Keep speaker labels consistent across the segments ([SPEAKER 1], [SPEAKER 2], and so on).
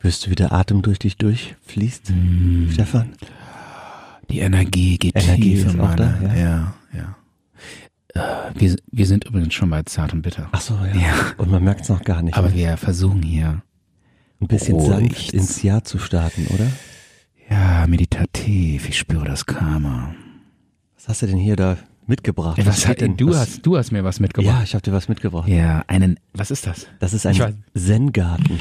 [SPEAKER 1] Hörst du, wie der Atem durch dich durchfließt,
[SPEAKER 2] Mm.
[SPEAKER 1] Stefan?
[SPEAKER 2] Die Energie geht
[SPEAKER 1] Energie
[SPEAKER 2] tief
[SPEAKER 1] ist
[SPEAKER 2] in
[SPEAKER 1] auch da,
[SPEAKER 2] meine- ja, ja. Äh, wir, wir sind übrigens schon bei Zart und Bitter.
[SPEAKER 1] Ach so, ja. Und man merkt es noch gar nicht.
[SPEAKER 2] Aber wir versuchen hier,
[SPEAKER 1] ein bisschen
[SPEAKER 2] Oh,
[SPEAKER 1] sanft
[SPEAKER 2] nichts.
[SPEAKER 1] ins Jahr zu starten, oder?
[SPEAKER 2] ja, meditativ, ich spüre das Karma.
[SPEAKER 1] Was hast du denn hier da mitgebracht?
[SPEAKER 2] Ey,
[SPEAKER 1] steht denn?
[SPEAKER 2] du,
[SPEAKER 1] Was-
[SPEAKER 2] hast, du hast mir was
[SPEAKER 1] Ja,
[SPEAKER 2] mitgebracht.
[SPEAKER 1] ich habe dir was mitgebracht.
[SPEAKER 2] ja, einen, was ist das?
[SPEAKER 1] Das ist
[SPEAKER 2] Ich weiß. Hm.
[SPEAKER 1] ein Zen-Garten.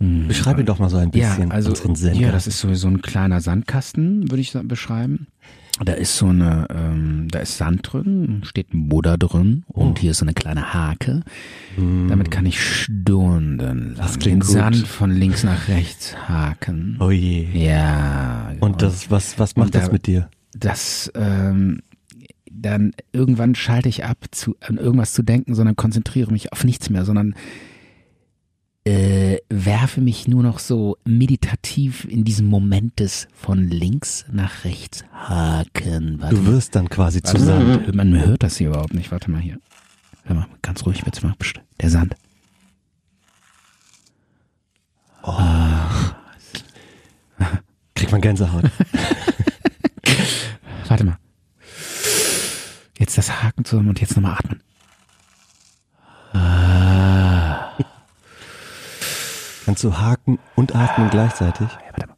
[SPEAKER 1] Beschreib ihn doch mal so ein
[SPEAKER 2] Ja,
[SPEAKER 1] bisschen,
[SPEAKER 2] also
[SPEAKER 1] unseren Zen-Garten.
[SPEAKER 2] ja, das ist so, so ein kleiner Sandkasten, würde ich sa- beschreiben. Da ist so eine, ähm, da ist Sand drin, steht ein Buddha drin
[SPEAKER 1] Oh.
[SPEAKER 2] und hier ist so eine kleine Hake. Damit kann ich Stunden
[SPEAKER 1] Mm. Das
[SPEAKER 2] lang den
[SPEAKER 1] klingt gut.
[SPEAKER 2] Sand von links nach rechts haken.
[SPEAKER 1] oh je.
[SPEAKER 2] Ja.
[SPEAKER 1] Und das, was, was macht
[SPEAKER 2] da-
[SPEAKER 1] das mit dir?
[SPEAKER 2] das ähm, dann irgendwann schalte ich ab, zu, an irgendwas zu denken, sondern konzentriere mich auf nichts mehr, sondern äh, werfe mich nur noch so meditativ in diesen Moment des von links nach rechts Haken. Warte
[SPEAKER 1] Du
[SPEAKER 2] mal,
[SPEAKER 1] wirst dann quasi zu
[SPEAKER 2] warte
[SPEAKER 1] Sand.
[SPEAKER 2] mal, man hört das hier überhaupt nicht. Warte mal hier. Hör mal, ganz ruhig jetzt mal. Psst, der Sand.
[SPEAKER 1] Kriegt man Gänsehaut.
[SPEAKER 2] Warte mal. Jetzt das Haken zusammen und jetzt nochmal atmen.
[SPEAKER 1] Kannst du haken und atmen gleichzeitig?
[SPEAKER 2] Ah. Ja, warte mal.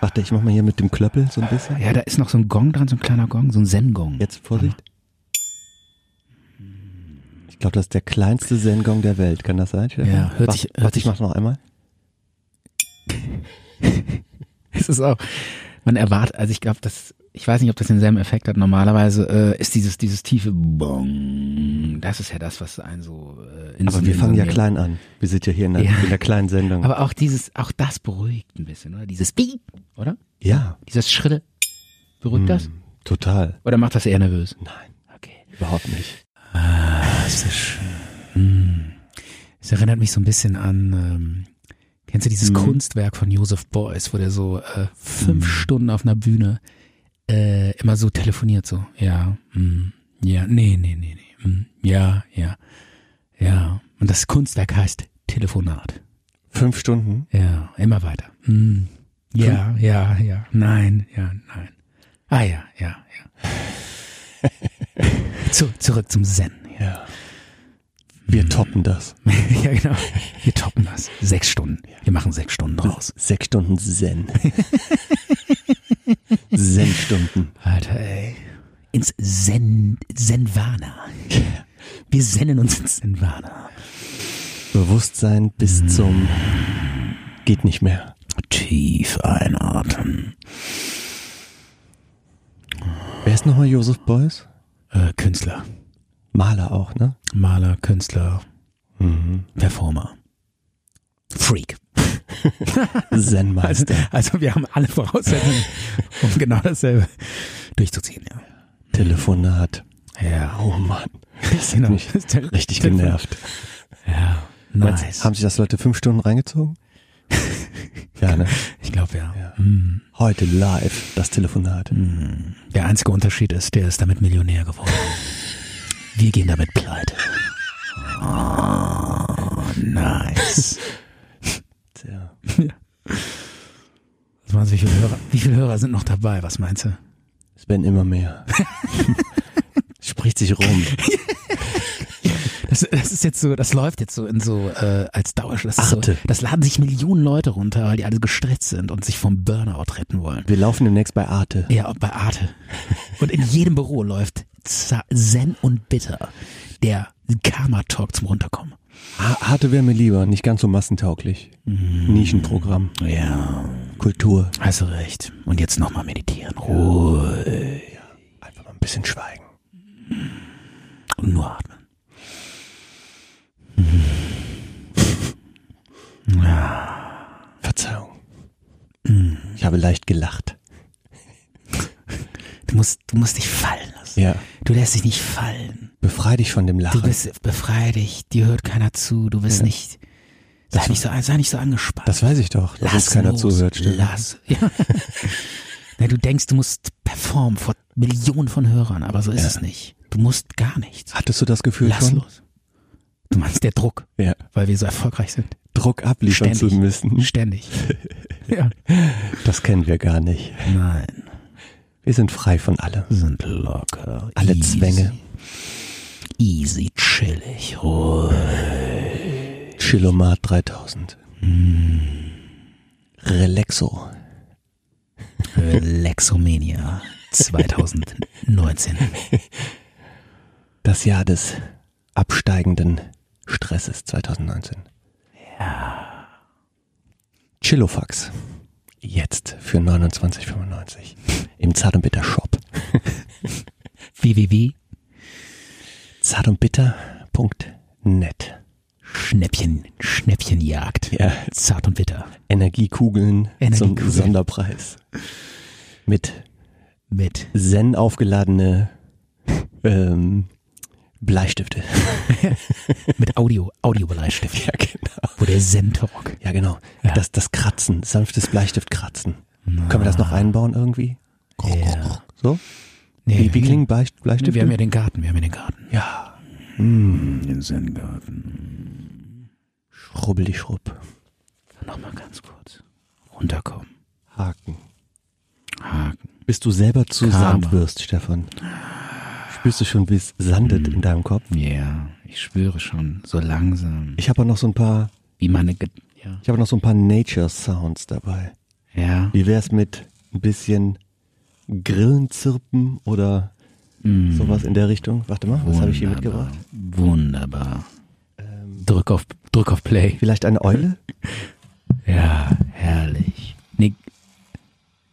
[SPEAKER 1] Warte, ich mach mal hier mit dem Klöppel so ein bisschen.
[SPEAKER 2] Ja, da ist noch so ein Gong dran, so ein kleiner Gong, so ein Zen-Gong.
[SPEAKER 1] Jetzt Vorsicht. Ich glaube, das ist der kleinste Zen-Gong der Welt. Kann das sein? Stefan?
[SPEAKER 2] Ja, hört
[SPEAKER 1] Mach-
[SPEAKER 2] sich- hört
[SPEAKER 1] Warte, ich
[SPEAKER 2] sich-
[SPEAKER 1] mach's noch einmal.
[SPEAKER 2] Es ist auch, man erwartet, also ich glaube, das, ich weiß nicht, ob das denselben Effekt hat. Normalerweise äh, ist dieses, dieses tiefe Bong, das ist ja das, was einen so äh, in
[SPEAKER 1] Aber
[SPEAKER 2] so-
[SPEAKER 1] wir
[SPEAKER 2] in
[SPEAKER 1] fangen
[SPEAKER 2] so
[SPEAKER 1] ja
[SPEAKER 2] eine-
[SPEAKER 1] klein an. Wir sind ja hier in der,
[SPEAKER 2] Ja.
[SPEAKER 1] in der kleinen Sendung.
[SPEAKER 2] Aber auch dieses, auch das beruhigt ein bisschen, oder? Dieses Bing, oder?
[SPEAKER 1] ja,
[SPEAKER 2] Dieses Schritte.
[SPEAKER 1] Hm.
[SPEAKER 2] Beruhigt das?
[SPEAKER 1] total.
[SPEAKER 2] Oder macht das eher nervös?
[SPEAKER 1] Nein,
[SPEAKER 2] Okay.
[SPEAKER 1] überhaupt nicht.
[SPEAKER 2] Das ist schön. Mm. Es erinnert mich so ein bisschen an, ähm, kennst du dieses Kunstwerk von Joseph Beuys, wo der so äh, fünf Stunden auf einer Bühne äh, immer so telefoniert, so, ja, mm, ja, nee, nee, nee, nee, mm, ja, ja, ja. Und das Kunstwerk heißt Telefonat.
[SPEAKER 1] Fünf Stunden?
[SPEAKER 2] Ja, immer weiter. Mm, ja, ja, ja, nein, ja, nein. Ah ja, ja, ja. Zu, zurück zum Zen. Ja.
[SPEAKER 1] Wir toppen das.
[SPEAKER 2] ja, genau. Wir toppen das. Sechs Stunden. Wir machen sechs Stunden draus.
[SPEAKER 1] Sechs Stunden Zen. Zen-Stunden.
[SPEAKER 2] Alter, ey. Ins Zen, Zenvana. Wir senden uns ins Zenvana.
[SPEAKER 1] Bewusstsein bis zum geht nicht mehr.
[SPEAKER 2] Tief einatmen.
[SPEAKER 1] Wer ist nochmal Josef Beuys?
[SPEAKER 2] Äh, Künstler,
[SPEAKER 1] Maler auch, ne?
[SPEAKER 2] Maler, Künstler, Mhm. Performer. Freak. Also,
[SPEAKER 1] Zen-Meister.
[SPEAKER 2] also wir haben alle Voraussetzungen, um genau dasselbe durchzuziehen, ja.
[SPEAKER 1] Telefonat.
[SPEAKER 2] Ja,
[SPEAKER 1] Oh Mann. Das hat
[SPEAKER 2] Genau.
[SPEAKER 1] mich richtig genervt.
[SPEAKER 2] ja.
[SPEAKER 1] Meinst du,
[SPEAKER 2] nice.
[SPEAKER 1] Haben sich das Leute fünf Stunden reingezogen? ja, ne?
[SPEAKER 2] Ich glaube, ja.
[SPEAKER 1] Ja.
[SPEAKER 2] Mm.
[SPEAKER 1] Heute live das Telefonat.
[SPEAKER 2] Der einzige Unterschied ist, der ist damit Millionär geworden. Wir gehen damit pleite. Oh, nice.
[SPEAKER 1] Tja.
[SPEAKER 2] Was meinst du, wie viele Hörer, wie viele Hörer sind noch dabei? Was meinst du?
[SPEAKER 1] Es werden immer mehr. Spricht sich rum.
[SPEAKER 2] Das, das ist jetzt so, das läuft jetzt so in so äh, als Dauerschluss. Das, ist so,
[SPEAKER 1] Arte.
[SPEAKER 2] das laden sich Millionen Leute runter, weil die alle gestresst sind und sich vom Burnout retten wollen.
[SPEAKER 1] Wir laufen demnächst bei Arte.
[SPEAKER 2] Ja, und bei Arte. Und in jedem Büro läuft Za- Zen und Bitter, der Karma-Talk zum Runterkommen.
[SPEAKER 1] Ha- Arte wäre mir lieber, nicht ganz so massentauglich. Mhm. Nischenprogramm.
[SPEAKER 2] Ja.
[SPEAKER 1] Kultur.
[SPEAKER 2] Hast du recht. Und jetzt nochmal meditieren. Ruhe.
[SPEAKER 1] Einfach mal ein bisschen schweigen.
[SPEAKER 2] Und nur atmen.
[SPEAKER 1] Verzeihung. Ich habe leicht gelacht.
[SPEAKER 2] Du musst, du musst dich fallen lassen.
[SPEAKER 1] Ja.
[SPEAKER 2] Du lässt dich nicht fallen.
[SPEAKER 1] Befrei dich von dem
[SPEAKER 2] Du
[SPEAKER 1] Lachen.
[SPEAKER 2] bist befrei dich. Dir hört keiner zu. Du bist nicht. Sei nicht, so, sei nicht so angespannt.
[SPEAKER 1] Das weiß ich doch, dass uns
[SPEAKER 2] Lass
[SPEAKER 1] keiner
[SPEAKER 2] los.
[SPEAKER 1] zuhört. stimmt.
[SPEAKER 2] Lass. Ja. Na, du denkst, du musst performen vor Millionen von Hörern, aber so ist es nicht. Du musst gar nichts.
[SPEAKER 1] Hattest du das Gefühl
[SPEAKER 2] Lass
[SPEAKER 1] schon?
[SPEAKER 2] los. Du meinst der Druck,
[SPEAKER 1] Ja.
[SPEAKER 2] weil wir so erfolgreich sind.
[SPEAKER 1] Druck abliefern
[SPEAKER 2] Ständig.
[SPEAKER 1] zu müssen,
[SPEAKER 2] Ständig. ja.
[SPEAKER 1] das kennen wir gar nicht.
[SPEAKER 2] Nein,
[SPEAKER 1] Wir sind frei von allem.
[SPEAKER 2] sind locker.
[SPEAKER 1] Alle Zwänge.
[SPEAKER 2] Easy, chillig, ruhig.
[SPEAKER 1] Chilomat 3000. Relaxo.
[SPEAKER 2] Lexomania 2019.
[SPEAKER 1] Das Jahr des absteigenden Stresses 2019. Ja. Chillofax. Jetzt für 29,95 im Zart und Bitter Shop.
[SPEAKER 2] www.
[SPEAKER 1] Zartundbitter.net.
[SPEAKER 2] Schnäppchen, Schnäppchenjagd.
[SPEAKER 1] Ja,
[SPEAKER 2] Zart und bitter.
[SPEAKER 1] Energiekugeln zum
[SPEAKER 2] Energiekugeln.
[SPEAKER 1] Sonderpreis. Mit
[SPEAKER 2] Mit.
[SPEAKER 1] Zen aufgeladene ähm, Bleistifte.
[SPEAKER 2] Mit Audio, Audiobeleistift.
[SPEAKER 1] Ja, genau.
[SPEAKER 2] Wo der Zen-Talk.
[SPEAKER 1] Ja, genau.
[SPEAKER 2] Ja.
[SPEAKER 1] Das, das Kratzen, sanftes Bleistiftkratzen. Können wir das noch einbauen irgendwie?
[SPEAKER 2] Ja.
[SPEAKER 1] So?
[SPEAKER 2] Nee,
[SPEAKER 1] Wie, wie
[SPEAKER 2] wir-
[SPEAKER 1] klingen Bleist Bleistifte?
[SPEAKER 2] Wir haben ja den Garten, wir haben ja den Garten.
[SPEAKER 1] ja.
[SPEAKER 2] Den Zen-Garten.
[SPEAKER 1] Schrubbel die Schrupp.
[SPEAKER 2] Nochmal ganz kurz. Runterkommen.
[SPEAKER 1] Haken.
[SPEAKER 2] Haken.
[SPEAKER 1] Bis du selber zu
[SPEAKER 2] Karma.
[SPEAKER 1] Sand wirst, Stefan. Spürst du schon, wie es sandet
[SPEAKER 2] Hm.
[SPEAKER 1] in deinem Kopf?
[SPEAKER 2] Ja, ich schwöre schon. So langsam.
[SPEAKER 1] Ich habe noch so ein paar,
[SPEAKER 2] Wie meine. Ge ja.
[SPEAKER 1] ich habe noch so ein paar Nature Sounds dabei.
[SPEAKER 2] Ja.
[SPEAKER 1] Wie wär's mit ein bisschen Grillenzirpen oder sowas in der Richtung? Warte mal, was habe ich hier
[SPEAKER 2] Mm. Wunderbar.
[SPEAKER 1] mitgebracht? Ähm.
[SPEAKER 2] Wunderbar. drück, auf, drück auf Play.
[SPEAKER 1] Vielleicht eine Eule?
[SPEAKER 2] Ja, herrlich. Nee.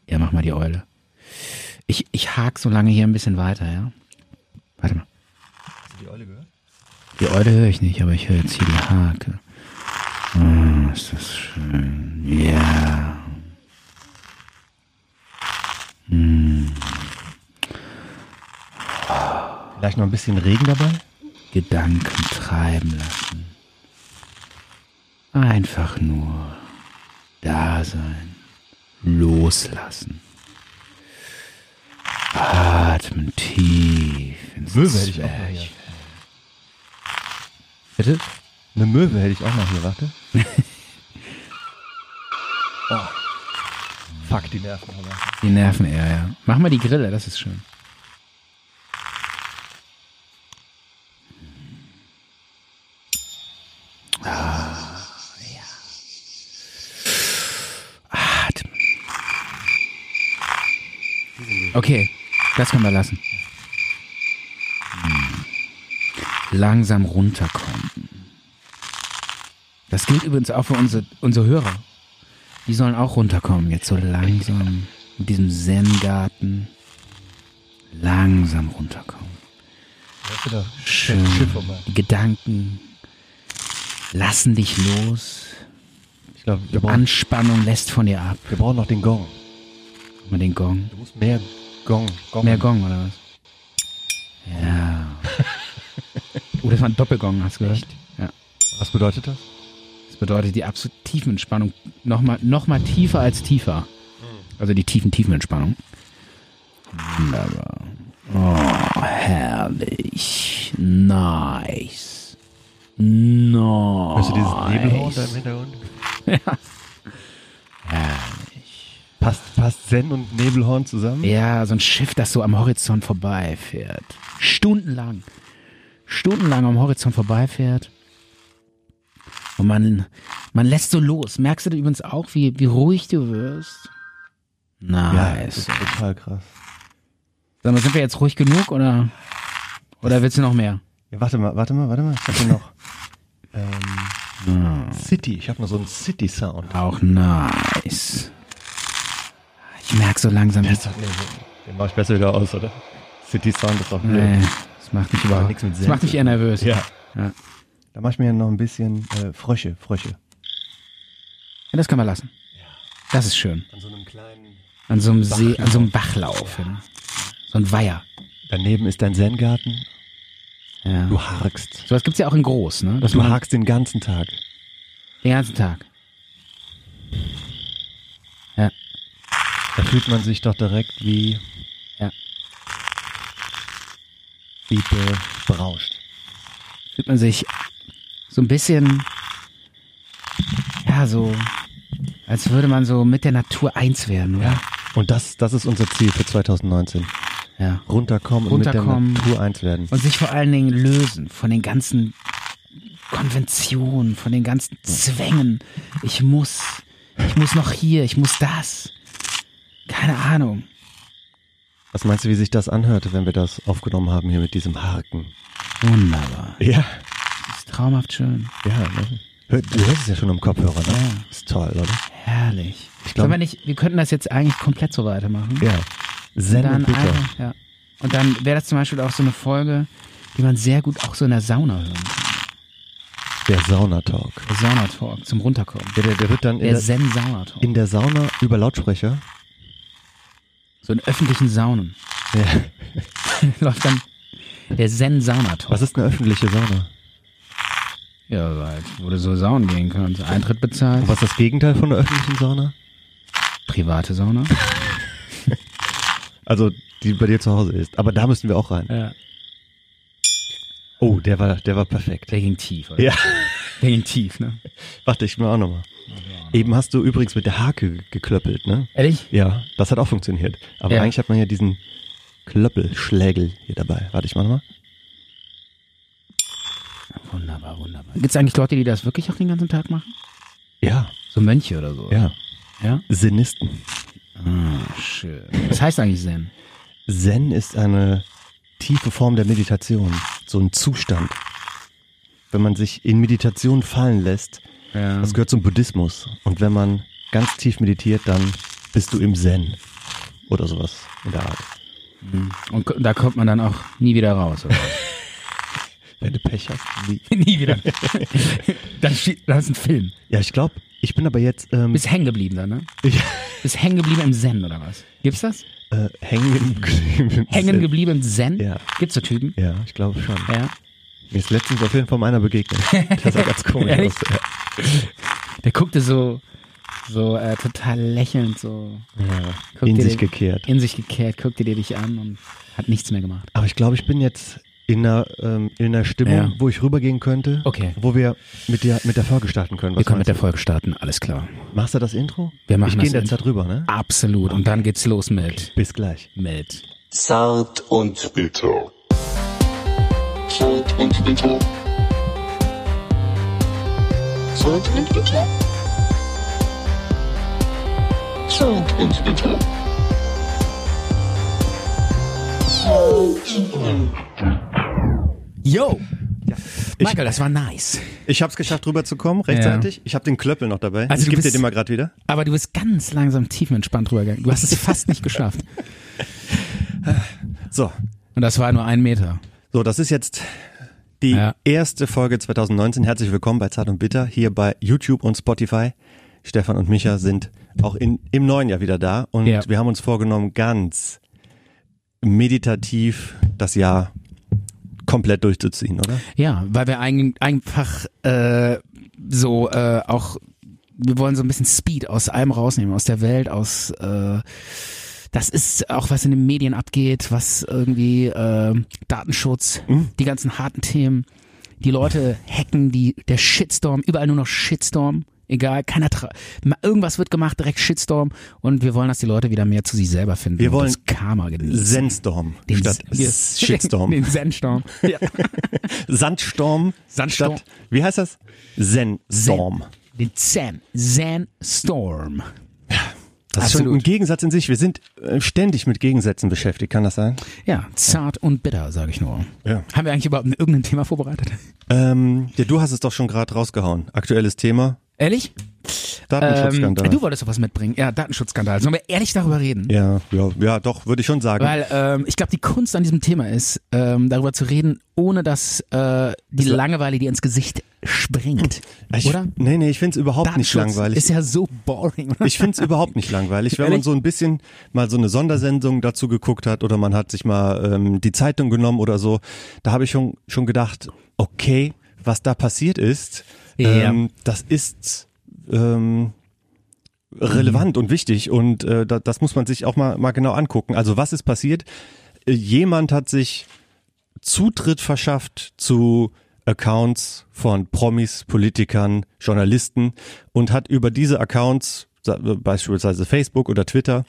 [SPEAKER 2] Ja, mach mal die Eule. Ich, ich hake so lange hier ein bisschen weiter, ja? Warte mal. Hast du die Eule gehört? Die Eule höre ich nicht, aber ich höre jetzt hier die Hake. Ah, ist das schön. Ja.
[SPEAKER 1] Vielleicht noch ein bisschen Regen dabei?
[SPEAKER 2] Gedanken treiben lassen. Einfach nur da sein, loslassen. Atmen tief ins
[SPEAKER 1] Möwe hätte ich auch noch
[SPEAKER 2] Zwerchfell.
[SPEAKER 1] hier.
[SPEAKER 2] Bitte?
[SPEAKER 1] Eine Möwe hätte ich auch noch hier, warte. oh. Fuck, die Nerven. aber.
[SPEAKER 2] Die Nerven eher, ja. Mach mal die Grille, das ist schön. Ah, ja. Atmen. Okay, das können wir lassen. Hm. Langsam runterkommen. Das gilt übrigens auch für unsere, unsere Hörer. Die sollen auch runterkommen, jetzt so langsam. Mit diesem Zen-Garten. Langsam runterkommen. Schön.
[SPEAKER 1] um.
[SPEAKER 2] Gedanken lassen dich los.
[SPEAKER 1] Ich glaube, wir, brauchen-
[SPEAKER 2] Anspannung lässt von dir ab.
[SPEAKER 1] wir brauchen noch den Gong.
[SPEAKER 2] Mal den Gong.
[SPEAKER 1] Du musst mehr Gong. Gong.
[SPEAKER 2] Mehr Gong, oder was? Ja. oh, das war ein Doppelgong, hast du gehört? Ja.
[SPEAKER 1] Was bedeutet das?
[SPEAKER 2] Das bedeutet die absolute Tiefenentspannung. Nochmal, nochmal tiefer als tiefer. Also die tiefen, tiefen Entspannung. Wunderbar. Oh, herrlich. Nice. Nice.
[SPEAKER 1] Hörst du dieses
[SPEAKER 2] Oh,
[SPEAKER 1] Nebelhorn da im Hintergrund? Passt, passt Zen und Nebelhorn zusammen?
[SPEAKER 2] Ja, so ein Schiff, das so am Horizont vorbeifährt. Stundenlang. Stundenlang am Horizont vorbeifährt. Und man, man lässt so los. Merkst du übrigens auch, wie, wie ruhig du wirst?
[SPEAKER 1] Ja,
[SPEAKER 2] Nice.
[SPEAKER 1] das ist total krass.
[SPEAKER 2] Sag mal, sind wir jetzt ruhig genug oder, oder willst du noch mehr?
[SPEAKER 1] Ja, warte mal, warte mal, warte mal. Ich habe hier noch ähm,
[SPEAKER 2] Hm.
[SPEAKER 1] City. Ich habe noch so einen City-Sound.
[SPEAKER 2] Auch nice. Ich merke so langsam,
[SPEAKER 1] Der ist
[SPEAKER 2] das,
[SPEAKER 1] doch- nee, nee, Den mach ich besser wieder aus, oder? City-Sound ist doch blöd.
[SPEAKER 2] nee, das macht mich überhaupt,
[SPEAKER 1] nichts mit
[SPEAKER 2] das macht mich eher nervös.
[SPEAKER 1] Ja.
[SPEAKER 2] Ja.
[SPEAKER 1] Da mach ich mir noch ein bisschen äh, Frösche, Frösche.
[SPEAKER 2] Ja, das können wir lassen. Das ist schön.
[SPEAKER 1] An so einem kleinen.
[SPEAKER 2] An so einem See, an so einem Bachlauf. Ja. So ein Weiher.
[SPEAKER 1] Daneben ist dein Zen-Garten.
[SPEAKER 2] Ja.
[SPEAKER 1] Du harkst.
[SPEAKER 2] So was gibt's ja auch in groß, ne? Dass
[SPEAKER 1] Du
[SPEAKER 2] man
[SPEAKER 1] harkst den ganzen Tag.
[SPEAKER 2] den ganzen Tag. Ja.
[SPEAKER 1] Da fühlt man sich doch direkt wie.
[SPEAKER 2] Ja.
[SPEAKER 1] Wie berauscht.
[SPEAKER 2] Fühlt man sich so ein bisschen, ja, so, als würde man so mit der Natur eins werden, oder?
[SPEAKER 1] Und das, das ist unser Ziel für 2019.
[SPEAKER 2] Ja.
[SPEAKER 1] Runterkommen, und
[SPEAKER 2] Runterkommen.
[SPEAKER 1] mit der Natur eins werden.
[SPEAKER 2] Und sich vor allen Dingen lösen von den ganzen Konventionen, von den ganzen Zwängen. Ich muss, ich muss noch hier, ich muss das. Keine Ahnung.
[SPEAKER 1] Was meinst du, wie sich das anhörte, wenn wir das aufgenommen haben hier mit diesem Haken?
[SPEAKER 2] Wunderbar.
[SPEAKER 1] Ja.
[SPEAKER 2] Das ist traumhaft schön.
[SPEAKER 1] Ja, ne? Hör, du hörst es ja schon am Kopfhörer, ne?
[SPEAKER 2] Ja.
[SPEAKER 1] Ist toll, oder?
[SPEAKER 2] Herrlich.
[SPEAKER 1] Ich glaub-
[SPEAKER 2] Sollen wir nicht, wir könnten das jetzt eigentlich komplett so weitermachen.
[SPEAKER 1] Ja.
[SPEAKER 2] Und
[SPEAKER 1] Zen
[SPEAKER 2] dann
[SPEAKER 1] und Butter.
[SPEAKER 2] einfach- ja. Und dann wäre das zum Beispiel auch so eine Folge, die man sehr gut auch so in der Sauna hören kann.
[SPEAKER 1] Der Saunatalk.
[SPEAKER 2] Der Sauna-Talk zum Runterkommen.
[SPEAKER 1] Ja, der, der wird dann in
[SPEAKER 2] Der
[SPEAKER 1] der,
[SPEAKER 2] Zen-Sauna-Talk.
[SPEAKER 1] in der Sauna über Lautsprecher.
[SPEAKER 2] So in öffentlichen Saunen.
[SPEAKER 1] Ja.
[SPEAKER 2] läuft dann der Zen-Sauna-Talk.
[SPEAKER 1] Was ist eine öffentliche Sauna?
[SPEAKER 2] Ja, halt, wo du so saunen gehen kannst. Eintritt bezahlt.
[SPEAKER 1] Und was ist das Gegenteil von einer öffentlichen Sauna?
[SPEAKER 2] Private Sauna.
[SPEAKER 1] Also, die bei dir zu Hause ist. Aber da müssen wir auch rein.
[SPEAKER 2] Ja.
[SPEAKER 1] Oh, der war, der war perfekt.
[SPEAKER 2] Der ging tief, oder?
[SPEAKER 1] Ja,
[SPEAKER 2] Der ging tief, ne?
[SPEAKER 1] warte, ich mir auch nochmal. Eben hast du übrigens mit der Hake ge- geklöppelt, ne?
[SPEAKER 2] Ehrlich?
[SPEAKER 1] Ja, das hat auch funktioniert. Aber
[SPEAKER 2] Ja.
[SPEAKER 1] eigentlich hat man ja diesen Klöppelschlägel hier dabei. Warte, ich mach nochmal.
[SPEAKER 2] Wunderbar, wunderbar. Gibt es eigentlich Leute, die das wirklich auch den ganzen Tag machen?
[SPEAKER 1] Ja,
[SPEAKER 2] So Mönche oder so?
[SPEAKER 1] ja.
[SPEAKER 2] Ja?
[SPEAKER 1] Zenisten.
[SPEAKER 2] Ah, schön. Was heißt eigentlich Zen?
[SPEAKER 1] Zen ist eine tiefe Form der Meditation. So ein Zustand. Wenn man sich in Meditation fallen lässt,
[SPEAKER 2] Ja.
[SPEAKER 1] das gehört zum Buddhismus. Und wenn man ganz tief meditiert, dann bist du im Zen. Oder sowas in der Art.
[SPEAKER 2] Und ko- da kommt man dann auch nie wieder raus, oder?
[SPEAKER 1] Wenn du Pech hast, wie?
[SPEAKER 2] nie wieder. dann, steht, dann ist ein Film.
[SPEAKER 1] Ja, ich glaube, ich bin aber jetzt ähm,
[SPEAKER 2] Bist hängen geblieben dann, ne?
[SPEAKER 1] ich,
[SPEAKER 2] Bist hängen geblieben im Zen, oder was? Gibt's das?
[SPEAKER 1] äh, hängen geblieben.
[SPEAKER 2] Hängen geblieben im Zen?
[SPEAKER 1] Ja.
[SPEAKER 2] Gibt's so Typen?
[SPEAKER 1] Ja, ich glaube schon.
[SPEAKER 2] Ja.
[SPEAKER 1] Mir ist letztens auf jeden Fall meiner begegnet. Das sah ganz komisch
[SPEAKER 2] Ehrlich?
[SPEAKER 1] aus. Ja.
[SPEAKER 2] Der guckte so, so äh, total lächelnd, so
[SPEAKER 1] Ja,
[SPEAKER 2] Guck
[SPEAKER 1] in
[SPEAKER 2] dir
[SPEAKER 1] sich
[SPEAKER 2] den-
[SPEAKER 1] gekehrt.
[SPEAKER 2] in sich gekehrt, guckte dir dich an und hat nichts mehr gemacht.
[SPEAKER 1] Aber ich glaube, ich bin jetzt in einer, ähm, in einer Stimmung,
[SPEAKER 2] Ja.
[SPEAKER 1] wo ich rübergehen könnte.
[SPEAKER 2] Okay.
[SPEAKER 1] Wo wir mit der, mit der Folge starten können. Was
[SPEAKER 2] Wir können mit
[SPEAKER 1] meinst
[SPEAKER 2] der Folge starten, alles klar.
[SPEAKER 1] du? Machst du das Intro?
[SPEAKER 2] Wir machen
[SPEAKER 1] ich gehe in
[SPEAKER 2] das
[SPEAKER 1] der
[SPEAKER 2] Intro.
[SPEAKER 1] Zeit rüber, ne?
[SPEAKER 2] Absolut. Und dann geht's los mit,
[SPEAKER 1] Bis gleich.
[SPEAKER 2] mit.
[SPEAKER 3] Zart und bitter.
[SPEAKER 4] Zart und bitter. Zart und bitter. Zart und bitter.
[SPEAKER 2] Yo!
[SPEAKER 1] Ich-
[SPEAKER 2] Michael, das war nice.
[SPEAKER 1] Ich habe es geschafft, rüberzukommen, rechtzeitig. Ich habe den Klöppel noch dabei.
[SPEAKER 2] Also
[SPEAKER 1] ich
[SPEAKER 2] du
[SPEAKER 1] gebe dir
[SPEAKER 2] bist-
[SPEAKER 1] den mal gerade wieder.
[SPEAKER 2] Aber du bist ganz langsam tiefenentspannt rübergegangen. Du hast es fast nicht geschafft.
[SPEAKER 1] So.
[SPEAKER 2] Und das war nur ein Meter.
[SPEAKER 1] So, das ist jetzt die
[SPEAKER 2] Ja.
[SPEAKER 1] erste Folge 2019. Herzlich willkommen bei Zart und Bitter hier bei YouTube und Spotify. Stefan und Micha sind auch in, im neuen Jahr wieder da und
[SPEAKER 2] Ja.
[SPEAKER 1] wir haben uns vorgenommen, ganz meditativ das Jahr komplett durchzuziehen, oder?
[SPEAKER 2] Ja, weil wir ein, einfach äh, so äh, auch, wir wollen so ein bisschen Speed aus allem rausnehmen, aus der Welt, aus, äh, das ist auch was in den Medien abgeht, was irgendwie äh, Datenschutz,
[SPEAKER 1] Mhm.
[SPEAKER 2] die ganzen harten Themen, die Leute hacken, die, der Shitstorm, überall nur noch Shitstorm. Egal, keiner tra ma- irgendwas wird gemacht, direkt Shitstorm und wir wollen, dass die Leute wieder mehr zu sich selber finden.
[SPEAKER 1] Wir
[SPEAKER 2] und
[SPEAKER 1] wollen
[SPEAKER 2] das Karma genießen.
[SPEAKER 1] Sandstorm statt
[SPEAKER 2] wir-
[SPEAKER 1] Shitstorm.
[SPEAKER 2] Den Zendstorm. Ja.
[SPEAKER 1] Sandstorm,
[SPEAKER 2] Sandstorm.
[SPEAKER 1] statt, wie heißt das? Zendstorm.
[SPEAKER 2] Den Zen. Zen Storm.
[SPEAKER 1] Das ist schon
[SPEAKER 2] Absolut.
[SPEAKER 1] Also ein Gegensatz in sich. Wir sind äh, ständig mit Gegensätzen beschäftigt, kann das sein?
[SPEAKER 2] Ja, zart und bitter, sage ich nur.
[SPEAKER 1] Ja.
[SPEAKER 2] Haben wir eigentlich überhaupt irgendein Thema vorbereitet?
[SPEAKER 1] Ähm, ja, du hast es doch schon gerade rausgehauen. Aktuelles Thema,
[SPEAKER 2] Ehrlich? Ähm,
[SPEAKER 1] Datenschutzskandal.
[SPEAKER 2] du wolltest doch was mitbringen. Ja, Datenschutzskandal. Sollen wir ehrlich darüber reden?
[SPEAKER 1] ja, ja, ja, doch, würde ich schon sagen.
[SPEAKER 2] Weil ähm, ich glaube, die Kunst an diesem Thema ist, ähm, darüber zu reden, ohne dass äh, die Langeweile dir ins Gesicht springt.
[SPEAKER 1] Also- ich,
[SPEAKER 2] Oder?
[SPEAKER 1] Nee, nee, ich finde es überhaupt nicht
[SPEAKER 2] Datenschutz
[SPEAKER 1] langweilig.
[SPEAKER 2] ist ja so boring. Oder?
[SPEAKER 1] ich finde es überhaupt nicht langweilig, wenn man
[SPEAKER 2] Ehrlich?
[SPEAKER 1] so ein bisschen mal so eine Sondersendung dazu geguckt hat oder man hat sich mal ähm, die Zeitung genommen oder so. Da habe ich schon, schon gedacht, okay, was da passiert ist,
[SPEAKER 2] Ja.
[SPEAKER 1] ähm, das ist ähm, relevant
[SPEAKER 2] Mhm.
[SPEAKER 1] und wichtig und äh, da, das muss man sich auch mal, mal genau angucken. Also was ist passiert? Äh, Jemand hat sich Zutritt verschafft zu Accounts von Promis, Politikern, Journalisten und hat über diese Accounts, sa- beispielsweise Facebook oder Twitter,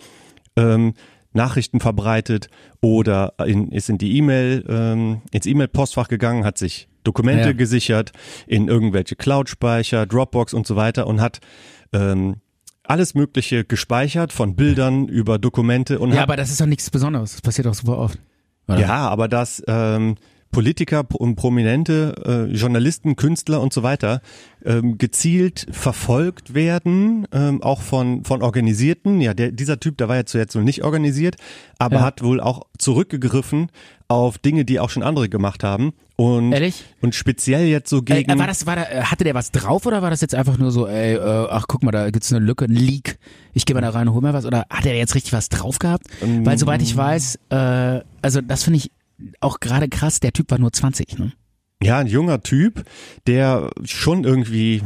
[SPEAKER 1] ähm, Nachrichten verbreitet oder in, ist in die E-Mail, ähm, ins E-Mail-Postfach gegangen, hat sich Dokumente
[SPEAKER 2] Ja.
[SPEAKER 1] gesichert, in irgendwelche Cloud-Speicher, Dropbox und so weiter und hat ähm, alles Mögliche gespeichert, von Bildern über Dokumente und
[SPEAKER 2] Ja,
[SPEAKER 1] hat
[SPEAKER 2] aber das ist doch nichts Besonderes. Das passiert auch super oft. Oder?
[SPEAKER 1] ja, aber dass ähm, Politiker pro- und prominente äh, Journalisten, Künstler und so weiter ähm, gezielt verfolgt werden, ähm, auch von, von Organisierten. Ja, der, dieser Typ, der war ja zuerst wohl nicht organisiert, aber
[SPEAKER 2] Ja.
[SPEAKER 1] hat wohl auch zurückgegriffen auf Dinge, die auch schon andere gemacht haben. Und,
[SPEAKER 2] Ehrlich?
[SPEAKER 1] Und speziell jetzt so
[SPEAKER 2] Ey,
[SPEAKER 1] gegen.
[SPEAKER 2] äh, war das, war da, äh, hatte der was drauf oder war das jetzt einfach nur so, ey, äh, ach guck mal, da gibt's eine Lücke, ein Leak, ich gehe mal da rein und hol mir was oder hat er jetzt richtig was drauf gehabt?
[SPEAKER 1] Ähm,
[SPEAKER 2] Weil soweit ich weiß, äh, also das finde ich auch gerade krass, der Typ war nur 20, ne?
[SPEAKER 1] Ja, ein junger Typ, der schon irgendwie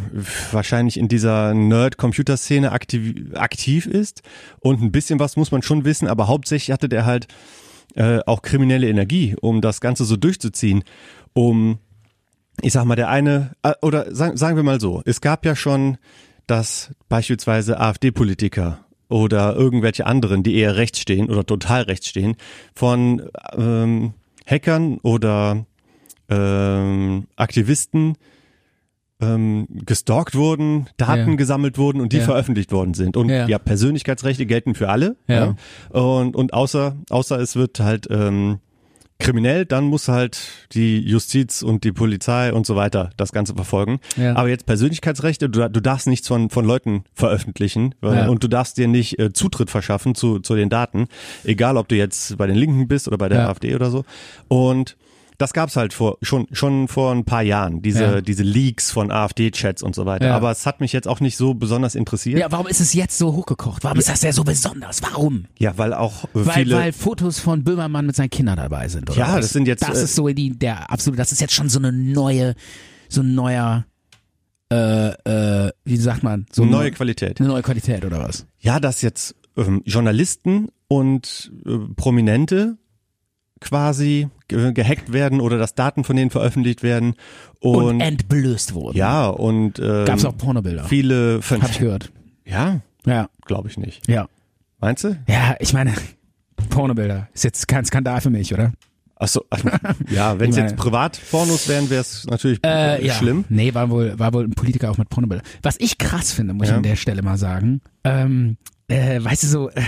[SPEAKER 1] wahrscheinlich in dieser Nerd-Computer-Szene aktiv, aktiv ist und ein bisschen was muss man schon wissen, aber hauptsächlich hatte der halt äh, auch kriminelle Energie, um das Ganze so durchzuziehen, um, ich sag mal, der eine, äh, oder sagen, sagen wir mal so, es gab ja schon, dass beispielsweise AfD-Politiker oder irgendwelche anderen, die eher rechts stehen oder total rechts stehen, von ähm, Hackern oder ähm, Aktivisten ähm, gestalkt wurden, Daten
[SPEAKER 2] Ja.
[SPEAKER 1] gesammelt wurden und die
[SPEAKER 2] Ja.
[SPEAKER 1] veröffentlicht worden sind. Und
[SPEAKER 2] Ja.
[SPEAKER 1] ja, Persönlichkeitsrechte gelten für alle.
[SPEAKER 2] Ja.
[SPEAKER 1] Und, und außer, außer es wird halt ähm, kriminell, dann muss halt die Justiz und die Polizei und so weiter das Ganze verfolgen.
[SPEAKER 2] Ja.
[SPEAKER 1] Aber jetzt Persönlichkeitsrechte, du, du darfst nichts von, von Leuten veröffentlichen äh,
[SPEAKER 2] Ja.
[SPEAKER 1] und du darfst dir nicht äh, Zutritt verschaffen zu, zu den Daten, egal ob du jetzt bei den Linken bist oder bei der
[SPEAKER 2] Ja.
[SPEAKER 1] AfD oder so. Und das gab's halt vor, schon, schon vor ein paar Jahren, diese,
[SPEAKER 2] Ja.
[SPEAKER 1] diese Leaks von AfD-Chats und so weiter.
[SPEAKER 2] Ja.
[SPEAKER 1] Aber es hat mich jetzt auch nicht so besonders interessiert.
[SPEAKER 2] Ja, warum ist es jetzt so hochgekocht? Warum ist das ja so besonders? Warum?
[SPEAKER 1] Ja, weil auch äh,
[SPEAKER 2] Weil,
[SPEAKER 1] viele.
[SPEAKER 2] weil Fotos von Böhmermann mit seinen Kindern dabei sind, oder?
[SPEAKER 1] Ja,
[SPEAKER 2] was?
[SPEAKER 1] das sind jetzt,
[SPEAKER 2] Das
[SPEAKER 1] äh,
[SPEAKER 2] ist so die, der absolute, das ist jetzt schon so eine neue, so ein neuer, äh, äh, wie sagt man? So
[SPEAKER 1] eine
[SPEAKER 2] ein
[SPEAKER 1] neue
[SPEAKER 2] neu-
[SPEAKER 1] Qualität.
[SPEAKER 2] Eine neue Qualität, oder was?
[SPEAKER 1] Ja, dass jetzt ähm, Journalisten und äh, Prominente quasi ge gehackt werden oder dass Daten von denen veröffentlicht werden
[SPEAKER 2] Und,
[SPEAKER 1] und,
[SPEAKER 2] entblößt wurden.
[SPEAKER 1] ja und ähm,
[SPEAKER 2] Gab's auch Pornobilder.
[SPEAKER 1] viele von
[SPEAKER 2] Hab ich gehört.
[SPEAKER 1] ja
[SPEAKER 2] Ja,
[SPEAKER 1] glaube ich nicht
[SPEAKER 2] ja.
[SPEAKER 1] meinst du
[SPEAKER 2] Ja, ich meine, Pornobilder ist jetzt kein Skandal für mich, oder?
[SPEAKER 1] Achso, ja wenn es
[SPEAKER 2] Ich meine-
[SPEAKER 1] jetzt Privatpornos wären wäre es natürlich äh, schlimm
[SPEAKER 2] Nee, war wohl, war wohl ein Politiker auch mit Pornobild. Was ich krass finde, muss ich
[SPEAKER 1] Ja.
[SPEAKER 2] an der Stelle mal sagen, ähm, äh, weißt du so, äh,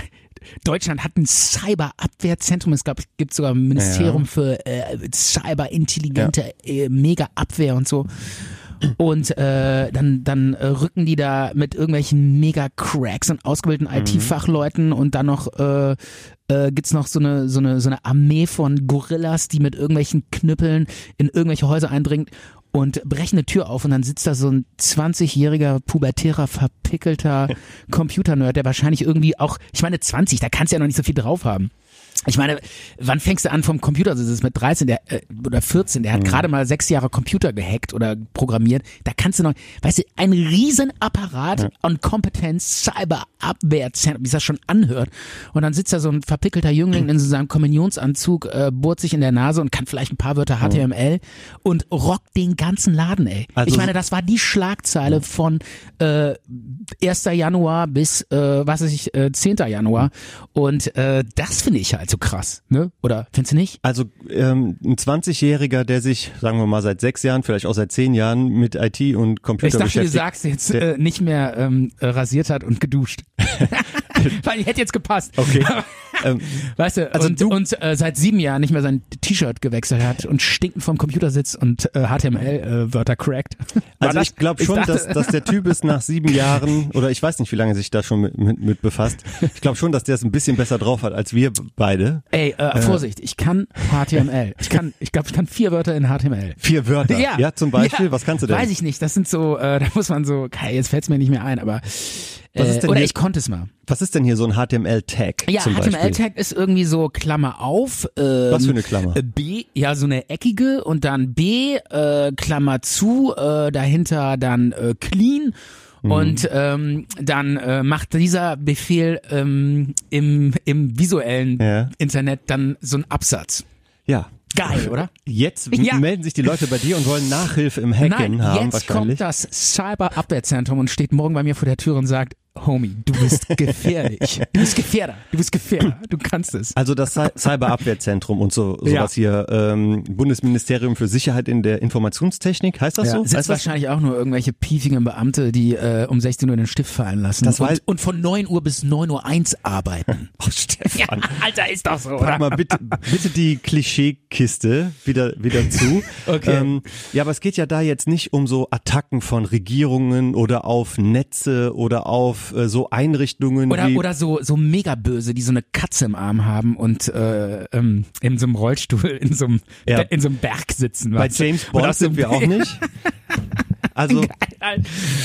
[SPEAKER 2] Deutschland hat ein Cyberabwehrzentrum, es gab, gibt sogar ein Ministerium für äh, cyberintelligente äh, Mega-Abwehr und so. Und äh, dann, dann äh, rücken die da mit irgendwelchen Mega-Cracks und ausgebildeten IT-Fachleuten und dann noch äh, äh, gibt's noch so eine, so, eine, so eine Armee von Gorillas, die mit irgendwelchen Knüppeln in irgendwelche Häuser eindringt und brechen eine Tür auf und dann sitzt da so ein 20-jähriger, pubertärer, verpickelter Computernerd, der wahrscheinlich irgendwie auch, ich meine 20, da kannst du ja noch nicht so viel drauf haben. Ich meine, wann fängst du an vom Computer? Also, Das ist mit 13 der, äh, oder 14, der hat gerade mal sechs Jahre Computer gehackt oder programmiert. Da kannst du noch, weißt du, ein Riesenapparat an Kompetenz, Cyberabwehrzentrum, wie es das schon anhört. Und dann sitzt da so ein verpickelter Jüngling in so seinem Kommunionsanzug, äh, bohrt sich in der Nase und kann vielleicht ein paar Wörter HTML und rockt den ganzen Laden, ey.
[SPEAKER 1] Also
[SPEAKER 2] ich meine, das war die Schlagzeile von äh, 1. Januar bis, äh, was weiß ich, äh, 10. Januar. Und äh, das finde ich halt so krass, ne? Oder findest du nicht?
[SPEAKER 1] Also ähm, ein 20-Jähriger, der sich, sagen wir mal, seit sechs Jahren, vielleicht auch seit zehn Jahren mit IT und Computer
[SPEAKER 2] Ich dachte, du
[SPEAKER 1] beschäftigt.
[SPEAKER 2] sagst jetzt
[SPEAKER 1] Der-
[SPEAKER 2] äh, nicht mehr ähm, äh, rasiert hat und geduscht. Weil hätte jetzt gepasst.
[SPEAKER 1] okay. ähm,
[SPEAKER 2] Weißt du,
[SPEAKER 1] Also
[SPEAKER 2] und,
[SPEAKER 1] du-
[SPEAKER 2] und äh, seit sieben Jahren nicht mehr sein T-Shirt gewechselt hat und stinkend vorm Computer sitzt und äh, HTML-Wörter crackt.
[SPEAKER 1] Also
[SPEAKER 2] Warte,
[SPEAKER 1] ich glaube schon,
[SPEAKER 2] dachte-
[SPEAKER 1] dass, dass der Typ ist nach sieben Jahren oder ich weiß nicht, wie lange sich da schon mit, mit, mit befasst. Ich glaube schon, dass der es ein bisschen besser drauf hat als wir beide.
[SPEAKER 2] Ey, äh, Vorsicht, ich kann HTML. Ich kann, ich glaube, ich kann vier Wörter in HTML.
[SPEAKER 1] Vier Wörter. Ja, zum Beispiel.
[SPEAKER 2] Ja.
[SPEAKER 1] was kannst du denn?
[SPEAKER 2] Weiß ich nicht. Das sind so, äh, da muss man so, Kai, jetzt fällt es mir nicht mehr ein, aber. Äh,
[SPEAKER 1] ist denn
[SPEAKER 2] oder
[SPEAKER 1] hier-
[SPEAKER 2] ich konnte es mal.
[SPEAKER 1] Was ist denn hier so ein HTML-Tag?
[SPEAKER 2] Ja,
[SPEAKER 1] zum Beispiel?
[SPEAKER 2] HTML-Tag ist irgendwie so Klammer auf. Ähm,
[SPEAKER 1] Was für eine Klammer?
[SPEAKER 2] äh, B, ja, so eine eckige und dann B, äh, Klammer zu, äh, dahinter dann äh, clean.
[SPEAKER 1] Mhm.
[SPEAKER 2] Und ähm, dann äh, macht dieser Befehl ähm, im, im visuellen
[SPEAKER 1] Ja.
[SPEAKER 2] Internet dann so einen Absatz.
[SPEAKER 1] Ja.
[SPEAKER 2] Geil, oder?
[SPEAKER 1] Jetzt
[SPEAKER 2] Ja.
[SPEAKER 1] melden sich die Leute bei dir und wollen Nachhilfe im Hacken
[SPEAKER 2] Nein,
[SPEAKER 1] haben
[SPEAKER 2] jetzt
[SPEAKER 1] wahrscheinlich.
[SPEAKER 2] kommt das Cyber-Abwehrzentrum und steht morgen bei mir vor der Tür und sagt, Homie, du bist gefährlich. du bist Gefährder. Du bist Gefährder. Du kannst es.
[SPEAKER 1] Also das Cy- Cyberabwehrzentrum und so
[SPEAKER 2] Ja.
[SPEAKER 1] sowas hier, ähm, Bundesministerium für Sicherheit in der Informationstechnik, heißt das
[SPEAKER 2] Ja,
[SPEAKER 1] so?
[SPEAKER 2] sind
[SPEAKER 1] Heißt das?
[SPEAKER 2] wahrscheinlich auch nur irgendwelche piefigen Beamte, die äh, um 16 Uhr den Stift fallen lassen
[SPEAKER 1] Das weiß-
[SPEAKER 2] und, und von 9 Uhr bis 9 Uhr 1 arbeiten.
[SPEAKER 1] Oh, Stefan.
[SPEAKER 2] Alter, ist doch so,
[SPEAKER 1] Pack mal bitte, bitte die Klischeekiste wieder, wieder zu.
[SPEAKER 2] Okay.
[SPEAKER 1] Ähm, ja, aber es geht ja da jetzt nicht um so Attacken von Regierungen oder auf Netze oder auf äh, so Einrichtungen
[SPEAKER 2] Oder,
[SPEAKER 1] wie
[SPEAKER 2] oder so, so mega böse, die so eine Katze im Arm haben und äh, ähm, in so einem Rollstuhl, in so einem,
[SPEAKER 1] Ja.
[SPEAKER 2] in so einem Berg sitzen.
[SPEAKER 1] bei
[SPEAKER 2] weißt du?
[SPEAKER 1] James
[SPEAKER 2] Und
[SPEAKER 1] Bond
[SPEAKER 2] aus so
[SPEAKER 1] sind wir auch
[SPEAKER 2] einem-
[SPEAKER 1] nicht. Also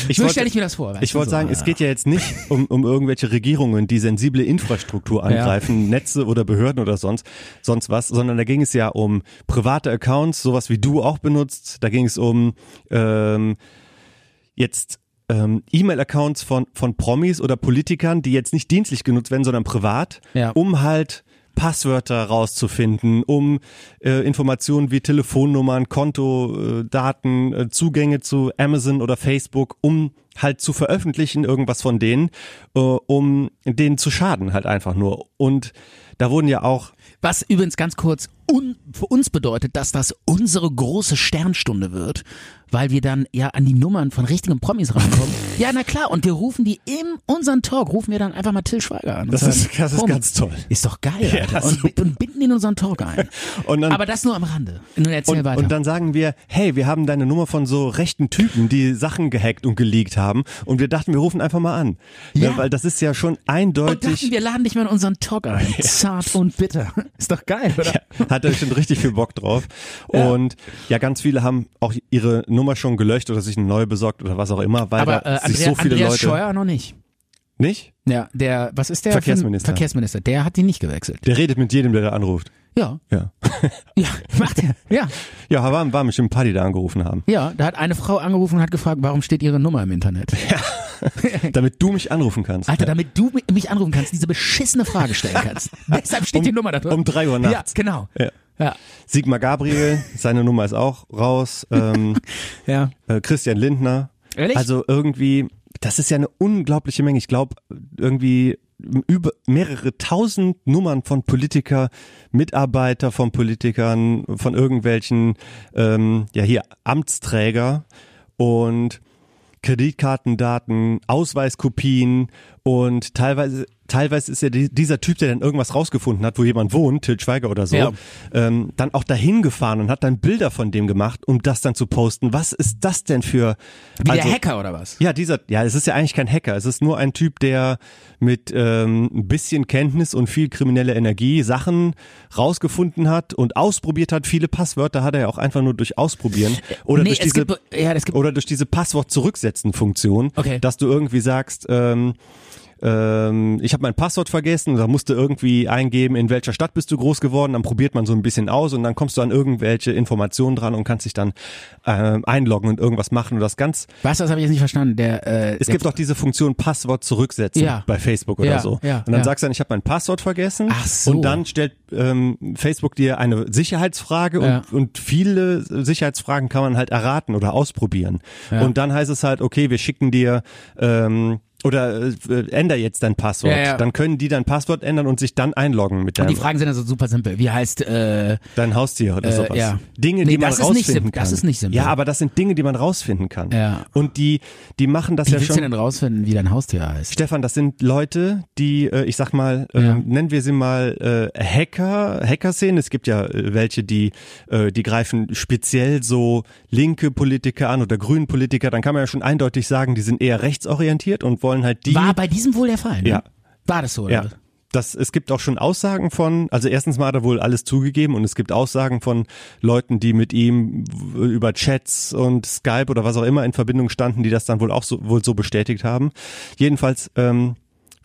[SPEAKER 1] ich
[SPEAKER 2] so
[SPEAKER 1] wollte-
[SPEAKER 2] stelle ich mir das vor. weißt
[SPEAKER 1] Ich
[SPEAKER 2] du,
[SPEAKER 1] wollte
[SPEAKER 2] so,
[SPEAKER 1] sagen,
[SPEAKER 2] ja.
[SPEAKER 1] es geht ja jetzt nicht um, um irgendwelche Regierungen, die sensible Infrastruktur angreifen, Netze oder Behörden oder sonst, sonst was, sondern da ging es ja um private Accounts, sowas wie du auch benutzt. Da ging es um ähm, jetzt ähm, E-Mail-Accounts von, von Promis oder Politikern, die jetzt nicht dienstlich genutzt werden, sondern privat,
[SPEAKER 2] Ja.
[SPEAKER 1] um halt Passwörter rauszufinden, um äh, Informationen wie Telefonnummern, Kontodaten, äh, Daten, äh, Zugänge zu Amazon oder Facebook, um halt zu veröffentlichen irgendwas von denen, äh, um denen zu schaden halt einfach nur. Und da wurden ja auch
[SPEAKER 2] Was übrigens ganz kurz un für uns bedeutet, dass das unsere große Sternstunde wird, weil wir dann ja an die Nummern von richtigen Promis rankommen. ja, na klar, und wir rufen die in unseren Talk, rufen wir dann einfach mal Till Schweiger an. und
[SPEAKER 1] Das
[SPEAKER 2] sagen,
[SPEAKER 1] ist- das ist
[SPEAKER 2] "Homie,
[SPEAKER 1] ganz toll."
[SPEAKER 2] Ist doch geil, Alter. und, bi- und binden in unseren Talk ein.
[SPEAKER 1] und dann
[SPEAKER 2] Aber das nur am Rande. Nun erzähl
[SPEAKER 1] Und,
[SPEAKER 2] weiter.
[SPEAKER 1] und dann sagen wir, hey, wir haben deine Nummer von so rechten Typen, die Sachen gehackt und geleakt haben. Und wir dachten, wir rufen einfach mal an.
[SPEAKER 2] Ja.
[SPEAKER 1] Ne, weil das ist ja schon
[SPEAKER 2] und dachten,
[SPEAKER 1] eindeutig.
[SPEAKER 2] wir laden dich mal in unseren Talk ein. Zart und bitter. Ist doch geil, oder?
[SPEAKER 1] Hat er schon richtig viel Bock drauf.
[SPEAKER 2] Ja.
[SPEAKER 1] Und ja, ganz viele haben auch ihre Nummer schon gelöscht oder sich eine neue besorgt oder was auch immer, weil
[SPEAKER 2] Aber
[SPEAKER 1] da
[SPEAKER 2] äh,
[SPEAKER 1] sich
[SPEAKER 2] Andrea,
[SPEAKER 1] so viele
[SPEAKER 2] Andreas
[SPEAKER 1] Leute.
[SPEAKER 2] Scheuer noch nicht.
[SPEAKER 1] Nicht?
[SPEAKER 2] Ja, der, was ist der? für ein-
[SPEAKER 1] Verkehrsminister.
[SPEAKER 2] Verkehrsminister, der hat die nicht gewechselt.
[SPEAKER 1] Der redet mit jedem, der da anruft.
[SPEAKER 2] Ja,
[SPEAKER 1] Ja.
[SPEAKER 2] Ja, macht er. Ja.
[SPEAKER 1] Ja, waren, waren bestimmt ein paar, die da angerufen haben.
[SPEAKER 2] Ja, da hat eine Frau angerufen und hat gefragt, warum steht ihre Nummer im Internet?
[SPEAKER 1] Damit du mich anrufen kannst.
[SPEAKER 2] Alter, damit du mi- mich anrufen kannst, diese beschissene Frage stellen kannst. Deshalb steht
[SPEAKER 1] Um-
[SPEAKER 2] die Nummer da drin.
[SPEAKER 1] um drei Uhr nachts.
[SPEAKER 2] Ja, genau.
[SPEAKER 1] Ja.
[SPEAKER 2] Ja.
[SPEAKER 1] Sigmar Gabriel, seine Nummer ist auch raus. Ähm,
[SPEAKER 2] ja.
[SPEAKER 1] äh, Christian Lindner.
[SPEAKER 2] Ehrlich?
[SPEAKER 1] Also irgendwie, das ist ja eine unglaubliche Menge. Ich glaube, irgendwie über mehrere tausend Nummern von Politiker, Mitarbeiter von Politikern, von irgendwelchen, ähm, ja hier, Amtsträger und Kreditkartendaten, Ausweiskopien und teilweise, teilweise ist ja die, dieser Typ, der dann irgendwas rausgefunden hat, wo jemand wohnt, Til Schweiger oder so,
[SPEAKER 2] Ja.
[SPEAKER 1] ähm, dann auch dahin gefahren und hat dann Bilder von dem gemacht, um das dann zu posten. Was ist das denn für
[SPEAKER 2] Wie
[SPEAKER 1] also,
[SPEAKER 2] der Hacker oder was?
[SPEAKER 1] Ja, dieser, ja, es ist ja eigentlich kein Hacker, es ist nur ein Typ, der mit ähm, ein bisschen Kenntnis und viel kriminelle Energie Sachen rausgefunden hat und ausprobiert hat. Viele Passwörter hat er ja auch einfach nur durch Ausprobieren oder
[SPEAKER 2] Äh, nee,
[SPEAKER 1] durch
[SPEAKER 2] es
[SPEAKER 1] diese
[SPEAKER 2] gibt, ja, es gibt,
[SPEAKER 1] oder durch diese Passwort zurücksetzen Funktion,
[SPEAKER 2] Okay.
[SPEAKER 1] dass du irgendwie sagst, ähm, ähm, ich habe mein Passwort vergessen und da musst du irgendwie eingeben, in welcher Stadt bist du groß geworden, dann probiert man so ein bisschen aus und dann kommst du an irgendwelche Informationen dran und kannst dich dann ähm, einloggen und irgendwas machen und das ganz.
[SPEAKER 2] was, das habe ich jetzt nicht verstanden. Der, äh,
[SPEAKER 1] Es
[SPEAKER 2] der,
[SPEAKER 1] gibt auch diese Funktion Passwort zurücksetzen
[SPEAKER 2] Ja.
[SPEAKER 1] bei Facebook oder
[SPEAKER 2] Ja,
[SPEAKER 1] so.
[SPEAKER 2] ja,
[SPEAKER 1] und dann
[SPEAKER 2] ja.
[SPEAKER 1] sagst du dann, ich habe mein Passwort vergessen
[SPEAKER 2] Ach so.
[SPEAKER 1] und dann stellt ähm, Facebook dir eine Sicherheitsfrage und,
[SPEAKER 2] Ja.
[SPEAKER 1] und viele Sicherheitsfragen kann man halt erraten oder ausprobieren. Und dann heißt es halt, okay, wir schicken dir ähm, oder äh, änder jetzt dein Passwort.
[SPEAKER 2] Ja, ja.
[SPEAKER 1] Dann können die dein Passwort ändern und sich dann einloggen mit
[SPEAKER 2] und die
[SPEAKER 1] deinem
[SPEAKER 2] Fragen sind also super simpel. Wie heißt, äh,
[SPEAKER 1] dein Haustier oder
[SPEAKER 2] Äh,
[SPEAKER 1] sowas.
[SPEAKER 2] ja.
[SPEAKER 1] Dinge,
[SPEAKER 2] Nee,
[SPEAKER 1] die man
[SPEAKER 2] das ist nicht
[SPEAKER 1] rausfinden
[SPEAKER 2] simp-
[SPEAKER 1] kann.
[SPEAKER 2] das ist nicht simpel.
[SPEAKER 1] Ja, aber das sind Dinge, die man rausfinden kann.
[SPEAKER 2] Ja.
[SPEAKER 1] Und die die machen das
[SPEAKER 2] wie
[SPEAKER 1] ja
[SPEAKER 2] willst
[SPEAKER 1] schon
[SPEAKER 2] du denn rausfinden, wie dein Haustier heißt?
[SPEAKER 1] Stefan, das sind Leute, die, äh, ich sag mal, ähm,
[SPEAKER 2] Ja.
[SPEAKER 1] nennen wir sie mal äh, Hacker, Hacker-Szenen. Es gibt ja äh, welche, die, äh, die greifen speziell so linke Politiker an oder grünen Politiker. Dann kann man ja schon eindeutig sagen, die sind eher rechtsorientiert und wollen halt die.
[SPEAKER 2] War bei diesem wohl der Fall, ne?
[SPEAKER 1] Ja.
[SPEAKER 2] War das so, oder?
[SPEAKER 1] ja. Das, es gibt auch schon Aussagen von, also erstens mal hat er wohl alles zugegeben und es gibt Aussagen von Leuten, die mit ihm w- über Chats und Skype oder was auch immer in Verbindung standen, die das dann wohl auch so, wohl so bestätigt haben. Jedenfalls ähm,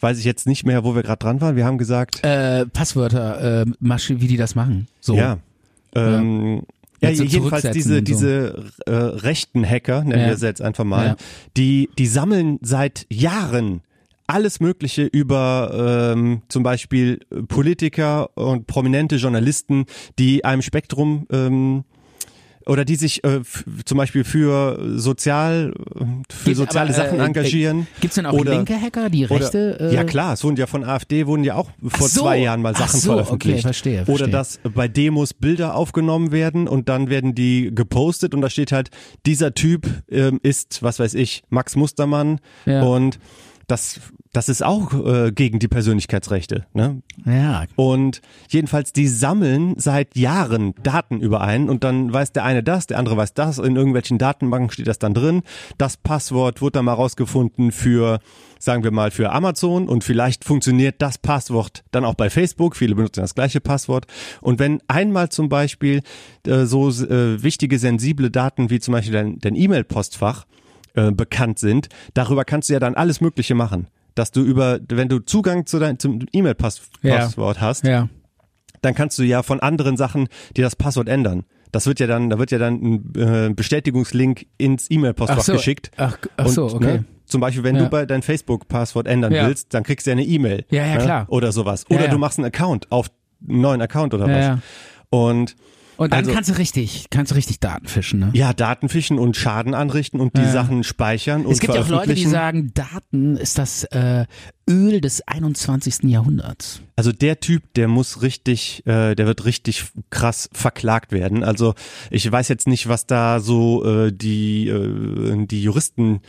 [SPEAKER 1] weiß ich jetzt nicht mehr, wo wir gerade dran waren. Wir haben gesagt,
[SPEAKER 2] Äh, Passwörter, äh, Masche, wie die das machen. So.
[SPEAKER 1] ja. Ähm, ja,
[SPEAKER 2] Ja, so
[SPEAKER 1] jedenfalls
[SPEAKER 2] zurücksetzen
[SPEAKER 1] diese,
[SPEAKER 2] und so.
[SPEAKER 1] diese äh, rechten Hacker, nennen
[SPEAKER 2] Ja.
[SPEAKER 1] wir sie jetzt einfach mal,
[SPEAKER 2] Ja.
[SPEAKER 1] die, die sammeln seit Jahren alles Mögliche über ähm, zum Beispiel Politiker und prominente Journalisten, die einem Spektrum ähm, oder die sich äh, f- zum Beispiel für sozial für
[SPEAKER 2] Gibt-
[SPEAKER 1] soziale
[SPEAKER 2] aber, äh,
[SPEAKER 1] Sachen
[SPEAKER 2] äh,
[SPEAKER 1] engagieren.
[SPEAKER 2] Gibt's denn auch
[SPEAKER 1] oder-
[SPEAKER 2] linke Hacker, die
[SPEAKER 1] Oder,
[SPEAKER 2] rechte? äh,
[SPEAKER 1] ja klar, es wurden ja von AfD wurden ja auch vor
[SPEAKER 2] Ach so,
[SPEAKER 1] zwei Jahren mal
[SPEAKER 2] ach
[SPEAKER 1] Sachen
[SPEAKER 2] so, okay,
[SPEAKER 1] veröffentlicht.
[SPEAKER 2] verstehe,
[SPEAKER 1] Oder
[SPEAKER 2] verstehe.
[SPEAKER 1] dass bei Demos Bilder aufgenommen werden und dann werden die gepostet und da steht halt, dieser Typ ähm, ist, was weiß ich, Max Mustermann
[SPEAKER 2] Ja.
[SPEAKER 1] und das, das ist auch äh, gegen die Persönlichkeitsrechte. Ne?
[SPEAKER 2] Ja,
[SPEAKER 1] Und jedenfalls, die sammeln seit Jahren Daten über einen und dann weiß der eine das, der andere weiß das. In irgendwelchen Datenbanken steht das dann drin. Das Passwort wurde dann mal rausgefunden für, sagen wir mal, für Amazon und vielleicht funktioniert das Passwort dann auch bei Facebook. Viele benutzen das gleiche Passwort. Und wenn einmal zum Beispiel äh, so äh, wichtige, sensible Daten wie zum Beispiel dein, dein E-Mail-Postfach äh, bekannt sind, darüber kannst du ja dann alles Mögliche machen. Dass du über, wenn du Zugang zu deinem zum E-Mail-Passwort
[SPEAKER 2] Ja.
[SPEAKER 1] Passwort hast,
[SPEAKER 2] ja.
[SPEAKER 1] dann kannst du ja von anderen Sachen dir das Passwort ändern. Das wird ja dann, da wird ja dann ein äh, Bestätigungslink ins E-Mail-Postfach
[SPEAKER 2] Ach so,
[SPEAKER 1] geschickt. ne?
[SPEAKER 2] ach- ach so, okay.
[SPEAKER 1] zum Beispiel, wenn
[SPEAKER 2] Ja.
[SPEAKER 1] du bei dein Facebook-Passwort ändern
[SPEAKER 2] Ja.
[SPEAKER 1] willst, dann kriegst du ja eine E-Mail.
[SPEAKER 2] Ja, ja,
[SPEAKER 1] ne?
[SPEAKER 2] klar.
[SPEAKER 1] Oder sowas.
[SPEAKER 2] Ja,
[SPEAKER 1] Oder
[SPEAKER 2] ja.
[SPEAKER 1] du machst einen Account auf einen neuen Account oder
[SPEAKER 2] Ja,
[SPEAKER 1] was.
[SPEAKER 2] ja.
[SPEAKER 1] Und
[SPEAKER 2] Und dann
[SPEAKER 1] Also-
[SPEAKER 2] kannst du richtig, kannst du richtig Daten fischen, ne?
[SPEAKER 1] ja, Daten fischen und Schaden anrichten und die
[SPEAKER 2] Ja.
[SPEAKER 1] Sachen speichern und
[SPEAKER 2] Es gibt ja auch Leute, die
[SPEAKER 1] veröffentlichen.
[SPEAKER 2] sagen, Daten ist das äh, Öl des 21. Jahrhunderts.
[SPEAKER 1] Also der Typ, der muss richtig, äh, der wird richtig krass verklagt werden. Also ich weiß jetzt nicht, was da so äh, die, äh, die Juristen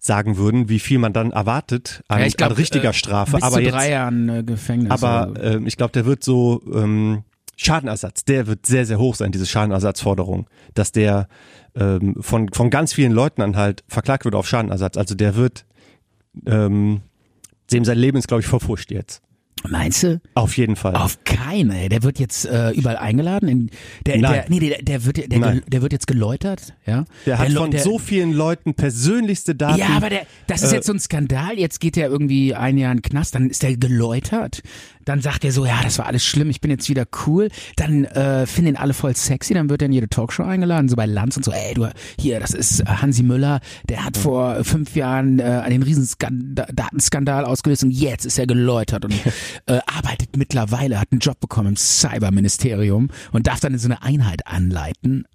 [SPEAKER 1] sagen würden, wie viel man dann erwartet an,
[SPEAKER 2] Ja, ich glaub,
[SPEAKER 1] an richtiger
[SPEAKER 2] äh,
[SPEAKER 1] Strafe.
[SPEAKER 2] Bis
[SPEAKER 1] Aber
[SPEAKER 2] zu
[SPEAKER 1] jetzt,
[SPEAKER 2] drei Jahren äh, Gefängnis.
[SPEAKER 1] aber
[SPEAKER 2] also.
[SPEAKER 1] äh, ich glaube, der wird so ähm, Schadenersatz, der wird sehr, sehr hoch sein, diese Schadenersatzforderung, dass der ähm, von, von ganz vielen Leuten dann halt verklagt wird auf Schadenersatz. Also der wird, ähm, dem sein Leben ist, glaube ich, verfuscht jetzt.
[SPEAKER 2] meinst du?
[SPEAKER 1] Auf jeden Fall.
[SPEAKER 2] Auf keinen, ey. Der wird jetzt äh, überall eingeladen. In, der,
[SPEAKER 1] Nein.
[SPEAKER 2] Der, nee, der, der, wird, der,
[SPEAKER 1] Nein.
[SPEAKER 2] der, der wird jetzt geläutert, ja?
[SPEAKER 1] Der hat
[SPEAKER 2] Leu-
[SPEAKER 1] von so vielen Leuten persönlichste Daten.
[SPEAKER 2] Ja, aber der, das ist jetzt so ein Skandal. Jetzt geht der irgendwie ein Jahr in den Knast, dann ist der geläutert. Dann sagt er so, ja, das war alles schlimm, ich bin jetzt wieder cool. Dann äh, finden ihn alle voll sexy, dann wird er in jede Talkshow eingeladen, so bei Lanz und so, ey, du, hier, das ist äh, Hansi Müller, der hat vor fünf Jahren äh, einen riesen Skanda- Datenskandal ausgelöst und jetzt ist er geläutert und äh, arbeitet mittlerweile, hat einen Job bekommen im Cyberministerium und darf dann in so eine Einheit anleiten,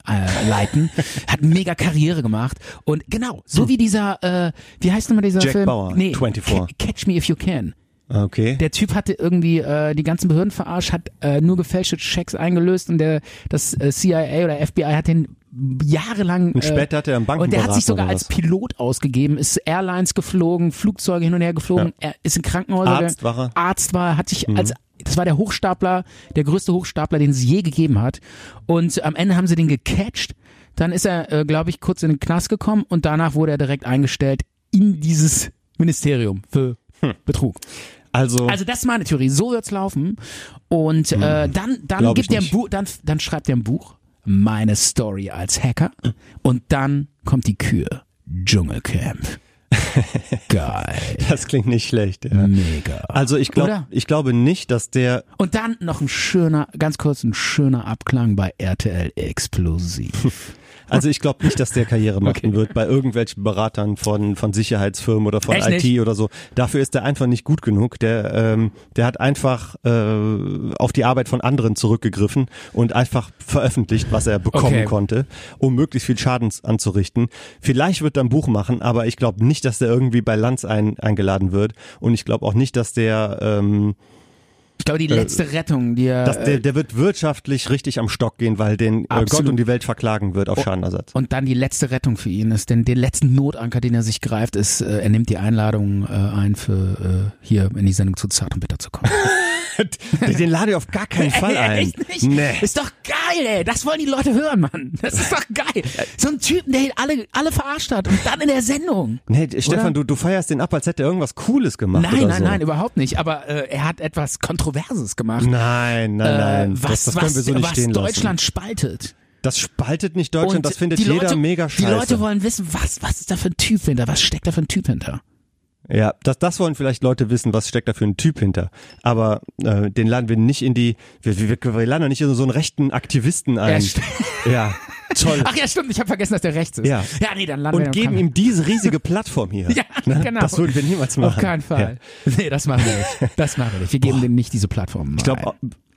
[SPEAKER 2] äh, leiten, hat mega Karriere gemacht und genau, so wie dieser, äh, wie heißt nochmal dieser
[SPEAKER 1] Jack
[SPEAKER 2] Film?
[SPEAKER 1] Bauer, 24.
[SPEAKER 2] Ca- Catch Me If You Can.
[SPEAKER 1] okay.
[SPEAKER 2] Der Typ hatte irgendwie äh, die ganzen Behörden verarscht, hat äh, nur gefälschte Checks eingelöst und der das äh, CIA oder FBI hat den jahrelang äh,
[SPEAKER 1] Und später hat er einen Banken
[SPEAKER 2] und der hat sich
[SPEAKER 1] beraten
[SPEAKER 2] sogar
[SPEAKER 1] oder
[SPEAKER 2] als
[SPEAKER 1] was?
[SPEAKER 2] Pilot ausgegeben, ist Airlines geflogen, Flugzeuge hin und her geflogen, er ist in Krankenhäuser
[SPEAKER 1] Arzt
[SPEAKER 2] gegangen,
[SPEAKER 1] war Mhm.
[SPEAKER 2] Arzt war, hat sich als das war der Hochstapler, der größte Hochstapler, den es je gegeben hat. Und am Ende haben sie den gecatcht. Dann ist er, äh, glaube ich, kurz in den Knast gekommen und danach wurde er direkt eingestellt in dieses Ministerium für
[SPEAKER 1] Hm.
[SPEAKER 2] Betrug.
[SPEAKER 1] also,
[SPEAKER 2] Also das ist meine Theorie. So wird's laufen. Und äh, dann, dann
[SPEAKER 1] Hm. Glaub ich
[SPEAKER 2] gibt er ein
[SPEAKER 1] nicht.
[SPEAKER 2] Buch, dann, dann schreibt er ein Buch. Meine Story als Hacker. Und dann kommt die Kür. Dschungelcamp. Geil.
[SPEAKER 1] das klingt nicht schlecht. Ja.
[SPEAKER 2] Mega.
[SPEAKER 1] Also ich glaube,
[SPEAKER 2] Oder?
[SPEAKER 1] ich glaube nicht, dass der.
[SPEAKER 2] Und dann noch ein schöner, ganz kurz ein schöner Abklang bei RTL Explosiv.
[SPEAKER 1] Also ich glaube nicht, dass der Karriere machen wird bei irgendwelchen Beratern von von Sicherheitsfirmen oder von
[SPEAKER 2] Echt
[SPEAKER 1] IT
[SPEAKER 2] nicht?
[SPEAKER 1] oder so. Dafür ist der einfach nicht gut genug. Der ähm, der hat einfach äh, auf die Arbeit von anderen zurückgegriffen und einfach veröffentlicht, was er bekommen
[SPEAKER 2] Okay.
[SPEAKER 1] konnte, um möglichst viel Schaden anzurichten. Vielleicht wird er ein Buch machen, aber ich glaube nicht, dass der irgendwie bei Lanz ein, eingeladen wird und ich glaube auch nicht, dass der ähm,
[SPEAKER 2] Ich glaube, die letzte Rettung, die er.
[SPEAKER 1] dass
[SPEAKER 2] äh,
[SPEAKER 1] Äh, der, der wird wirtschaftlich richtig am Stock gehen, weil den äh,
[SPEAKER 2] Absolut. Oh.
[SPEAKER 1] Gott und die Welt verklagen wird auf Schadenersatz.
[SPEAKER 2] Und dann die letzte Rettung für ihn ist, denn den letzten Notanker, den er sich greift, ist, äh, er nimmt die Einladung äh, ein, für äh, hier in die Sendung zu Zart und Bitter zu kommen.
[SPEAKER 1] den den lade ich auf gar keinen Fall
[SPEAKER 2] Ey,
[SPEAKER 1] ein.
[SPEAKER 2] Echt nicht?
[SPEAKER 1] Nee.
[SPEAKER 2] Ist doch geil, ey. Das wollen die Leute hören, Mann. Das ist doch geil. So ein Typen, der alle, alle verarscht hat und dann in der Sendung.
[SPEAKER 1] Nee, Stefan, du, du feierst den ab, als hätte er irgendwas Cooles gemacht.
[SPEAKER 2] Nein,
[SPEAKER 1] oder
[SPEAKER 2] nein,
[SPEAKER 1] so.
[SPEAKER 2] nein, überhaupt nicht. Aber äh, er hat etwas Kontroverses gemacht.
[SPEAKER 1] Nein, nein, nein.
[SPEAKER 2] äh,
[SPEAKER 1] das,
[SPEAKER 2] was
[SPEAKER 1] das können
[SPEAKER 2] was,
[SPEAKER 1] wir so nicht
[SPEAKER 2] was
[SPEAKER 1] stehen lassen.
[SPEAKER 2] Deutschland spaltet.
[SPEAKER 1] Das spaltet nicht Deutschland,
[SPEAKER 2] und
[SPEAKER 1] das findet
[SPEAKER 2] die Leute,
[SPEAKER 1] jeder mega scheiße.
[SPEAKER 2] Die Leute wollen wissen, was, was ist da für ein Typ hinter? Was steckt da für ein Typ hinter?
[SPEAKER 1] ja, das, das wollen vielleicht Leute wissen, was steckt da für ein Typ hinter. Aber äh, den laden wir nicht in die, wir, wir, wir laden doch nicht in so einen rechten Aktivisten ein.
[SPEAKER 2] st-
[SPEAKER 1] Ja, Toll.
[SPEAKER 2] Ach ja, stimmt, ich habe vergessen, dass der rechts ist.
[SPEAKER 1] Ja.
[SPEAKER 2] ja nee, dann landen wir
[SPEAKER 1] Und
[SPEAKER 2] am
[SPEAKER 1] geben
[SPEAKER 2] Kamm.
[SPEAKER 1] ihm diese riesige Plattform hier.
[SPEAKER 2] Ja,
[SPEAKER 1] Ne?
[SPEAKER 2] genau.
[SPEAKER 1] Das würden wir niemals machen.
[SPEAKER 2] Auf keinen
[SPEAKER 1] Ja.
[SPEAKER 2] Fall. Nee, das machen wir nicht. Das machen wir nicht. Wir geben denen nicht diese Plattform.
[SPEAKER 1] Ich glaube,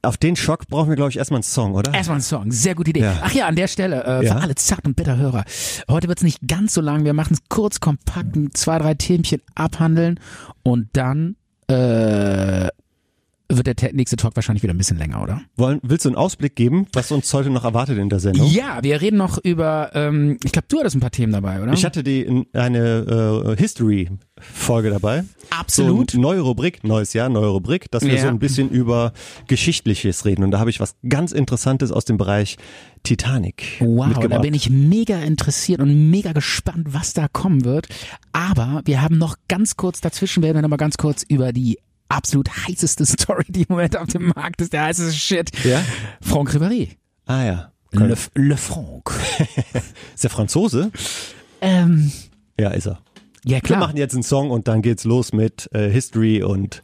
[SPEAKER 1] auf den Schock brauchen wir, glaube ich, erstmal einen Song, oder?
[SPEAKER 2] Erstmal ein Song, sehr gute Idee.
[SPEAKER 1] Ja.
[SPEAKER 2] Ach ja, an der Stelle, äh,
[SPEAKER 1] Ja.
[SPEAKER 2] für alle zart und bitter Hörer. Heute wird's nicht ganz so lang, wir machen es kurz, kompakt, ein zwei, drei Themchen abhandeln und dann äh, wird der te- nächste Talk wahrscheinlich wieder ein bisschen länger, oder?
[SPEAKER 1] Wollen, willst du einen Ausblick geben, was uns heute noch erwartet in der Sendung?
[SPEAKER 2] Ja, wir reden noch über, ähm, ich glaube, du hattest ein paar Themen dabei, oder?
[SPEAKER 1] Ich hatte die, eine äh, History-Folge dabei.
[SPEAKER 2] Absolut.
[SPEAKER 1] So eine neue Rubrik, neues Jahr, neue Rubrik, dass wir
[SPEAKER 2] Ja.
[SPEAKER 1] so ein bisschen über Geschichtliches reden. Und da habe ich was ganz Interessantes aus dem Bereich Titanic
[SPEAKER 2] Wow,
[SPEAKER 1] mitgebracht.
[SPEAKER 2] da bin ich mega interessiert und mega gespannt, was da kommen wird. Aber wir haben noch ganz kurz dazwischen, werden wir nochmal ganz kurz über die absolut heißeste Story, die im Moment auf dem Markt ist, der heißeste Shit.
[SPEAKER 1] Ja?
[SPEAKER 2] Franck Ribéry.
[SPEAKER 1] Ah ja.
[SPEAKER 2] Le, Le Franck.
[SPEAKER 1] Ist der Franzose?
[SPEAKER 2] ähm,
[SPEAKER 1] Ja, ist er.
[SPEAKER 2] ja,
[SPEAKER 1] Wir
[SPEAKER 2] klar.
[SPEAKER 1] machen jetzt einen Song und dann geht's los mit äh, History und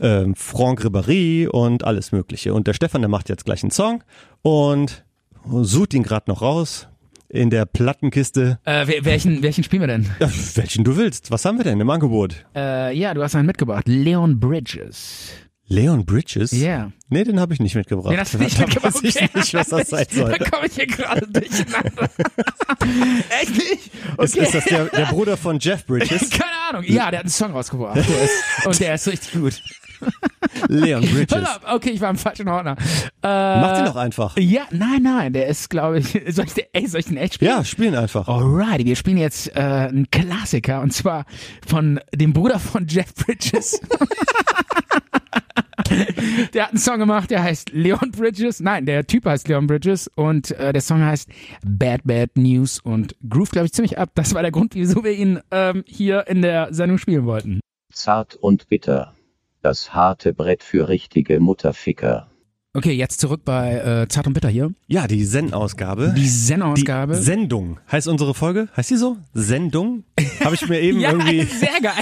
[SPEAKER 1] ähm, Franck Ribéry und alles Mögliche. Und der Stefan, der macht jetzt gleich einen Song und sucht ihn gerade noch raus in der Plattenkiste.
[SPEAKER 2] Äh, wel- welchen, welchen spielen wir denn?
[SPEAKER 1] Ja, welchen du willst. Was haben wir denn im Angebot?
[SPEAKER 2] Äh, ja, du hast einen mitgebracht. Leon Bridges.
[SPEAKER 1] Leon Bridges?
[SPEAKER 2] Ja.
[SPEAKER 1] Nee, den habe ich nicht mitgebracht.
[SPEAKER 2] Den hast du nicht
[SPEAKER 1] Da
[SPEAKER 2] mitgebracht.
[SPEAKER 1] Weiß ich
[SPEAKER 2] Okay,
[SPEAKER 1] nicht, was das sein soll.
[SPEAKER 2] Da komme ich hier gerade durcheinander. Echt nicht? Okay.
[SPEAKER 1] Ist, ist das der, der Bruder von Jeff Bridges?
[SPEAKER 2] Keine Ahnung. Ja, der hat einen Song rausgebracht. Der ist, und der ist richtig gut.
[SPEAKER 1] Leon Bridges.
[SPEAKER 2] Pass auf, okay, ich war im falschen Ordner. Äh,
[SPEAKER 1] Mach den doch einfach.
[SPEAKER 2] Ja, nein, nein, der ist, glaube ich, soll ich, den- ey, soll ich den echt spielen?
[SPEAKER 1] Ja, spielen einfach.
[SPEAKER 2] Alrighty, wir spielen jetzt äh, einen Klassiker und zwar von dem Bruder von Jeff Bridges. der hat einen Song gemacht, der heißt Leon Bridges. Nein, der Typ heißt Leon Bridges und äh, der Song heißt Bad Bad News und groove, glaube ich, ziemlich ab. Das war der Grund, wieso wir ihn ähm, hier in der Sendung spielen wollten.
[SPEAKER 5] Zart und bitter. Das harte Brett für richtige Mutterficker.
[SPEAKER 2] Okay, jetzt zurück bei äh, Zart und Bitter hier.
[SPEAKER 1] Ja, die Zen-Ausgabe.
[SPEAKER 2] Die
[SPEAKER 1] Die
[SPEAKER 2] Zen-Ausgabe.
[SPEAKER 1] Sendung. Heißt unsere Folge? Heißt die so? Sendung? Habe ich mir eben
[SPEAKER 2] ja,
[SPEAKER 1] irgendwie.
[SPEAKER 2] sehr geil.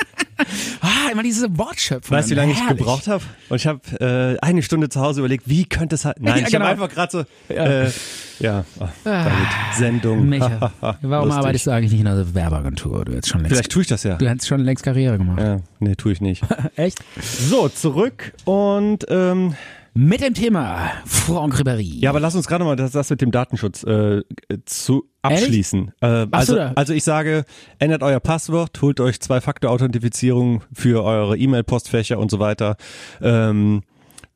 [SPEAKER 2] ah, immer diese Wortschöpfung.
[SPEAKER 1] Weißt du, wie lange ich
[SPEAKER 2] Herrlich.
[SPEAKER 1] gebraucht habe? Und ich habe äh, eine Stunde zu Hause überlegt, wie könnte es halt. Nein,
[SPEAKER 2] Ja,
[SPEAKER 1] ich
[SPEAKER 2] genau.
[SPEAKER 1] habe einfach gerade so. Äh, ja, ah, damit. Sendung.
[SPEAKER 2] Micha, warum
[SPEAKER 1] Lustig.
[SPEAKER 2] arbeitest du eigentlich nicht in einer Werbeagentur? Du hättest schon längst,
[SPEAKER 1] Vielleicht tue ich das ja.
[SPEAKER 2] du hättest schon längst Karriere gemacht.
[SPEAKER 1] Ja, nee, tue ich nicht.
[SPEAKER 2] Echt?
[SPEAKER 1] So, zurück und ähm,
[SPEAKER 2] Mit dem Thema Franck Ribéry.
[SPEAKER 1] ja, aber lass uns gerade mal das, das mit dem Datenschutz äh, zu abschließen. Äh,
[SPEAKER 2] Ach so,
[SPEAKER 1] also,
[SPEAKER 2] da-
[SPEAKER 1] also ich sage, ändert euer Passwort, holt euch Zwei-Faktor-Authentifizierung für eure E-Mail-Postfächer und so weiter. Ähm,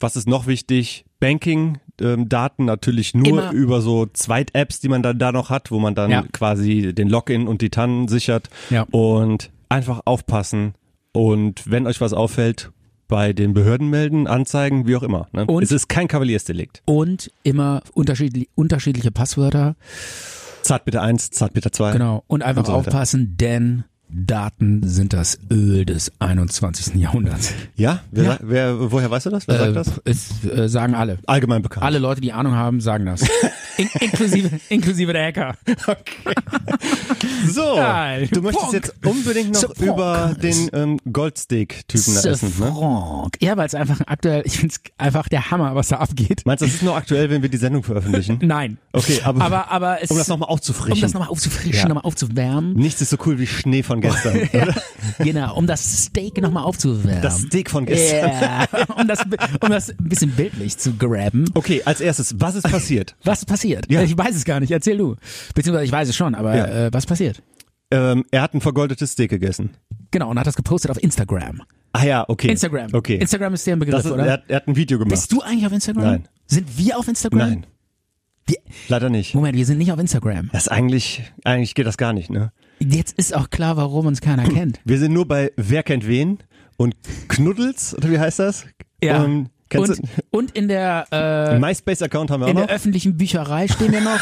[SPEAKER 1] was ist noch wichtig? Banking. ähm, Daten natürlich nur
[SPEAKER 2] Immer.
[SPEAKER 1] über so Zweit-Apps, die man dann da noch hat, wo man dann
[SPEAKER 2] Ja.
[SPEAKER 1] quasi den Login und die TAN sichert.
[SPEAKER 2] Ja.
[SPEAKER 1] Und einfach aufpassen. Und wenn euch was auffällt, bei den Behörden melden, anzeigen, wie auch immer. Ne?
[SPEAKER 2] Und-
[SPEAKER 1] es ist kein Kavaliersdelikt.
[SPEAKER 2] Und immer unterschiedli unterschiedliche Passwörter.
[SPEAKER 1] Zart bitte eins, zart bitte zwei.
[SPEAKER 2] Genau. Und einfach
[SPEAKER 1] Und so weiter.
[SPEAKER 2] aufpassen, denn Daten sind das Öl des 21. Jahrhunderts.
[SPEAKER 1] Ja? Wer,
[SPEAKER 2] Ja.
[SPEAKER 1] sa- Wer, woher weißt du das? Wer sagt das?
[SPEAKER 2] Es, äh, sagen alle.
[SPEAKER 1] Allgemein bekannt.
[SPEAKER 2] Alle Leute, die Ahnung haben, sagen das. In inklusive, inklusive der Hacker.
[SPEAKER 1] So,
[SPEAKER 2] Geil.
[SPEAKER 1] du möchtest
[SPEAKER 2] Punk.
[SPEAKER 1] jetzt unbedingt noch
[SPEAKER 2] Zur Punk.
[SPEAKER 1] über den ähm, Goldsteak-Typen da
[SPEAKER 2] Ce
[SPEAKER 1] essen. Ne?
[SPEAKER 2] Äh, Franck. Ja, weil es einfach aktuell, ich find's einfach der Hammer, was da abgeht.
[SPEAKER 1] Meinst du, das ist nur aktuell, wenn wir die Sendung veröffentlichen?
[SPEAKER 2] Nein.
[SPEAKER 1] Okay, aber,
[SPEAKER 2] Aber, aber es,
[SPEAKER 1] um das nochmal
[SPEAKER 2] um
[SPEAKER 1] aufzufrischen.
[SPEAKER 2] das nochmal aufzufrischen,
[SPEAKER 1] Ja.
[SPEAKER 2] nochmal aufzuwärmen.
[SPEAKER 1] Nichts ist so cool wie Schnee von gestern. oder?
[SPEAKER 2] genau, um das Steak nochmal aufzuwärmen.
[SPEAKER 1] Das Steak von gestern.
[SPEAKER 2] yeah. um, das, um das ein bisschen bildlich zu graben.
[SPEAKER 1] Okay, als erstes, was ist passiert?
[SPEAKER 2] Was ist passiert?
[SPEAKER 1] Ja.
[SPEAKER 2] Ich weiß es gar nicht, erzähl du. Beziehungsweise ich weiß es schon, aber
[SPEAKER 1] Ja.
[SPEAKER 2] äh, was passiert?
[SPEAKER 1] ähm, er hat ein vergoldetes Steak gegessen.
[SPEAKER 2] Genau, und hat das gepostet auf Instagram.
[SPEAKER 1] Ah ja, okay.
[SPEAKER 2] Instagram.
[SPEAKER 1] Okay.
[SPEAKER 2] Instagram ist der Begriff,
[SPEAKER 1] das ist,
[SPEAKER 2] oder?
[SPEAKER 1] er, hat, er hat ein Video gemacht.
[SPEAKER 2] Bist du eigentlich auf Instagram?
[SPEAKER 1] Nein.
[SPEAKER 2] Sind wir auf Instagram?
[SPEAKER 1] Nein,
[SPEAKER 2] Wir,
[SPEAKER 1] leider nicht.
[SPEAKER 2] Moment, wir sind nicht auf Instagram.
[SPEAKER 1] Das ist eigentlich, eigentlich geht das gar nicht, ne?
[SPEAKER 2] Jetzt ist auch klar, warum uns keiner kennt.
[SPEAKER 1] Wir sind nur bei Wer kennt wen und Knuddels, oder wie heißt das? Ähm, kennst
[SPEAKER 2] und,
[SPEAKER 1] du?
[SPEAKER 2] und in der äh,
[SPEAKER 1] Einen MySpace-Account haben wir auch
[SPEAKER 2] in der
[SPEAKER 1] noch.
[SPEAKER 2] öffentlichen Bücherei stehen wir noch.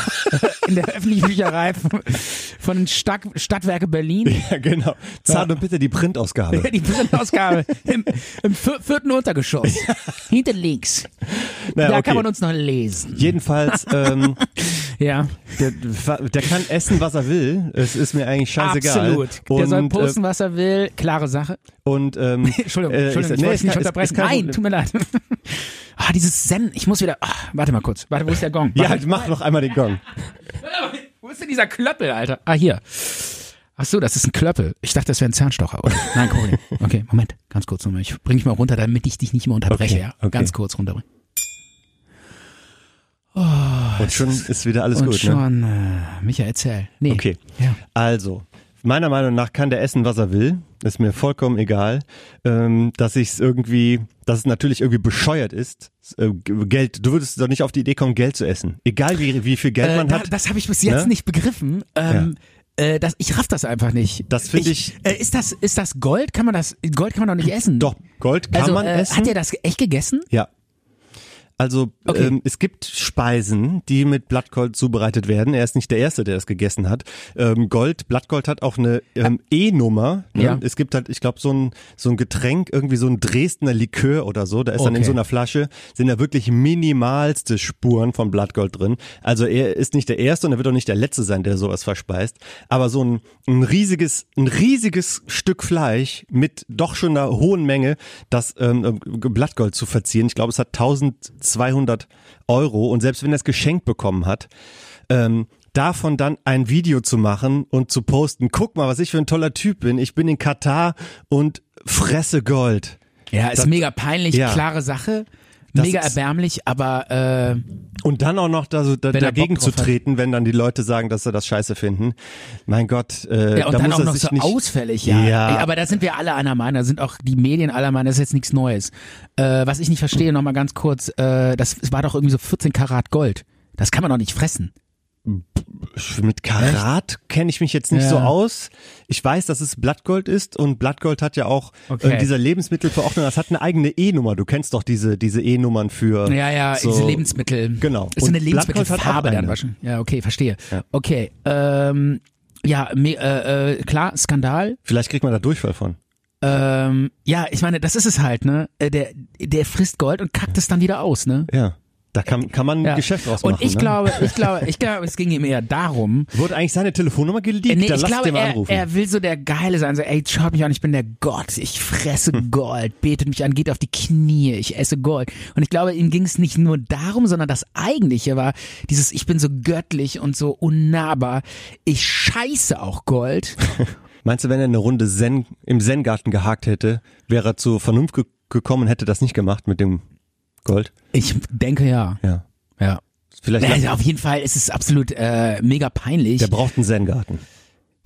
[SPEAKER 2] in der öffentlichen Bücherei von, von den Stack, Stadtwerke Berlin.
[SPEAKER 1] Ja, genau. Zart und bitte die Printausgabe.
[SPEAKER 2] Die Printausgabe im, im vier- vierten Untergeschoss. Hinter links.
[SPEAKER 1] Naja,
[SPEAKER 2] da
[SPEAKER 1] okay.
[SPEAKER 2] kann man uns noch lesen.
[SPEAKER 1] Jedenfalls, ähm,
[SPEAKER 2] Ja,
[SPEAKER 1] der, der kann essen, was er will. Es ist mir eigentlich scheißegal.
[SPEAKER 2] absolut.
[SPEAKER 1] Und,
[SPEAKER 2] der soll
[SPEAKER 1] äh,
[SPEAKER 2] posten, was er will. Klare Sache.
[SPEAKER 1] Und ähm,
[SPEAKER 2] Entschuldigung,
[SPEAKER 1] äh,
[SPEAKER 2] Entschuldigung ich
[SPEAKER 1] nee,
[SPEAKER 2] wollte dich
[SPEAKER 1] ist
[SPEAKER 2] nicht
[SPEAKER 1] kein- ist- ist
[SPEAKER 2] unterbrechen.
[SPEAKER 1] kein
[SPEAKER 2] Nein,
[SPEAKER 1] Problem.
[SPEAKER 2] tut mir leid. Ah, dieses Zen. Ich muss wieder. Ah, warte mal kurz. Warte, wo ist der Gong?
[SPEAKER 1] Ja,
[SPEAKER 2] Warte,
[SPEAKER 1] mach noch einmal den Gong.
[SPEAKER 2] wo ist denn dieser Klöppel, Alter? Ah, hier. Ach so, das ist ein Klöppel. Ich dachte, das wäre ein Zahnstocher. Oder? Nein, guck mal. Okay, Moment. Ganz kurz nochmal. Ich bring mich mal runter, damit ich dich nicht mehr unterbreche.
[SPEAKER 1] Okay,
[SPEAKER 2] ja?
[SPEAKER 1] okay.
[SPEAKER 2] Ganz kurz runterbringen.
[SPEAKER 1] Und schon ist wieder alles
[SPEAKER 2] Und
[SPEAKER 1] gut, ne?
[SPEAKER 2] schon, äh, Micha, erzähl. Nee.
[SPEAKER 1] Okay.
[SPEAKER 2] Ja.
[SPEAKER 1] Also, meiner Meinung nach kann der essen, was er will. Ist mir vollkommen egal. Ähm, dass ich es irgendwie, dass es natürlich irgendwie bescheuert ist. Äh, Geld, du würdest doch nicht auf die Idee kommen, Geld zu essen. Egal wie, wie viel Geld
[SPEAKER 2] Äh,
[SPEAKER 1] man
[SPEAKER 2] da,
[SPEAKER 1] hat.
[SPEAKER 2] das habe ich bis jetzt
[SPEAKER 1] Ne?
[SPEAKER 2] nicht begriffen. Ähm, äh, das, ich raff das einfach nicht.
[SPEAKER 1] Das find ich-
[SPEAKER 2] Äh, ist, das, ist das Gold? Kann man das. Gold kann man doch nicht essen.
[SPEAKER 1] doch, Gold kann
[SPEAKER 2] also,
[SPEAKER 1] man
[SPEAKER 2] äh,
[SPEAKER 1] essen.
[SPEAKER 2] Hat er das echt gegessen?
[SPEAKER 1] Ja. Also
[SPEAKER 2] Okay.
[SPEAKER 1] ähm, es gibt Speisen, die mit Blattgold zubereitet werden. Er ist nicht der Erste, der das gegessen hat. Ähm, Gold, Blattgold hat auch eine ähm, E-Nummer. Ne?
[SPEAKER 2] Ja.
[SPEAKER 1] Es gibt halt, ich glaube, so ein, so ein Getränk, irgendwie so ein Dresdner Likör oder so. Da ist dann in
[SPEAKER 2] Okay.
[SPEAKER 1] so einer Flasche, sind da wirklich minimalste Spuren von Blattgold drin. Also er ist nicht der Erste und er wird auch nicht der Letzte sein, der sowas verspeist. Aber so ein, ein riesiges, ein riesiges Stück Fleisch mit doch schon einer hohen Menge, das ähm, Blattgold zu verzieren. Ich glaube, es hat 1200 Euro und selbst wenn er es geschenkt bekommen hat, ähm, davon dann ein Video zu machen und zu posten. Guck mal, was ich für ein toller Typ bin. Ich bin in Katar und fresse Gold.
[SPEAKER 2] Ja, ist
[SPEAKER 1] Das-
[SPEAKER 2] mega peinlich,
[SPEAKER 1] Ja.
[SPEAKER 2] klare Sache.
[SPEAKER 1] Das
[SPEAKER 2] Mega
[SPEAKER 1] ist-
[SPEAKER 2] erbärmlich, aber äh,
[SPEAKER 1] Und dann auch noch da, so, da,
[SPEAKER 2] Wenn er
[SPEAKER 1] dagegen
[SPEAKER 2] Bock
[SPEAKER 1] zu
[SPEAKER 2] drauf hat.
[SPEAKER 1] treten, wenn dann die Leute sagen, dass sie das scheiße finden. Mein Gott, äh,
[SPEAKER 2] ja, und
[SPEAKER 1] da
[SPEAKER 2] dann
[SPEAKER 1] muss
[SPEAKER 2] auch
[SPEAKER 1] er
[SPEAKER 2] noch
[SPEAKER 1] sich
[SPEAKER 2] so
[SPEAKER 1] nicht.
[SPEAKER 2] ausfällig, ja.
[SPEAKER 1] Ja.
[SPEAKER 2] Ey, Aber da sind wir alle einer Meinung, da sind auch die Medien aller Meinung, das ist jetzt nichts Neues. Äh, was ich nicht verstehe, nochmal ganz kurz, äh, das es war doch irgendwie so 14 Karat Gold. Das kann man doch nicht fressen.
[SPEAKER 1] Mit Karat kenne ich mich jetzt nicht so
[SPEAKER 2] Ja.
[SPEAKER 1] aus. Ich weiß, dass es Blattgold ist und Blattgold hat ja auch
[SPEAKER 2] Okay.
[SPEAKER 1] äh, dieser Lebensmittelverordnung, das hat eine eigene E-Nummer. Du kennst doch diese, diese E-Nummern für.
[SPEAKER 2] Ja, ja,
[SPEAKER 1] so,
[SPEAKER 2] diese Lebensmittel.
[SPEAKER 1] Genau.
[SPEAKER 2] Ist so eine
[SPEAKER 1] Und Blattgold hat auch
[SPEAKER 2] Lebensmittelfarbe dann
[SPEAKER 1] eine.
[SPEAKER 2] wahrscheinlich. Ja, okay, verstehe. Okay, ähm, ja, me, äh, äh, klar, Skandal.
[SPEAKER 1] Vielleicht kriegt man da Durchfall von.
[SPEAKER 2] Ähm, ja, ich meine, das ist es halt, ne? Äh, Der, der frisst Gold und kackt es dann wieder aus, ne?
[SPEAKER 1] Ja. Da kann, kann man ein
[SPEAKER 2] Ja.
[SPEAKER 1] Geschäft draus machen.
[SPEAKER 2] Und ich
[SPEAKER 1] ne?
[SPEAKER 2] glaube, ich glaube, ich glaube, es ging ihm eher darum.
[SPEAKER 1] Wurde eigentlich seine Telefonnummer geleakt?
[SPEAKER 2] Äh, nee,
[SPEAKER 1] dann
[SPEAKER 2] ich
[SPEAKER 1] lass
[SPEAKER 2] glaube,
[SPEAKER 1] den mal
[SPEAKER 2] er,
[SPEAKER 1] anrufen.
[SPEAKER 2] er will so der Geile sein. So, ey, schaut mich an, ich bin der Gott. Ich fresse Gold, betet mich an, geht auf die Knie, ich esse Gold. Und ich glaube, ihm ging es nicht nur darum, sondern das Eigentliche war dieses, ich bin so göttlich und so unnahbar. Ich scheiße auch Gold.
[SPEAKER 1] Meinst du, wenn er eine Runde Zen, im Zen-Garten gehakt hätte, wäre er zur Vernunft ge gekommen und hätte das nicht gemacht mit dem Gold?
[SPEAKER 2] Ich denke ja.
[SPEAKER 1] Ja.
[SPEAKER 2] Ja.
[SPEAKER 1] Vielleicht.
[SPEAKER 2] Also auf jeden Fall ist es absolut äh, mega peinlich.
[SPEAKER 1] der braucht einen Zen-Garten.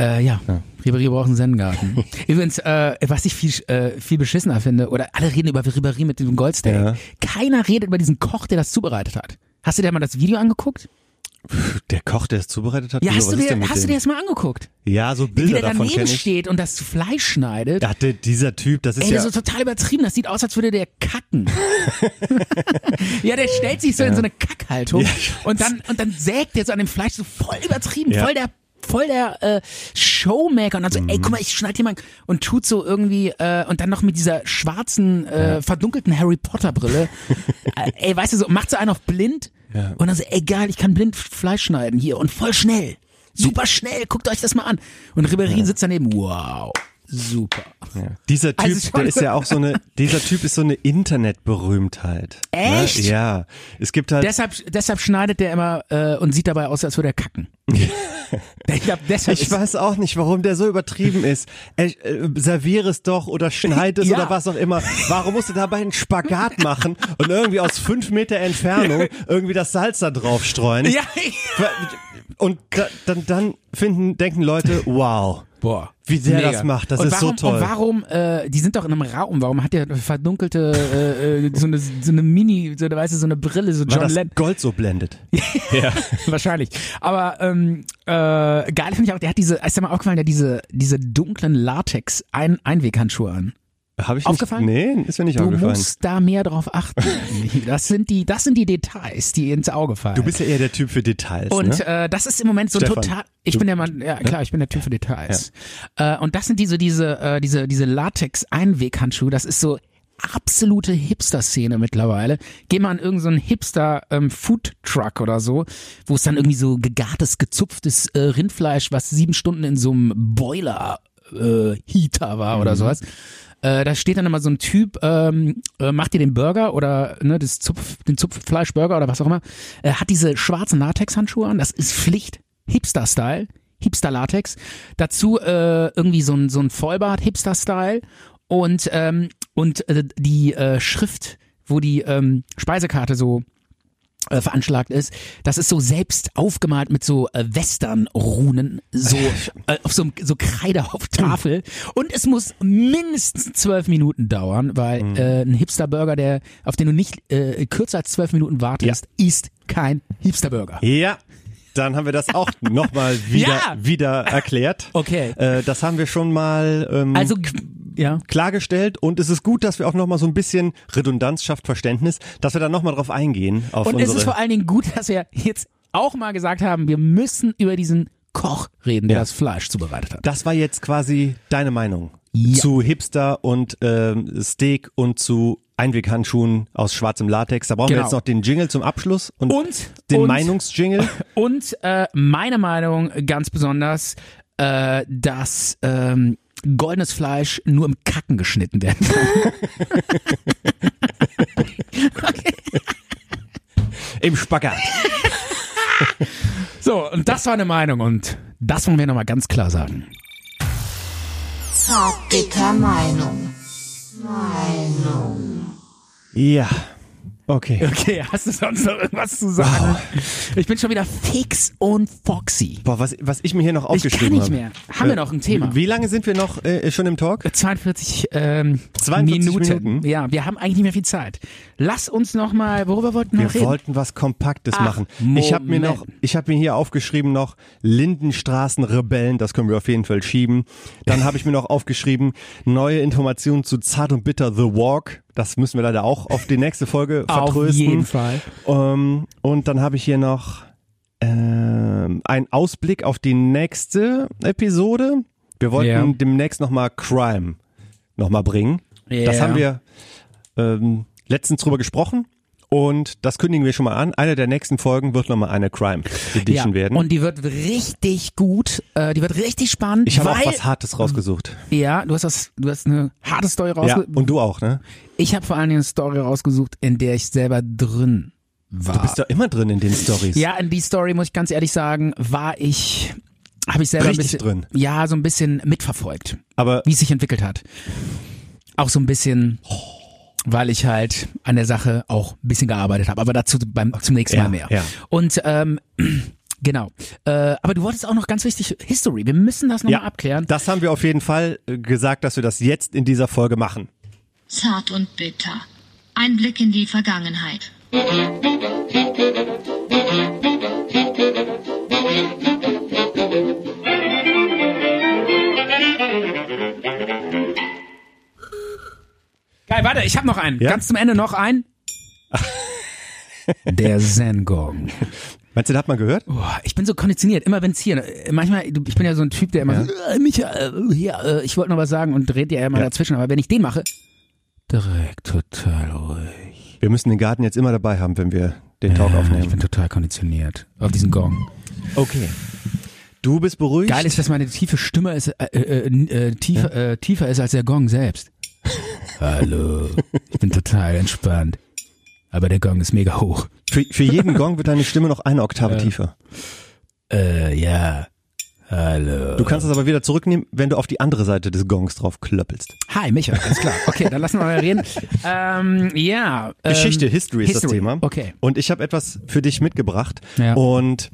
[SPEAKER 2] Äh, ja, Ribéry braucht einen Zen-Garten. Übrigens, äh, was ich viel, äh, viel beschissener finde, oder alle reden über Ribéry mit diesem Goldsteak.
[SPEAKER 1] Ja.
[SPEAKER 2] Keiner redet über diesen Koch, der das zubereitet hat. Hast du dir mal das Video angeguckt?
[SPEAKER 1] Der Koch, der es zubereitet hat?
[SPEAKER 2] Ja,
[SPEAKER 1] Wieso,
[SPEAKER 2] hast, du
[SPEAKER 1] was ist
[SPEAKER 2] dir,
[SPEAKER 1] denn mit
[SPEAKER 2] hast du
[SPEAKER 1] dem?
[SPEAKER 2] dir das mal angeguckt?
[SPEAKER 1] Ja, so
[SPEAKER 2] Wie
[SPEAKER 1] Bilder
[SPEAKER 2] der
[SPEAKER 1] davon
[SPEAKER 2] daneben
[SPEAKER 1] kenne ich.
[SPEAKER 2] steht und das zu Fleisch schneidet.
[SPEAKER 1] Da hatte dieser Typ, das ist
[SPEAKER 2] Ey,
[SPEAKER 1] ja.
[SPEAKER 2] das ist so total übertrieben. Das sieht aus, als würde der kacken. ja, der stellt sich so in so eine Kackhaltung
[SPEAKER 1] Ja, ich
[SPEAKER 2] und dann und dann sägt der so an dem Fleisch so voll übertrieben,
[SPEAKER 1] Ja. Mhm.
[SPEAKER 2] voll der voll der äh, Showmaker und dann so, ey, guck mal, ich schneide hier mal und tut so irgendwie äh, und dann noch mit dieser schwarzen, äh, verdunkelten Harry Potter Brille. äh, ey, weißt du so, macht so einen auf blind und dann so, ey, geil, ich kann blind Fleisch schneiden hier und voll schnell. Super schnell, guckt euch das mal an. Und Ribéry sitzt daneben, wow, super.
[SPEAKER 1] Dieser Typ,
[SPEAKER 2] Also schon-
[SPEAKER 1] der ist ja auch so eine, dieser Typ ist so eine Internetberühmtheit.
[SPEAKER 2] Echt?
[SPEAKER 1] Ne? Ja. Es gibt halt.
[SPEAKER 2] Deshalb, deshalb schneidet der immer äh, und sieht dabei aus, als würde er kacken. ich glaube, deshalb.
[SPEAKER 1] ich
[SPEAKER 2] ist-
[SPEAKER 1] weiß auch nicht, warum der so übertrieben ist. Ey, äh, servier es doch oder schneid es
[SPEAKER 2] Ja.
[SPEAKER 1] oder was auch immer. Warum musst du dabei einen Spagat machen und irgendwie aus fünf Meter Entfernung irgendwie das Salz da drauf streuen?
[SPEAKER 2] ja.
[SPEAKER 1] Und da, dann, dann finden, denken Leute, wow.
[SPEAKER 2] Boah.
[SPEAKER 1] Wie der das macht, das
[SPEAKER 2] und
[SPEAKER 1] ist so
[SPEAKER 2] warum,
[SPEAKER 1] toll.
[SPEAKER 2] Und warum, äh, die sind doch in einem Raum, warum hat der verdunkelte, äh, äh, so, eine, so eine Mini, so eine, weißt du, so eine Brille, so
[SPEAKER 1] Weil
[SPEAKER 2] John
[SPEAKER 1] das
[SPEAKER 2] Lennon.
[SPEAKER 1] Gold so blendet.
[SPEAKER 2] Wahrscheinlich. Aber ähm, äh, geil finde ich auch, der hat diese, ist dir mal aufgefallen, der hat diese, diese dunklen Latex-Einweghandschuhe an.
[SPEAKER 1] Habe ich
[SPEAKER 2] Aufgefallen?
[SPEAKER 1] Nicht, nee, ist mir nicht
[SPEAKER 2] Du
[SPEAKER 1] aufgefallen.
[SPEAKER 2] musst da mehr drauf achten. Das sind die, das sind die Details, die ins Auge fallen.
[SPEAKER 1] du bist ja eher der Typ für Details.
[SPEAKER 2] Und
[SPEAKER 1] ne?
[SPEAKER 2] äh, das ist im Moment so
[SPEAKER 1] Stefan,
[SPEAKER 2] total. Ich
[SPEAKER 1] du-
[SPEAKER 2] bin der Mann, ja klar, ich bin der Typ für Details. Äh, und das sind diese, diese, äh, diese, diese Latex-Einweghandschuhe, das ist so absolute Hipster-Szene mittlerweile. Geh mal an irgendeinen Hipster-Food-Truck ähm, oder so, wo es dann irgendwie so gegartes, gezupftes äh, Rindfleisch, was sieben Stunden in so einem Boiler äh, Heater war oder sowas. Äh, da steht dann immer so ein Typ, ähm, äh, macht dir den Burger oder ne, das Zupf, den Zupffleischburger oder was auch immer, äh, hat diese schwarzen Latexhandschuhe an, das ist Pflicht, Hipster-Style, Hipster-Latex. Dazu äh, irgendwie so ein, so ein Vollbart, Hipster-Style und, ähm, und äh, die äh, Schrift, wo die ähm, Speisekarte so äh, veranschlagt ist, das ist so selbst aufgemalt mit so äh, Western-Runen, so äh, auf so, einem- so Kreide auf Tafel. Und es muss mindestens zwölf Minuten dauern, weil
[SPEAKER 1] Mhm.
[SPEAKER 2] äh, ein Hipster-Burger, der, auf den du nicht äh, kürzer als zwölf Minuten wartest, ist kein Hipster-Burger.
[SPEAKER 1] Ja, dann haben wir das auch nochmal wieder,
[SPEAKER 2] Ja.
[SPEAKER 1] wieder erklärt.
[SPEAKER 2] Okay.
[SPEAKER 1] Äh, das haben wir schon mal ähm,
[SPEAKER 2] Also, k- ja.
[SPEAKER 1] klargestellt und es ist gut, dass wir auch nochmal so ein bisschen Redundanz schafft Verständnis, dass wir da nochmal drauf eingehen. Auf
[SPEAKER 2] Und es
[SPEAKER 1] unsere,
[SPEAKER 2] ist vor allen Dingen gut, dass wir jetzt auch mal gesagt haben, wir müssen über diesen Koch reden, der
[SPEAKER 1] Ja.
[SPEAKER 2] das Fleisch zubereitet hat.
[SPEAKER 1] das war jetzt quasi deine Meinung
[SPEAKER 2] Ja.
[SPEAKER 1] zu Hipster und ähm, Steak und zu Einweghandschuhen aus schwarzem Latex. Da brauchen wir
[SPEAKER 2] Genau.
[SPEAKER 1] jetzt noch den Jingle zum Abschluss und,
[SPEAKER 2] Und-
[SPEAKER 1] den
[SPEAKER 2] und-
[SPEAKER 1] Meinungsjingle.
[SPEAKER 2] Und äh, meine Meinung ganz besonders, äh, dass ähm, goldenes Fleisch nur im Kacken geschnitten werden kann.
[SPEAKER 1] Im Spagat.
[SPEAKER 2] So, und das war eine Meinung und das wollen wir nochmal ganz klar sagen.
[SPEAKER 6] Zart bitter Meinung. Meinung.
[SPEAKER 1] Ja. Okay.
[SPEAKER 2] Okay, hast du sonst noch irgendwas zu sagen? Ich bin schon wieder fix und foxy.
[SPEAKER 1] Boah, was, was ich mir hier noch
[SPEAKER 2] Ich kann
[SPEAKER 1] aufgeschrieben
[SPEAKER 2] nicht
[SPEAKER 1] habe. Äh,
[SPEAKER 2] mehr. Haben wir noch ein Thema?
[SPEAKER 1] Wie lange sind wir noch äh, schon im Talk?
[SPEAKER 2] 42, ähm,
[SPEAKER 1] 42
[SPEAKER 2] Minuten.
[SPEAKER 1] Minuten?
[SPEAKER 2] Ja, wir haben eigentlich nicht mehr viel Zeit. Lass uns nochmal, worüber wollten wir
[SPEAKER 1] Wir
[SPEAKER 2] noch reden?
[SPEAKER 1] wollten was Kompaktes
[SPEAKER 2] Ach,
[SPEAKER 1] machen. Ich habe mir
[SPEAKER 2] Moment.
[SPEAKER 1] noch, ich habe mir hier aufgeschrieben noch Lindenstraßenrebellen, das können wir auf jeden Fall schieben. Dann habe ich mir noch aufgeschrieben neue Informationen zu Zart und Bitter The Walk. Das müssen wir leider auch auf die nächste Folge vertrösten.
[SPEAKER 2] Auf jeden Fall.
[SPEAKER 1] Ähm, und dann habe ich hier noch ähm, einen Ausblick auf die nächste Episode. Wir wollten
[SPEAKER 2] Ja.
[SPEAKER 1] demnächst nochmal Crime nochmal bringen.
[SPEAKER 2] Ja.
[SPEAKER 1] Das haben wir ähm, letztens drüber gesprochen. Und das kündigen wir schon mal an. Eine der nächsten Folgen wird nochmal eine Crime Edition werden.
[SPEAKER 2] Und die wird richtig gut, äh, die wird richtig spannend.
[SPEAKER 1] ich habe auch
[SPEAKER 2] weil-
[SPEAKER 1] was Hartes rausgesucht.
[SPEAKER 2] Ja, du hast das, du hast eine harte Story
[SPEAKER 1] Ja,
[SPEAKER 2] rausgesucht.
[SPEAKER 1] und du auch, ne?
[SPEAKER 2] ich habe vor allen Dingen eine Story rausgesucht, in der ich selber drin war.
[SPEAKER 1] Du bist ja immer drin in den Stories.
[SPEAKER 2] ja, in die Story muss ich ganz ehrlich sagen, war ich, habe ich selber
[SPEAKER 1] Richtig
[SPEAKER 2] ein bisschen,
[SPEAKER 1] drin.
[SPEAKER 2] ja, so ein bisschen mitverfolgt,
[SPEAKER 1] Aber
[SPEAKER 2] wie es sich entwickelt hat. Auch so ein bisschen, weil ich halt an der Sache auch ein bisschen gearbeitet habe. Aber dazu beim, zum nächsten Mal
[SPEAKER 1] Ja,
[SPEAKER 2] mehr.
[SPEAKER 1] ja.
[SPEAKER 2] Und ähm, genau. Äh, aber du wolltest auch noch ganz wichtig History. Wir müssen das nochmal
[SPEAKER 1] ja,
[SPEAKER 2] abklären.
[SPEAKER 1] das haben wir auf jeden Fall äh, gesagt, dass wir das jetzt in dieser Folge machen.
[SPEAKER 6] Zart und bitter. Ein Blick in die Vergangenheit.
[SPEAKER 2] Geil, warte, ich habe noch einen.
[SPEAKER 1] Ja?
[SPEAKER 2] Ganz zum Ende noch einen. Der Zen-Gong.
[SPEAKER 1] Meinst du, das hat man gehört?
[SPEAKER 2] Boah, ich bin so konditioniert, immer wenn's hier. ne, Manchmal, du- ich bin ja so ein Typ, der immer so, äh, Michael, äh, hier, äh, ich wollte noch was sagen und dreht dir ja immer
[SPEAKER 1] Ja.
[SPEAKER 2] dazwischen. Aber wenn ich den mache, direkt total ruhig.
[SPEAKER 1] Wir müssen den Garten jetzt immer dabei haben, wenn wir den Talk
[SPEAKER 2] Ich
[SPEAKER 1] aufnehmen.
[SPEAKER 2] bin total konditioniert auf diesen Gong.
[SPEAKER 1] Okay. Du bist beruhigt.
[SPEAKER 2] Geil ist, dass meine tiefe Stimme ist, äh, äh, äh, äh, tiefer, äh, tiefer ist als der Gong selbst. Hallo, ich bin total entspannt. Aber der Gong ist mega hoch.
[SPEAKER 1] Für, für jeden Gong wird deine Stimme noch eine Oktave tiefer.
[SPEAKER 2] Äh, ja. Hallo.
[SPEAKER 1] Du kannst es aber wieder zurücknehmen, wenn du auf die andere Seite des Gongs drauf klöppelst.
[SPEAKER 2] Hi, Micha, alles klar. Okay, dann lassen wir mal reden. Ähm, ja. Ähm,
[SPEAKER 1] Geschichte, History ist das
[SPEAKER 2] History,
[SPEAKER 1] Thema.
[SPEAKER 2] Okay.
[SPEAKER 1] Und ich habe etwas für dich mitgebracht.
[SPEAKER 2] Ja.
[SPEAKER 1] Und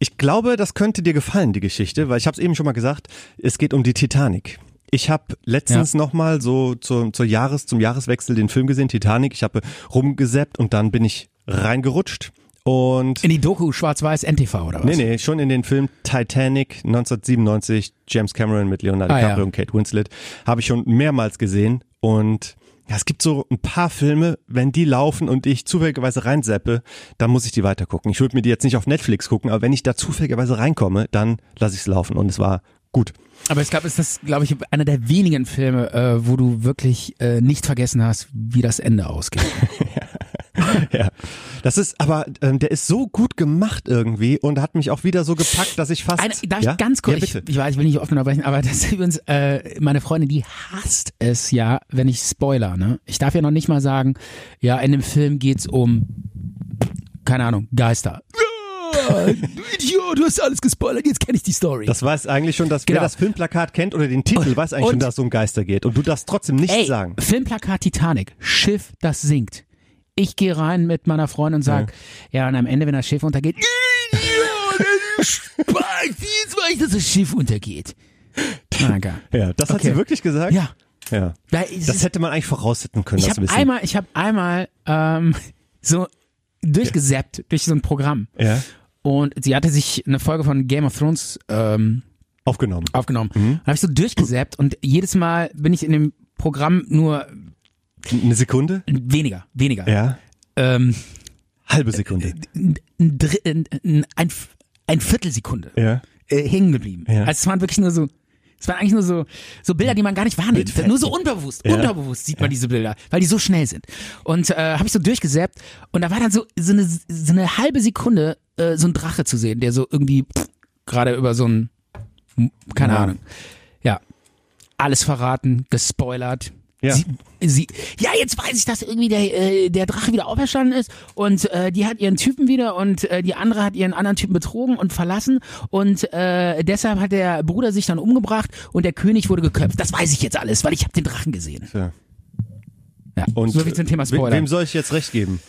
[SPEAKER 1] ich glaube, das könnte dir gefallen, die Geschichte, weil ich habe es eben schon mal gesagt, es geht um die Titanic. Ich habe letztens noch nochmal so zur, zur Jahres, zum Jahreswechsel den Film gesehen, Titanic. Ich habe rumgesäppt und dann bin ich reingerutscht. Und
[SPEAKER 2] In die Doku Schwarz-Weiß NTV oder was?
[SPEAKER 1] Nee, nee, schon in den Film Titanic 1997, James Cameron mit Leonardo
[SPEAKER 2] Ah, ja.
[SPEAKER 1] DiCaprio und Kate Winslet, habe ich schon mehrmals gesehen und ja, es gibt so ein paar Filme, wenn die laufen und ich zufälligerweise reinseppe, dann muss ich die weitergucken. Ich würde mir die jetzt nicht auf Netflix gucken, aber wenn ich da zufälligerweise reinkomme, dann lasse ich es laufen und es war gut.
[SPEAKER 2] Aber ich glaube, es ist, glaube ich, einer der wenigen Filme, äh, wo du wirklich äh, nicht vergessen hast, wie das Ende ausgeht.
[SPEAKER 1] ja. Das ist, aber ähm, der ist so gut gemacht irgendwie und hat mich auch wieder so gepackt, dass ich fast.
[SPEAKER 2] Eine, darf
[SPEAKER 1] ja?
[SPEAKER 2] ich ganz
[SPEAKER 1] Ja,
[SPEAKER 2] kurz,
[SPEAKER 1] bitte.
[SPEAKER 2] ich, ich weiß, ich will nicht offen unterbrechen, aber das ist übrigens, äh, meine Freundin, die hasst es ja, wenn ich spoiler, ne? Ich darf ja noch nicht mal sagen, ja, in dem Film geht's um, keine Ahnung, Geister. Ja, du Idiot, du hast alles gespoilert, jetzt kenne ich die Story.
[SPEAKER 1] Das weiß eigentlich schon, dass
[SPEAKER 2] Genau.
[SPEAKER 1] wer das Filmplakat kennt oder den Titel, weiß eigentlich schon,
[SPEAKER 2] und-
[SPEAKER 1] dass es um Geister geht. Und du darfst trotzdem nicht
[SPEAKER 2] Ey,
[SPEAKER 1] sagen.
[SPEAKER 2] Filmplakat Titanic, Schiff, das sinkt. Ich gehe rein mit meiner Freundin und sage, ja. und am Ende, wenn das Schiff untergeht, ja, das ist Spaß, jetzt weiß ich, dass das Schiff untergeht. Na geil.
[SPEAKER 1] Ja, das hat
[SPEAKER 2] Okay.
[SPEAKER 1] sie wirklich gesagt?
[SPEAKER 2] Ja.
[SPEAKER 1] ja.
[SPEAKER 2] Da ist-
[SPEAKER 1] Das hätte man eigentlich voraussetzen können,
[SPEAKER 2] ich
[SPEAKER 1] das
[SPEAKER 2] habe
[SPEAKER 1] Wissen.
[SPEAKER 2] einmal, ich habe einmal ähm, so durchgesäppt durch so ein Programm.
[SPEAKER 1] ja.
[SPEAKER 2] Und sie hatte sich eine Folge von Game of Thrones ähm,
[SPEAKER 1] Aufgenommen.
[SPEAKER 2] aufgenommen.
[SPEAKER 1] Mhm.
[SPEAKER 2] Und habe ich so durchgesäppt und jedes Mal bin ich in dem Programm nur
[SPEAKER 1] Eine Sekunde?
[SPEAKER 2] weniger, weniger.
[SPEAKER 1] Ja.
[SPEAKER 2] Ähm, Äh,
[SPEAKER 1] Halbe Sekunde.
[SPEAKER 2] ein, Dri- ein, ein, ein, ein Viertelsekunde
[SPEAKER 1] Ja.
[SPEAKER 2] äh, hängen geblieben.
[SPEAKER 1] Ja.
[SPEAKER 2] Also es waren wirklich nur so, es waren eigentlich nur so, so Bilder, die man gar nicht wahrnimmt.
[SPEAKER 1] Bildfetzen.
[SPEAKER 2] Nur so unbewusst, unterbewusst sieht man diese Bilder, weil die so schnell sind. Und äh, habe ich so durchgesäppt und da war dann so, so, eine, so eine halbe Sekunde äh, so ein Drache zu sehen, der so irgendwie pff, gerade über so ein, keine Ahnung. Ja, alles verraten, gespoilert.
[SPEAKER 1] Ja.
[SPEAKER 2] Sie, sie, ja, jetzt weiß ich, dass irgendwie der, äh, der Drache wieder auferstanden ist und äh, die hat ihren Typen wieder und äh, die andere hat ihren anderen Typen betrogen und verlassen und äh, deshalb hat der Bruder sich dann umgebracht und der König wurde geköpft. Das weiß ich jetzt alles, weil ich habe den Drachen gesehen.
[SPEAKER 1] Tja.
[SPEAKER 2] Ja.
[SPEAKER 1] Und
[SPEAKER 2] so viel zum Thema
[SPEAKER 1] we-
[SPEAKER 2] Spoiler.
[SPEAKER 1] Wem soll ich jetzt recht geben?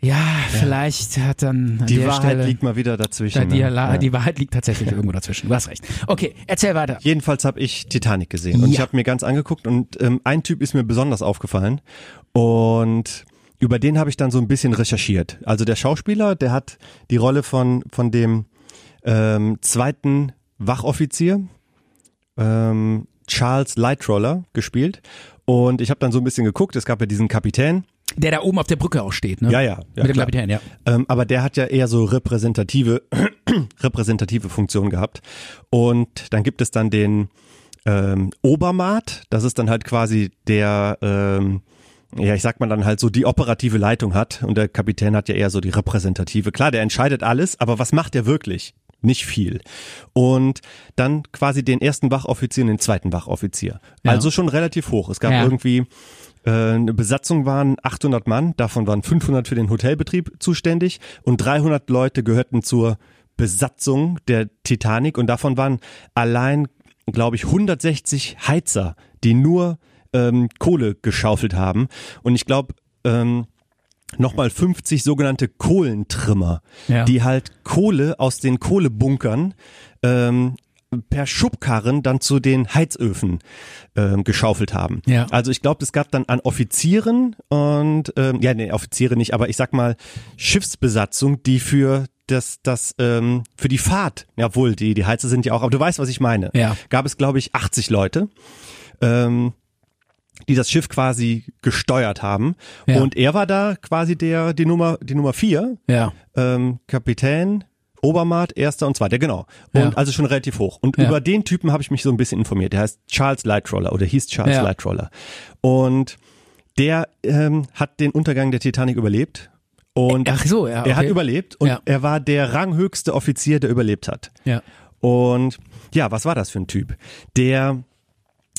[SPEAKER 2] ja, vielleicht hat dann an
[SPEAKER 1] Die
[SPEAKER 2] der
[SPEAKER 1] Wahrheit
[SPEAKER 2] Stelle,
[SPEAKER 1] liegt mal wieder dazwischen.
[SPEAKER 2] da, die,
[SPEAKER 1] ne? ja.
[SPEAKER 2] die Wahrheit liegt tatsächlich irgendwo dazwischen. Du hast recht. Okay, erzähl weiter.
[SPEAKER 1] Jedenfalls habe ich Titanic gesehen und
[SPEAKER 2] Ja.
[SPEAKER 1] ich habe mir ganz angeguckt und ähm, ein Typ ist mir besonders aufgefallen und über den habe ich dann so ein bisschen recherchiert. Also der Schauspieler, der hat die Rolle von von dem ähm, zweiten Wachoffizier ähm, Charles Lightroller gespielt und ich habe dann so ein bisschen geguckt. Es gab ja diesen Kapitän.
[SPEAKER 2] Der da oben auf der Brücke auch steht, ne?
[SPEAKER 1] Ja, ja, ja,
[SPEAKER 2] Mit dem
[SPEAKER 1] klar.
[SPEAKER 2] Kapitän, ja.
[SPEAKER 1] Ähm, aber der hat ja eher so repräsentative, repräsentative Funktion gehabt. Und dann gibt es dann den ähm, Obermaat, das ist dann halt quasi der, ähm, ja, ich sag mal dann halt so die operative Leitung hat und der Kapitän hat ja eher so die repräsentative. Klar, der entscheidet alles, aber was macht er wirklich? Nicht viel. Und dann quasi den ersten Wachoffizier und den zweiten Wachoffizier.
[SPEAKER 2] Ja.
[SPEAKER 1] Also schon relativ hoch. Es gab
[SPEAKER 2] Ja.
[SPEAKER 1] irgendwie äh, eine Besatzung waren 800 Mann, davon waren 500 für den Hotelbetrieb zuständig und 300 Leute gehörten zur Besatzung der Titanic und davon waren allein, glaube ich, 160 Heizer, die nur ähm, Kohle geschaufelt haben und ich glaube ähm, nochmal 50 sogenannte Kohlentrimmer,
[SPEAKER 2] Ja.
[SPEAKER 1] die halt Kohle aus den Kohlebunkern ähm, per Schubkarren dann zu den Heizöfen ähm, geschaufelt haben.
[SPEAKER 2] Ja.
[SPEAKER 1] Also ich glaube, es gab dann an Offizieren und ähm, ja, nee, Offiziere nicht, aber ich sag mal Schiffsbesatzung, die für das, das ähm, für die Fahrt, jawohl, die die Heizer sind ja auch, aber du weißt, was ich meine.
[SPEAKER 2] Ja.
[SPEAKER 1] Gab es glaube ich 80 Leute, ähm, die das Schiff quasi gesteuert haben
[SPEAKER 2] Ja.
[SPEAKER 1] und er war da quasi der die Nummer die Nummer vier
[SPEAKER 2] Ja.
[SPEAKER 1] ähm, Kapitän, Obermaat, Erster und Zweiter, genau. Und
[SPEAKER 2] Ja.
[SPEAKER 1] also schon relativ hoch. Und
[SPEAKER 2] Ja.
[SPEAKER 1] über den Typen habe ich mich so ein bisschen informiert. Der heißt Charles Lightroller oder hieß Charles
[SPEAKER 2] Ja.
[SPEAKER 1] Lightroller. Und der ähm, hat den Untergang der Titanic überlebt. Und
[SPEAKER 2] Ach so, ja. Okay.
[SPEAKER 1] er hat überlebt und
[SPEAKER 2] Ja.
[SPEAKER 1] er war der ranghöchste Offizier, der überlebt hat.
[SPEAKER 2] Ja.
[SPEAKER 1] Und ja, was war das für ein Typ? Der,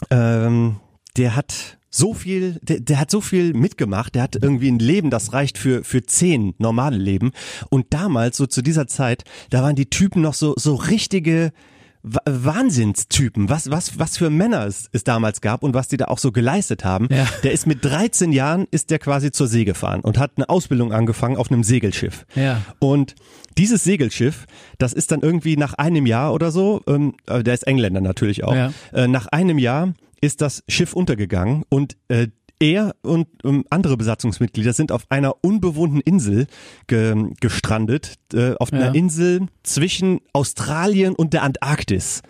[SPEAKER 1] ähm, der hat so viel, der, der hat so viel mitgemacht, der hat irgendwie ein Leben, das reicht für, für zehn normale Leben. Und damals, so zu dieser Zeit, da waren die Typen noch so, so richtige Wa- Wahnsinnstypen, was, was, was für Männer es, es damals gab und was die da auch so geleistet haben.
[SPEAKER 2] Ja.
[SPEAKER 1] Der ist mit 13 Jahren, ist der quasi zur See gefahren und hat eine Ausbildung angefangen auf einem Segelschiff.
[SPEAKER 2] Ja.
[SPEAKER 1] Und dieses Segelschiff, das ist dann irgendwie nach einem Jahr oder so, ähm, äh, der ist Engländer natürlich auch,
[SPEAKER 2] Ja.
[SPEAKER 1] äh, nach einem Jahr ist das Schiff untergegangen und äh, er und ähm, andere Besatzungsmitglieder sind auf einer unbewohnten Insel ge gestrandet, äh, auf
[SPEAKER 2] Ja.
[SPEAKER 1] einer Insel zwischen Australien und der Antarktis.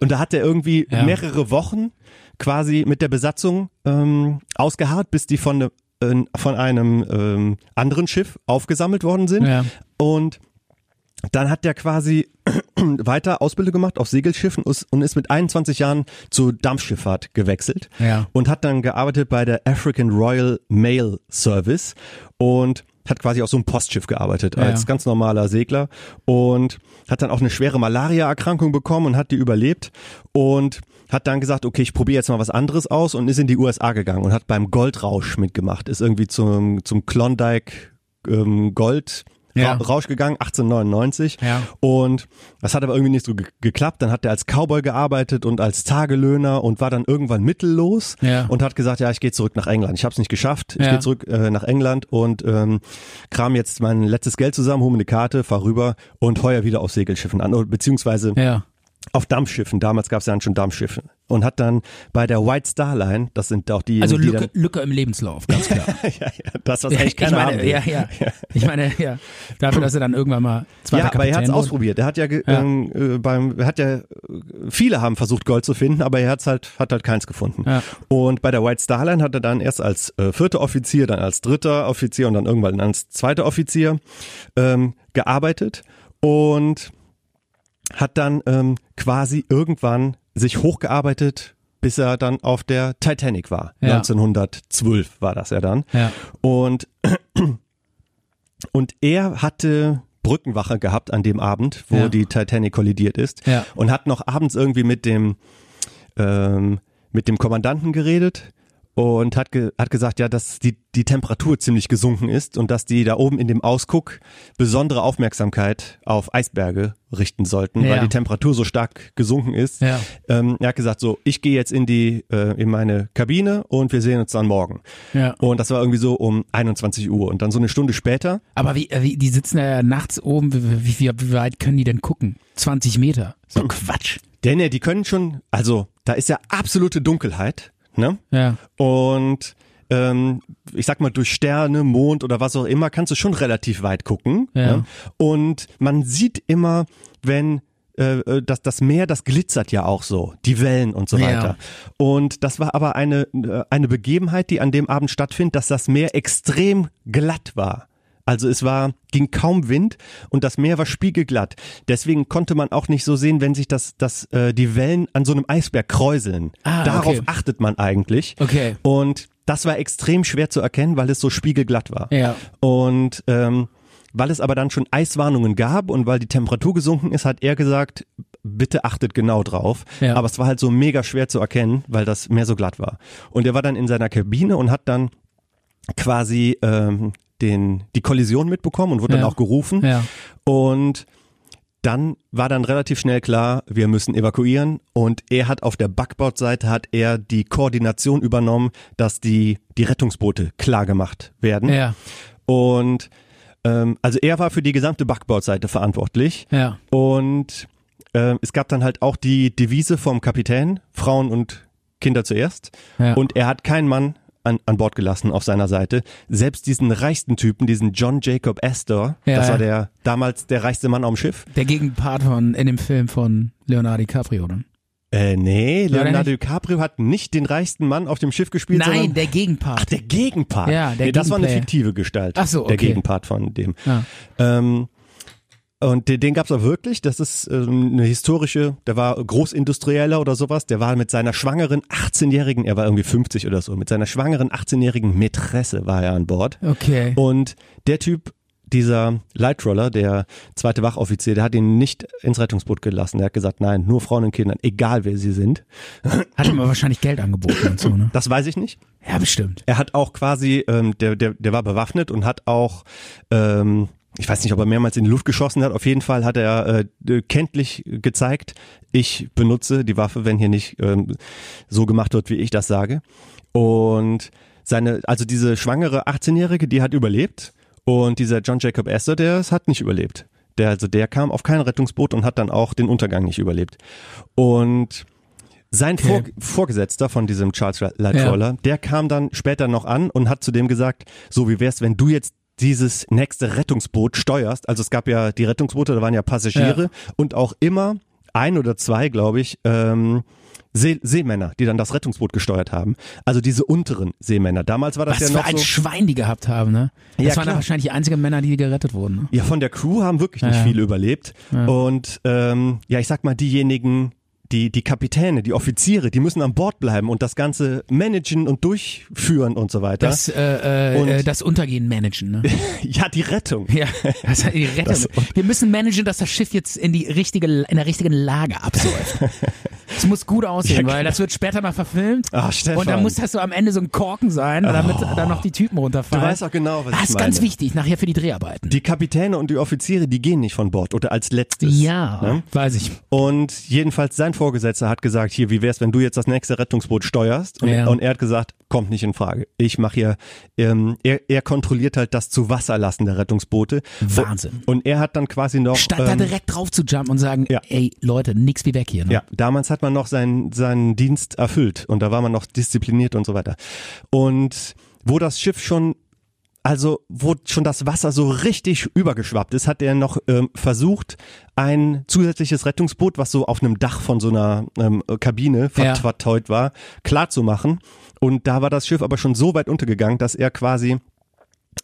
[SPEAKER 1] Und da hat er irgendwie
[SPEAKER 2] Ja.
[SPEAKER 1] mehrere Wochen quasi mit der Besatzung ähm, ausgeharrt, bis die von, ne, äh, von einem ähm, anderen Schiff aufgesammelt worden sind.
[SPEAKER 2] Ja.
[SPEAKER 1] Und dann hat der quasi weiter Ausbildung gemacht auf Segelschiffen us- und ist mit 21 Jahren zur Dampfschifffahrt gewechselt
[SPEAKER 2] Ja.
[SPEAKER 1] und hat dann gearbeitet bei der African Royal Mail Service und hat quasi auf so einem Postschiff gearbeitet,
[SPEAKER 2] Ja,
[SPEAKER 1] als
[SPEAKER 2] ja.
[SPEAKER 1] ganz normaler Segler und hat dann auch eine schwere Malaria-Erkrankung bekommen und hat die überlebt und hat dann gesagt, okay, ich probiere jetzt mal was anderes aus und ist in die USA gegangen und hat beim Goldrausch mitgemacht, ist irgendwie zum, zum Klondike ähm, Gold
[SPEAKER 2] Ja.
[SPEAKER 1] Ra- Rausch gegangen, 1899.
[SPEAKER 2] Ja.
[SPEAKER 1] Und das hat aber irgendwie nicht so ge geklappt. Dann hat er als Cowboy gearbeitet und als Tagelöhner und war dann irgendwann mittellos
[SPEAKER 2] Ja.
[SPEAKER 1] und hat gesagt, ja, ich gehe zurück nach England. Ich habe es nicht geschafft. Ich
[SPEAKER 2] Ja.
[SPEAKER 1] gehe zurück äh, nach England und ähm, kram jetzt mein letztes Geld zusammen, hole mir eine Karte, fahr rüber und heuer wieder auf Segelschiffen an, oder beziehungsweise
[SPEAKER 2] Ja.
[SPEAKER 1] auf Dampfschiffen. Damals gab es ja dann schon Dampfschiffe. Und hat dann bei der White Star Line, das sind auch die,
[SPEAKER 2] Also
[SPEAKER 1] die
[SPEAKER 2] Lücke, Lücke im Lebenslauf, ganz klar.
[SPEAKER 1] dann, ja, ja, das was eigentlich keiner
[SPEAKER 2] ich meine,
[SPEAKER 1] haben will.
[SPEAKER 2] ja, ja. Ich meine, ja. Dafür, dass er dann irgendwann mal zweiter
[SPEAKER 1] Ja, aber
[SPEAKER 2] Kapitän
[SPEAKER 1] er hat es
[SPEAKER 2] wurde.
[SPEAKER 1] ausprobiert. Er hat ja, ge- Ähm, äh, beim, er hat ja, äh, viele haben versucht Gold zu finden, aber er hat's halt, hat halt keins gefunden.
[SPEAKER 2] Ja.
[SPEAKER 1] Und bei der White Star Line hat er dann erst als äh, vierter Offizier, dann als dritter Offizier und dann irgendwann als zweiter Offizier ähm, gearbeitet und hat dann ähm, quasi irgendwann sich hochgearbeitet, bis er dann auf der Titanic war.
[SPEAKER 2] Ja.
[SPEAKER 1] 1912 war das ja dann.
[SPEAKER 2] Ja.
[SPEAKER 1] Und und er hatte Brückenwache gehabt an dem Abend, wo
[SPEAKER 2] Ja.
[SPEAKER 1] die Titanic kollidiert ist.
[SPEAKER 2] Ja.
[SPEAKER 1] Und hat noch abends irgendwie mit dem, ähm, mit dem Kommandanten geredet und hat, ge hat gesagt, ja, dass die, die Temperatur ziemlich gesunken ist und dass die da oben in dem Ausguck besondere Aufmerksamkeit auf Eisberge richten sollten,
[SPEAKER 2] Ja.
[SPEAKER 1] weil die Temperatur so stark gesunken ist.
[SPEAKER 2] Ja.
[SPEAKER 1] Ähm, er hat gesagt, so, ich gehe jetzt in die, äh, in meine Kabine und wir sehen uns dann morgen.
[SPEAKER 2] Ja.
[SPEAKER 1] Und das war irgendwie so um 21 Uhr. Und dann so eine Stunde später
[SPEAKER 2] Aber wie, äh, wie, die sitzen ja nachts oben, wie, wie, wie weit können die denn gucken? 20 Meter. So Quatsch.
[SPEAKER 1] Denn ja, die können schon, also da ist ja absolute Dunkelheit, ne?
[SPEAKER 2] Ja.
[SPEAKER 1] Und ähm, ich sag mal, durch Sterne, Mond oder was auch immer, kannst du schon relativ weit gucken.
[SPEAKER 2] Ja.
[SPEAKER 1] Ne? Und man sieht immer, wenn äh, das, das Meer, das glitzert ja auch so, die Wellen und so
[SPEAKER 2] Ja.
[SPEAKER 1] weiter. Und das war aber eine, äh, eine Begebenheit, die an dem Abend stattfindet, dass das Meer extrem glatt war. Also es war, ging kaum Wind und das Meer war spiegelglatt. Deswegen konnte man auch nicht so sehen, wenn sich das, das, äh, die Wellen an so einem Eisberg kräuseln.
[SPEAKER 2] Ah,
[SPEAKER 1] Darauf
[SPEAKER 2] okay.
[SPEAKER 1] achtet man eigentlich.
[SPEAKER 2] Okay.
[SPEAKER 1] Und das war extrem schwer zu erkennen, weil es so spiegelglatt war.
[SPEAKER 2] Ja.
[SPEAKER 1] Und ähm, weil es aber dann schon Eiswarnungen gab und weil die Temperatur gesunken ist, hat er gesagt, bitte achtet genau drauf.
[SPEAKER 2] Ja.
[SPEAKER 1] Aber es war halt so mega schwer zu erkennen, weil das Meer so glatt war. Und er war dann in seiner Kabine und hat dann quasi ähm, den, die Kollision mitbekommen und wurde
[SPEAKER 2] Ja.
[SPEAKER 1] dann auch gerufen.
[SPEAKER 2] Ja.
[SPEAKER 1] Und dann war dann relativ schnell klar, wir müssen evakuieren und er hat auf der Backbordseite hat er die Koordination übernommen, dass die die Rettungsboote klar gemacht werden.
[SPEAKER 2] Ja.
[SPEAKER 1] Und ähm, also er war für die gesamte Backbordseite verantwortlich
[SPEAKER 2] Ja.
[SPEAKER 1] und ähm, es gab dann halt auch die Devise vom Kapitän, Frauen und Kinder zuerst.
[SPEAKER 2] Ja.
[SPEAKER 1] Und er hat keinen Mann an, an Bord gelassen auf seiner Seite. Selbst diesen reichsten Typen, diesen John Jacob Astor,
[SPEAKER 2] Ja,
[SPEAKER 1] das war
[SPEAKER 2] ja.
[SPEAKER 1] der damals der reichste Mann auf dem Schiff.
[SPEAKER 2] Der Gegenpart von, in dem Film von Leonardo DiCaprio. Ne?
[SPEAKER 1] Äh, nee,
[SPEAKER 2] War der
[SPEAKER 1] Leonardo
[SPEAKER 2] nicht?
[SPEAKER 1] DiCaprio hat nicht den reichsten Mann auf dem Schiff gespielt,
[SPEAKER 2] Nein,
[SPEAKER 1] sondern
[SPEAKER 2] der Gegenpart.
[SPEAKER 1] ach, der Gegenpart.
[SPEAKER 2] Ja, der
[SPEAKER 1] nee, das war eine
[SPEAKER 2] Gegenplayer.
[SPEAKER 1] fiktive Gestalt.
[SPEAKER 2] Ach so,
[SPEAKER 1] Der
[SPEAKER 2] okay.
[SPEAKER 1] Gegenpart von dem.
[SPEAKER 2] Ja.
[SPEAKER 1] Ähm, und den, den gab's auch wirklich. Das ist ähm, eine historische, der war Großindustrieller oder sowas. Der war mit seiner schwangeren 18-jährigen, er war irgendwie 50 oder so, mit seiner schwangeren 18-jährigen Mätresse war er an Bord.
[SPEAKER 2] Okay.
[SPEAKER 1] Und der Typ, dieser Lightroller, der zweite Wachoffizier, der hat ihn nicht ins Rettungsboot gelassen. Der hat gesagt, nein, nur Frauen und Kindern, egal wer sie sind.
[SPEAKER 2] Hat ihm aber wahrscheinlich Geld angeboten und so, ne?
[SPEAKER 1] Das weiß ich nicht.
[SPEAKER 2] Ja, bestimmt.
[SPEAKER 1] Er hat auch quasi, ähm, der, der, der war bewaffnet und hat auch, ähm, ich weiß nicht, ob er mehrmals in die Luft geschossen hat, auf jeden Fall hat er äh, kenntlich gezeigt, ich benutze die Waffe, wenn hier nicht ähm, so gemacht wird, wie ich das sage. Und seine, also diese schwangere 18-Jährige, die hat überlebt und dieser John Jacob Astor, der es hat nicht überlebt. Der, also der kam auf kein Rettungsboot und hat dann auch den Untergang nicht überlebt. Und sein
[SPEAKER 2] Okay.
[SPEAKER 1] Vor Vorgesetzter von diesem Charles Lightroller, der kam dann später noch an und hat zu dem gesagt, so wie wär's, wenn du jetzt dieses nächste Rettungsboot steuerst. Also es gab ja die Rettungsboote, da waren ja Passagiere und auch immer ein oder zwei, glaube ich, ähm, See Seemänner, die dann das Rettungsboot gesteuert haben. Also diese unteren Seemänner. Damals war das
[SPEAKER 2] Was
[SPEAKER 1] ja
[SPEAKER 2] für
[SPEAKER 1] noch
[SPEAKER 2] ein
[SPEAKER 1] so.
[SPEAKER 2] Schwein die gehabt haben, ne? Das
[SPEAKER 1] Ja,
[SPEAKER 2] waren
[SPEAKER 1] klar.
[SPEAKER 2] ja wahrscheinlich die einzigen Männer, die gerettet wurden. Ne?
[SPEAKER 1] Ja, von der Crew haben wirklich nicht
[SPEAKER 2] Ja.
[SPEAKER 1] viele überlebt.
[SPEAKER 2] Ja.
[SPEAKER 1] Und ähm, ja, ich sag mal, diejenigen, die, die Kapitäne, die Offiziere, die müssen an Bord bleiben und das Ganze managen und durchführen und so weiter.
[SPEAKER 2] Das, äh, äh,
[SPEAKER 1] Und-
[SPEAKER 2] äh, das Untergehen managen, ne?
[SPEAKER 1] ja, die Rettung.
[SPEAKER 2] Ja, das, die Rettung.
[SPEAKER 1] Das-
[SPEAKER 2] wir müssen managen, dass das Schiff jetzt in die richtige, in der richtigen Lage absäuft. Es muss gut aussehen,
[SPEAKER 1] Ja,
[SPEAKER 2] weil das wird später mal verfilmt.
[SPEAKER 1] Ach, Stefan. Oh.
[SPEAKER 2] Und da muss das so am Ende so ein Korken sein, damit dann noch die Typen runterfallen.
[SPEAKER 1] Du weißt auch genau, was
[SPEAKER 2] das
[SPEAKER 1] ich
[SPEAKER 2] ist ganz
[SPEAKER 1] meine.
[SPEAKER 2] wichtig, nachher für die Dreharbeiten.
[SPEAKER 1] Die Kapitäne und die Offiziere, die gehen nicht von Bord oder als letztes.
[SPEAKER 2] ja,
[SPEAKER 1] Ne?
[SPEAKER 2] weiß ich.
[SPEAKER 1] Und jedenfalls sein Vorgesetzter hat gesagt, hier, wie wär's, wenn du jetzt das nächste Rettungsboot steuerst? Und,
[SPEAKER 2] Ja.
[SPEAKER 1] und er hat gesagt, kommt nicht in Frage. Ich mache hier, ähm, er, er kontrolliert halt das zu Wasser lassen der Rettungsboote.
[SPEAKER 2] Wahnsinn.
[SPEAKER 1] Und er hat dann quasi noch...
[SPEAKER 2] Statt da
[SPEAKER 1] ähm,
[SPEAKER 2] direkt drauf zu jumpen und sagen,
[SPEAKER 1] ja.
[SPEAKER 2] ey Leute, nix wie weg hier. Ne?
[SPEAKER 1] ja, damals hat man noch seinen, seinen Dienst erfüllt und da war man noch diszipliniert und so weiter. Und wo das Schiff schon, also wo schon das Wasser so richtig übergeschwappt ist, hat er noch ähm, versucht, ein zusätzliches Rettungsboot, was so auf einem Dach von so einer ähm, Kabine ver
[SPEAKER 2] Ja.
[SPEAKER 1] verteut war, klarzumachen. Und da war das Schiff aber schon so weit untergegangen, dass er quasi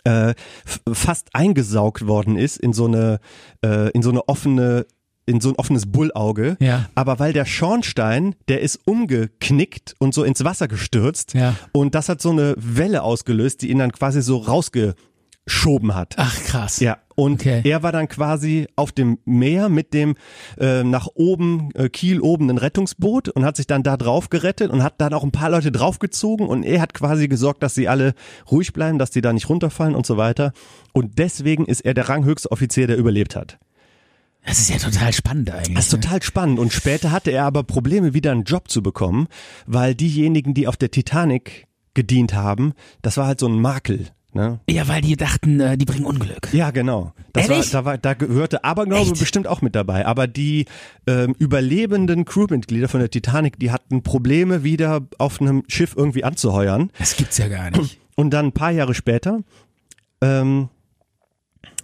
[SPEAKER 1] äh, f- fast eingesaugt worden ist in so eine äh, in so eine offene in so ein offenes Bullauge.
[SPEAKER 2] Ja.
[SPEAKER 1] Aber weil der Schornstein, der ist umgeknickt und so ins Wasser gestürzt.
[SPEAKER 2] Ja.
[SPEAKER 1] Und das hat so eine Welle ausgelöst, die ihn dann quasi so rausgeschoben hat.
[SPEAKER 2] Ach krass.
[SPEAKER 1] Ja, und
[SPEAKER 2] Okay.
[SPEAKER 1] er war dann quasi auf dem Meer mit dem äh, nach oben, äh, Kiel oben, ein Rettungsboot und hat sich dann da drauf gerettet und hat dann auch ein paar Leute draufgezogen und er hat quasi gesorgt, dass sie alle ruhig bleiben, dass die da nicht runterfallen und so weiter. Und deswegen ist er der ranghöchste Offizier, der überlebt hat.
[SPEAKER 2] Das ist ja total spannend eigentlich. ne?
[SPEAKER 1] Das ist total spannend. Und später hatte er aber Probleme, wieder einen Job zu bekommen, weil diejenigen, die auf der Titanic gedient haben, das war halt so ein Makel. Ne?
[SPEAKER 2] ja, weil die dachten, äh, die bringen Unglück.
[SPEAKER 1] Ja, genau. Das war,
[SPEAKER 2] Ehrlich?
[SPEAKER 1] da, war, da gehörte Aberglaube
[SPEAKER 2] Echt?
[SPEAKER 1] bestimmt auch mit dabei. Aber die ähm, überlebenden Crewmitglieder von der Titanic, die hatten Probleme, wieder auf einem Schiff irgendwie anzuheuern.
[SPEAKER 2] Das gibt's ja gar nicht.
[SPEAKER 1] Und dann ein paar Jahre später ähm,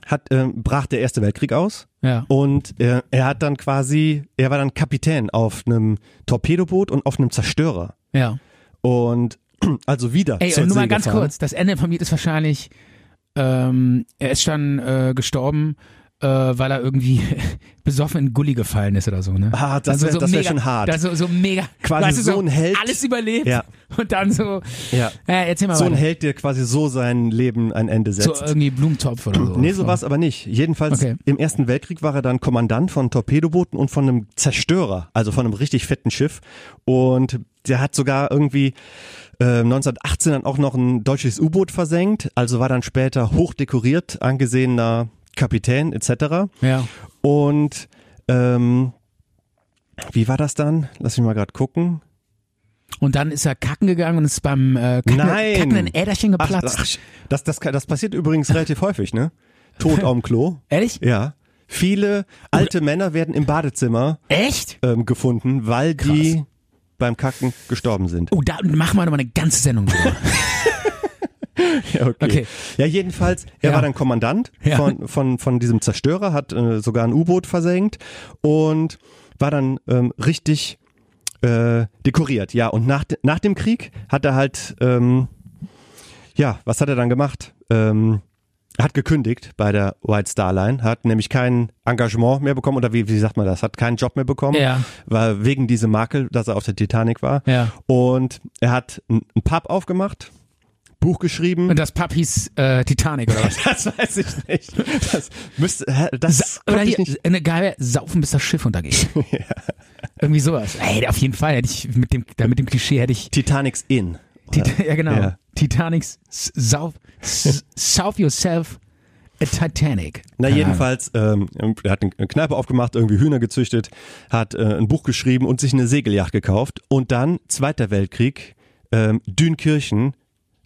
[SPEAKER 1] hat, ähm, brach der Erste Weltkrieg aus.
[SPEAKER 2] Ja.
[SPEAKER 1] Und äh, er hat dann quasi, er war dann Kapitän auf einem Torpedoboot und auf einem Zerstörer.
[SPEAKER 2] Ja.
[SPEAKER 1] Und also wieder
[SPEAKER 2] Ey,
[SPEAKER 1] zur
[SPEAKER 2] und nur mal
[SPEAKER 1] See
[SPEAKER 2] ganz
[SPEAKER 1] gefahren.
[SPEAKER 2] kurz, das Ende vom Lied ist wahrscheinlich, ähm, er ist dann äh, gestorben, äh, weil er irgendwie besoffen in Gully gefallen ist oder so, ne?
[SPEAKER 1] Ah, das wär- das wär
[SPEAKER 2] mega-
[SPEAKER 1] schon hart.
[SPEAKER 2] Das so, so mega,
[SPEAKER 1] Quasi
[SPEAKER 2] weißt du,
[SPEAKER 1] so ein Held.
[SPEAKER 2] Alles überlebt
[SPEAKER 1] Ja.
[SPEAKER 2] und dann so,
[SPEAKER 1] Ja.
[SPEAKER 2] äh, erzähl mal
[SPEAKER 1] So ein
[SPEAKER 2] weiter.
[SPEAKER 1] Held, der quasi so sein Leben ein Ende setzt.
[SPEAKER 2] So irgendwie Blumentopf oder so.
[SPEAKER 1] Nee, so war es aber nicht. Jedenfalls
[SPEAKER 2] Okay.
[SPEAKER 1] im Ersten Weltkrieg war er dann Kommandant von Torpedobooten und von einem Zerstörer, also von einem richtig fetten Schiff. Und der hat sogar irgendwie äh, 1918 dann auch noch ein deutsches U-Boot versenkt, also war dann später hochdekoriert, angesehener Kapitän etc.
[SPEAKER 2] Ja.
[SPEAKER 1] Und ähm, wie war das dann? Lass mich mal gerade gucken.
[SPEAKER 2] Und dann ist er kacken gegangen und ist beim äh, kackenden,
[SPEAKER 1] Nein.
[SPEAKER 2] kackenden Äderchen
[SPEAKER 1] Ach,
[SPEAKER 2] geplatzt.
[SPEAKER 1] ach, das, das, das passiert übrigens relativ häufig, ne? Tod am Klo.
[SPEAKER 2] Ehrlich?
[SPEAKER 1] Ja. Viele alte Männer werden im Badezimmer
[SPEAKER 2] Echt?
[SPEAKER 1] ähm, gefunden, weil die beim Kacken gestorben sind.
[SPEAKER 2] Oh, da machen wir nochmal eine ganze Sendung drüber.
[SPEAKER 1] Ja, okay.
[SPEAKER 2] Okay.
[SPEAKER 1] Ja, jedenfalls, er
[SPEAKER 2] Ja.
[SPEAKER 1] war dann Kommandant
[SPEAKER 2] Ja.
[SPEAKER 1] von, von, von diesem Zerstörer, hat äh, sogar ein U-Boot versenkt und war dann ähm, richtig äh, dekoriert. Ja, und nach, de- nach dem Krieg hat er halt, ähm, ja, was hat er dann gemacht? Ähm, er hat gekündigt bei der White Star Line, hat nämlich kein Engagement mehr bekommen oder wie, wie sagt man das, hat keinen Job mehr bekommen,
[SPEAKER 2] Ja.
[SPEAKER 1] weil wegen diesem Makel, dass er auf der Titanic war.
[SPEAKER 2] Ja.
[SPEAKER 1] Und er hat einen einen Pub aufgemacht, Buch geschrieben.
[SPEAKER 2] und das Papp hieß äh, Titanic oder was?
[SPEAKER 1] Das weiß ich nicht. Das müsste, hä, das
[SPEAKER 2] Oder
[SPEAKER 1] konnte
[SPEAKER 2] hier,
[SPEAKER 1] ich nicht.
[SPEAKER 2] eine geile Saufen, bis das Schiff untergeht. Irgendwie sowas. Ey, auf jeden Fall hätte ich mit dem, da mit dem Klischee hätte ich.
[SPEAKER 1] Titanics in.
[SPEAKER 2] Tit ja, genau.
[SPEAKER 1] Ja.
[SPEAKER 2] Titanics s- Sauf, s- Sauf yourself a Titanic.
[SPEAKER 1] Na
[SPEAKER 2] Keine
[SPEAKER 1] jedenfalls, ähm, er hat eine Kneipe aufgemacht, irgendwie Hühner gezüchtet, hat äh, ein Buch geschrieben und sich eine Segeljacht gekauft. Und dann, Zweiter Weltkrieg, ähm, Dünkirchen,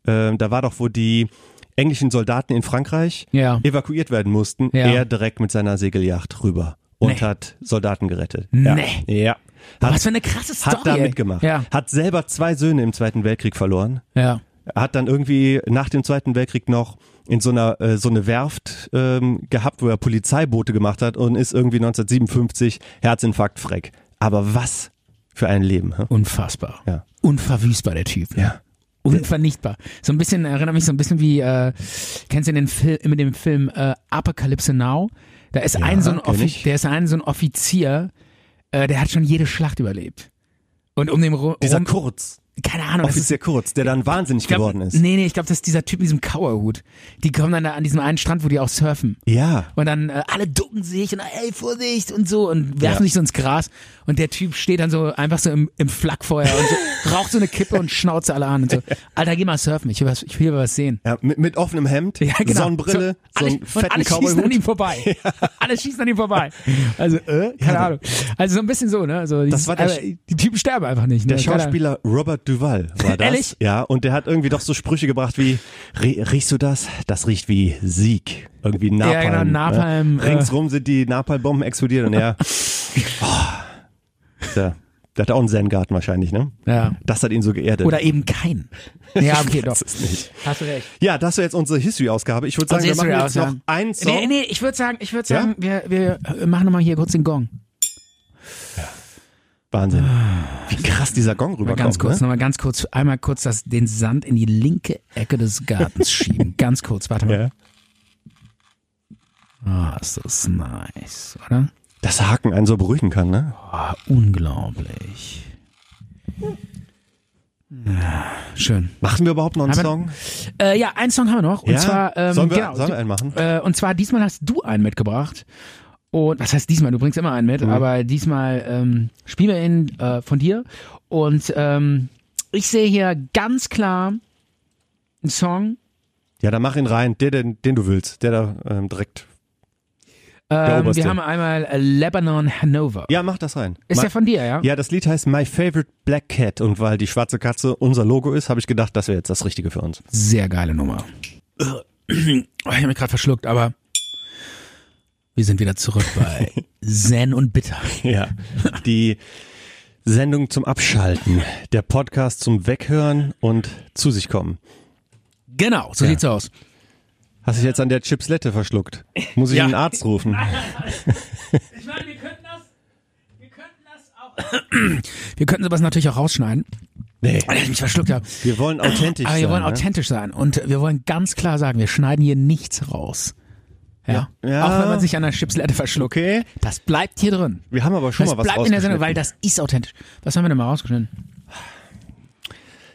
[SPEAKER 1] ähm, da war doch, wo die englischen Soldaten in Frankreich
[SPEAKER 2] Ja.
[SPEAKER 1] evakuiert werden mussten,
[SPEAKER 2] Ja.
[SPEAKER 1] er direkt mit seiner Segeljacht rüber und
[SPEAKER 2] Nee.
[SPEAKER 1] hat Soldaten gerettet.
[SPEAKER 2] Nee.
[SPEAKER 1] Ja.
[SPEAKER 2] Ahnung.
[SPEAKER 1] Hat,
[SPEAKER 2] Was für eine krasse Story.
[SPEAKER 1] hat da
[SPEAKER 2] ey.
[SPEAKER 1] mitgemacht.
[SPEAKER 2] Ja,
[SPEAKER 1] Hat selber zwei Söhne im Zweiten Weltkrieg verloren.
[SPEAKER 2] ja.
[SPEAKER 1] Er hat dann irgendwie nach dem Zweiten Weltkrieg noch in so einer äh, so eine Werft ähm, gehabt, wo er Polizeiboote gemacht hat und ist irgendwie 1957 Herzinfarkt freck. Aber was für ein Leben. Hä?
[SPEAKER 2] Unfassbar.
[SPEAKER 1] Ja.
[SPEAKER 2] Unverwüstbar, der Typ. Ne?
[SPEAKER 1] Ja.
[SPEAKER 2] Unvernichtbar. So ein bisschen, erinnert mich so ein bisschen wie, äh, kennst du den Film, mit dem Film äh, Apokalypse Now? Da ist ein so ein
[SPEAKER 1] kenn
[SPEAKER 2] Offi
[SPEAKER 1] ich.
[SPEAKER 2] der ist ein so ein Offizier, Äh, der hat schon jede Schlacht überlebt. Und um den Ru-
[SPEAKER 1] Dieser
[SPEAKER 2] rum,
[SPEAKER 1] Kurz,
[SPEAKER 2] keine Ahnung, das ist
[SPEAKER 1] Offizier Kurz, der dann wahnsinnig
[SPEAKER 2] ich glaub,
[SPEAKER 1] geworden ist.
[SPEAKER 2] Nee, nee, ich glaube, das ist dieser Typ mit diesem Kauerhut. Die kommen dann da an diesem einen Strand, wo die auch surfen.
[SPEAKER 1] Ja.
[SPEAKER 2] Und dann äh, alle ducken sich und ey, Vorsicht und so und werfen
[SPEAKER 1] Ja.
[SPEAKER 2] sich so ins Gras. Und der Typ steht dann so einfach so im, im Flakfeuer und so, raucht so eine Kippe und schnauzt alle an und so. Alter, geh mal surfen, ich will was, ich will was sehen.
[SPEAKER 1] Ja, mit, mit offenem Hemd,
[SPEAKER 2] Ja, genau.
[SPEAKER 1] Sonnenbrille, so,
[SPEAKER 2] alle,
[SPEAKER 1] einen
[SPEAKER 2] und
[SPEAKER 1] fetten
[SPEAKER 2] alle schießen an
[SPEAKER 1] Cowboyhut.
[SPEAKER 2] ihm vorbei. Alle schießen an ihm vorbei. Also, äh, keine
[SPEAKER 1] Ja, genau.
[SPEAKER 2] Ahnung. Also so ein bisschen so, ne? So, dieses-
[SPEAKER 1] war der
[SPEAKER 2] aber
[SPEAKER 1] Sch-
[SPEAKER 2] die Typen sterben einfach nicht. Ne?
[SPEAKER 1] Der
[SPEAKER 2] Keine Ahnung.
[SPEAKER 1] Schauspieler Robert Duval war das.
[SPEAKER 2] Ehrlich?
[SPEAKER 1] Ja, und der hat irgendwie doch so Sprüche gebracht wie, "Rie- riechst du das? Das riecht wie Sieg. Irgendwie Napalm.
[SPEAKER 2] Ja, genau, Napalm,
[SPEAKER 1] Ne?
[SPEAKER 2] äh.
[SPEAKER 1] Ringsrum sind die Napalmbomben explodiert und er, oh, der, der hat auch einen Zen-Garten wahrscheinlich, ne?
[SPEAKER 2] Ja.
[SPEAKER 1] Das hat ihn so geerdet.
[SPEAKER 2] Oder eben kein. Ja, okay, doch.
[SPEAKER 1] Das ist nicht.
[SPEAKER 2] Hast du recht.
[SPEAKER 1] Ja, das war jetzt unsere History-Ausgabe. Ich würde sagen,
[SPEAKER 2] Also
[SPEAKER 1] wir machen
[SPEAKER 2] History
[SPEAKER 1] jetzt noch
[SPEAKER 2] aussagen.
[SPEAKER 1] einen Song.
[SPEAKER 2] Nee, nee, ich würde sagen, ich würde
[SPEAKER 1] Ja?
[SPEAKER 2] sagen, wir, wir äh, machen nochmal hier kurz den Gong.
[SPEAKER 1] Wahnsinn. Wie krass dieser Gong
[SPEAKER 2] Mal
[SPEAKER 1] rüberkommt.
[SPEAKER 2] ganz kurz,
[SPEAKER 1] ne?
[SPEAKER 2] nochmal ganz kurz, einmal kurz das, den Sand in die linke Ecke des Gartens schieben. Ganz kurz, warte mal.
[SPEAKER 1] Ja.
[SPEAKER 2] Ah, ist das nice, oder?
[SPEAKER 1] Dass Haken einen so beruhigen kann, ne?
[SPEAKER 2] Ah, unglaublich. Ja, schön.
[SPEAKER 1] Machen wir überhaupt noch einen
[SPEAKER 2] Aber-
[SPEAKER 1] Song?
[SPEAKER 2] Äh, ja, einen Song haben wir noch. Und
[SPEAKER 1] Ja?
[SPEAKER 2] zwar, ähm,
[SPEAKER 1] Sollen wir-
[SPEAKER 2] genau,
[SPEAKER 1] sollen wir einen machen?
[SPEAKER 2] Äh, und zwar diesmal hast du einen mitgebracht. Und was heißt diesmal? Du bringst immer einen mit,
[SPEAKER 1] Mhm.
[SPEAKER 2] aber diesmal ähm, spielen wir ihn äh, von dir. Und ähm, ich sehe hier ganz klar einen Song.
[SPEAKER 1] Ja, dann mach ihn rein, der, den, den du willst, der da ähm, direkt.
[SPEAKER 2] Ähm,
[SPEAKER 1] oberste.
[SPEAKER 2] wir haben einmal äh, Lebanon Hanover.
[SPEAKER 1] Ja, mach das rein.
[SPEAKER 2] Ist
[SPEAKER 1] Ma-
[SPEAKER 2] der von dir, ja?
[SPEAKER 1] ja, das Lied heißt My Favorite Black Cat und weil die schwarze Katze unser Logo ist, habe ich gedacht, das wäre jetzt das Richtige für uns.
[SPEAKER 2] Sehr geile Nummer. Oh, Ich habe mich gerade verschluckt, aber wir sind wieder zurück bei Zen und Bitter.
[SPEAKER 1] Ja. Die Sendung zum Abschalten, der Podcast zum Weghören und zu sich kommen.
[SPEAKER 2] Genau, so
[SPEAKER 1] Ja.
[SPEAKER 2] sieht's aus.
[SPEAKER 1] Hast dich jetzt an der Chipslette verschluckt? Muss ich
[SPEAKER 2] Ja.
[SPEAKER 1] einen Arzt rufen?
[SPEAKER 2] Ich meine, wir könnten das, wir könnten das auch. wir könnten sowas natürlich auch rausschneiden,
[SPEAKER 1] Nee.
[SPEAKER 2] weil ich mich verschluckt habe.
[SPEAKER 1] Wir wollen authentisch
[SPEAKER 2] Aber Ah, wir
[SPEAKER 1] sein.
[SPEAKER 2] wollen
[SPEAKER 1] ne?
[SPEAKER 2] authentisch sein und wir wollen ganz klar sagen, wir schneiden hier nichts raus. Ja.
[SPEAKER 1] Ja.
[SPEAKER 2] Auch wenn man sich an der Chipslette verschluckt.
[SPEAKER 1] Okay.
[SPEAKER 2] Das bleibt hier drin.
[SPEAKER 1] Wir haben aber schon
[SPEAKER 2] das
[SPEAKER 1] mal was
[SPEAKER 2] bleibt in der Sendung,
[SPEAKER 1] rausgeschnitten.
[SPEAKER 2] weil das ist authentisch. Was haben wir denn mal rausgeschnitten?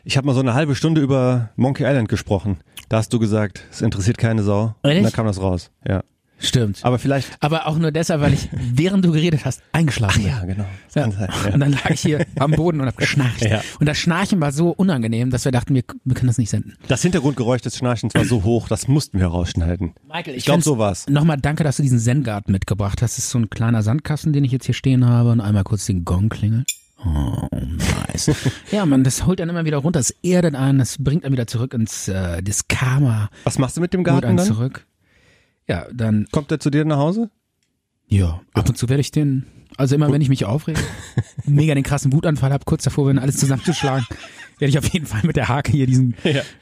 [SPEAKER 1] Ich habe mal so eine halbe Stunde über Monkey Island gesprochen. Da hast du gesagt, es interessiert keine Sau.
[SPEAKER 2] Ehrlich?
[SPEAKER 1] Und dann kam das raus. Ja.
[SPEAKER 2] Stimmt.
[SPEAKER 1] Aber vielleicht.
[SPEAKER 2] Aber auch nur deshalb, weil ich, während du geredet hast, eingeschlafen bin.
[SPEAKER 1] genau. Das
[SPEAKER 2] Ja.
[SPEAKER 1] kann sein, ja.
[SPEAKER 2] Und dann lag ich hier am Boden und hab geschnarcht.
[SPEAKER 1] Ja.
[SPEAKER 2] Und das Schnarchen war so unangenehm, dass wir dachten, wir, wir können das nicht senden.
[SPEAKER 1] Das Hintergrundgeräusch des Schnarchens war so hoch, das mussten wir rausschneiden.
[SPEAKER 2] Michael,
[SPEAKER 1] ich glaube,
[SPEAKER 2] find's-
[SPEAKER 1] so war's.
[SPEAKER 2] Nochmal danke, dass du diesen Zen-Garten mitgebracht hast. Das ist so ein kleiner Sandkasten, den ich jetzt hier stehen habe und einmal kurz den Gong klingelt. Oh, nice. ja, man, das holt dann immer wieder runter, das erdet einen, das bringt einen wieder zurück ins äh, das Karma,
[SPEAKER 1] Was machst du mit dem
[SPEAKER 2] holt
[SPEAKER 1] Garten
[SPEAKER 2] einen
[SPEAKER 1] dann?
[SPEAKER 2] zurück. Ja, dann,
[SPEAKER 1] Kommt er zu dir nach Hause?
[SPEAKER 2] ja, ab und zu werde ich den, also immer wenn ich mich aufrege, mega den krassen Wutanfall habe, kurz davor bin, alles zusammenzuschlagen, werde ich auf jeden Fall mit der Hake hier diesen,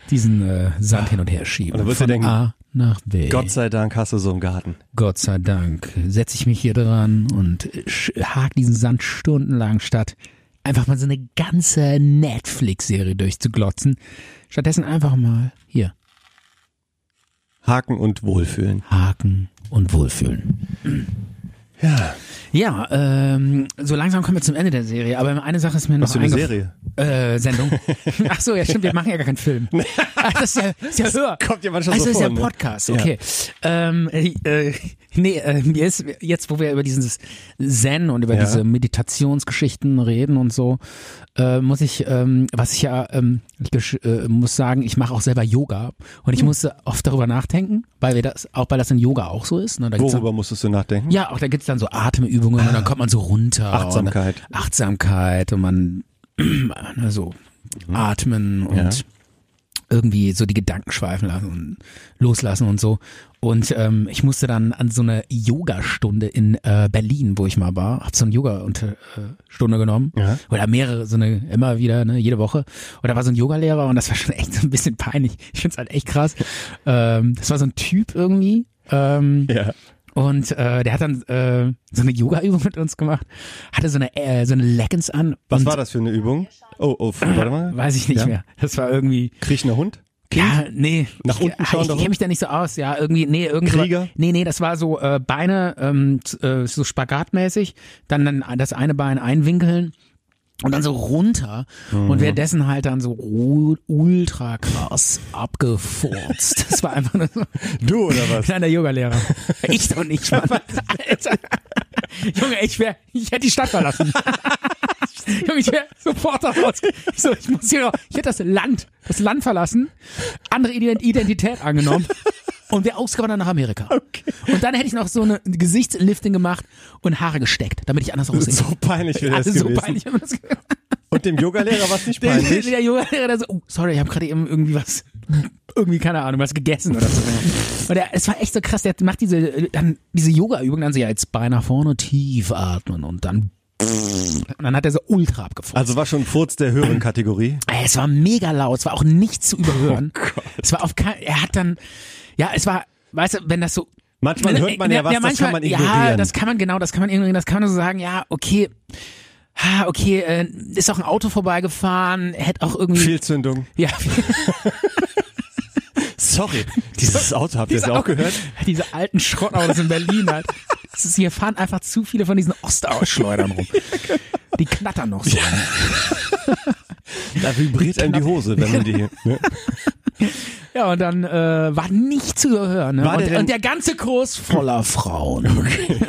[SPEAKER 2] diesen äh, Sand hin und her schieben.
[SPEAKER 1] Und dann Also wirst du
[SPEAKER 2] Von
[SPEAKER 1] denken,
[SPEAKER 2] A nach B.
[SPEAKER 1] Gott sei Dank hast du so einen Garten.
[SPEAKER 2] Gott sei Dank setze ich mich hier dran und sch- hake diesen Sand stundenlang statt einfach mal so eine ganze Netflix-Serie durchzuglotzen. Stattdessen einfach mal hier
[SPEAKER 1] Haken und Wohlfühlen.
[SPEAKER 2] haken und wohlfühlen.
[SPEAKER 1] Ja.
[SPEAKER 2] Ja, ähm, so langsam kommen wir zum Ende der Serie, aber eine Sache ist mir noch
[SPEAKER 1] Was für eine
[SPEAKER 2] eingef-
[SPEAKER 1] Serie?
[SPEAKER 2] Äh, Sendung. Ach so, ja stimmt, wir machen ja gar keinen Film. Ach, das ist ja, ist ja höher.
[SPEAKER 1] kommt ja manchmal
[SPEAKER 2] also
[SPEAKER 1] so
[SPEAKER 2] ist
[SPEAKER 1] vor,
[SPEAKER 2] ja ein
[SPEAKER 1] ne?
[SPEAKER 2] Podcast,
[SPEAKER 1] Ja.
[SPEAKER 2] okay. Ähm, äh, nee, äh, mir ist, jetzt wo wir über dieses Zen und über
[SPEAKER 1] Ja.
[SPEAKER 2] diese Meditationsgeschichten reden und so, äh, muss ich, ähm, was ich ja, ähm, ich gesch- äh, muss sagen, ich mache auch selber Yoga
[SPEAKER 1] Hm.
[SPEAKER 2] und ich musste oft darüber nachdenken, weil wir das, auch weil das in Yoga auch so ist. Ne? Da gibt's
[SPEAKER 1] Worüber musstest du nachdenken?
[SPEAKER 2] ja, auch da gibt's dann so Atemübungen und dann kommt man so runter.
[SPEAKER 1] Ah. Achtsamkeit.
[SPEAKER 2] Und Achtsamkeit und man ne, so atmen und
[SPEAKER 1] Mhm. Ja.
[SPEAKER 2] irgendwie so die Gedanken schweifen lassen und loslassen und so. Und ähm, ich musste dann an so eine Yoga-Stunde in äh, Berlin, wo ich mal war, hab so eine Yoga-Stunde genommen.
[SPEAKER 1] Ja.
[SPEAKER 2] Oder mehrere, so eine, immer wieder, ne, jede Woche. Und da war so ein Yogalehrer und das war schon echt so ein bisschen peinlich. Ich find's halt echt krass. Ähm, das war so ein Typ irgendwie. Ähm,
[SPEAKER 1] Ja.
[SPEAKER 2] und äh, der hat dann äh, so eine Yoga-Übung mit uns gemacht, hatte so eine, äh, so eine Leggings an.
[SPEAKER 1] Was
[SPEAKER 2] und
[SPEAKER 1] war das für eine Übung? Oh, oh, warte mal.
[SPEAKER 2] Weiß ich nicht
[SPEAKER 1] Ja.
[SPEAKER 2] mehr. Das war irgendwie
[SPEAKER 1] Kriechender Hund?
[SPEAKER 2] Ja, nee.
[SPEAKER 1] Nach
[SPEAKER 2] ich,
[SPEAKER 1] unten schauen, nach
[SPEAKER 2] Ich, ich kenne
[SPEAKER 1] unten?
[SPEAKER 2] mich da nicht so aus. Ja, irgendwie, nee, irgendwie.
[SPEAKER 1] Krieger?
[SPEAKER 2] Nee, nee, das war so äh, Beine, ähm, t- äh, so spagatmäßig, dann, dann das eine Bein einwinkeln und dann so runter
[SPEAKER 1] Mhm.
[SPEAKER 2] und währenddessen halt dann so u- ultra krass abgefurzt. Das war einfach nur so
[SPEAKER 1] Du oder was?
[SPEAKER 2] kleiner Yogalehrer. Ich doch nicht, Mann. Alter. Junge, ich wär, ich hätte die Stadt verlassen. Junge, ich wäre sofort da raus. Ich, so, ich, muss hier raus. ich hätte das Land, das Land verlassen, andere Ident- Identität angenommen und wäre ausgewandert nach Amerika. Und dann hätte ich noch so eine Gesichtslifting gemacht und Haare gesteckt, damit ich anders aussehe.
[SPEAKER 1] So peinlich wäre das
[SPEAKER 2] also, so
[SPEAKER 1] gewesen.
[SPEAKER 2] peinlich, wenn man das gehört.
[SPEAKER 1] Und dem Yogalehrer war es nicht
[SPEAKER 2] Der, der,
[SPEAKER 1] peinlich.
[SPEAKER 2] der Yogalehrer da so, oh, sorry, ich habe gerade eben irgendwie was, irgendwie keine Ahnung, was gegessen oder so. Und er, es war echt so krass, der macht diese, äh, dann diese Yoga-Übung, dann so, ja, jetzt Bein nach vorne, tief atmen und dann, und dann hat er so ultra abgefahren.
[SPEAKER 1] Also war schon ein Furz der höheren Kategorie.
[SPEAKER 2] Ey, Es war mega laut, es war auch nicht zu überhören.
[SPEAKER 1] Oh
[SPEAKER 2] Es war auf kein, er hat dann, ja, es war, weißt du, wenn das so.
[SPEAKER 1] Manchmal
[SPEAKER 2] wenn,
[SPEAKER 1] hört man ja was, das kann man
[SPEAKER 2] Ja,
[SPEAKER 1] ignorieren.
[SPEAKER 2] das kann man genau, das kann man ignorieren, das kann man so sagen, ja, okay, ha, okay, äh, ist auch ein Auto vorbeigefahren, hätte auch irgendwie.
[SPEAKER 1] Fehlzündung.
[SPEAKER 2] ja,
[SPEAKER 1] Sorry, dieses Auto habt ihr das ja auch gehört?
[SPEAKER 2] Diese alten Schrottautos in Berlin halt. Das ist, hier fahren einfach zu viele von diesen Ostauschleudern rum. Die knattern noch so.
[SPEAKER 1] Da vibriert einem die Hose, wenn man die hier. Ne?
[SPEAKER 2] Ja, und dann äh, war nicht zu hören. Ne?
[SPEAKER 1] War
[SPEAKER 2] und,
[SPEAKER 1] der denn-
[SPEAKER 2] und der ganze Kurs voller Frauen. Okay.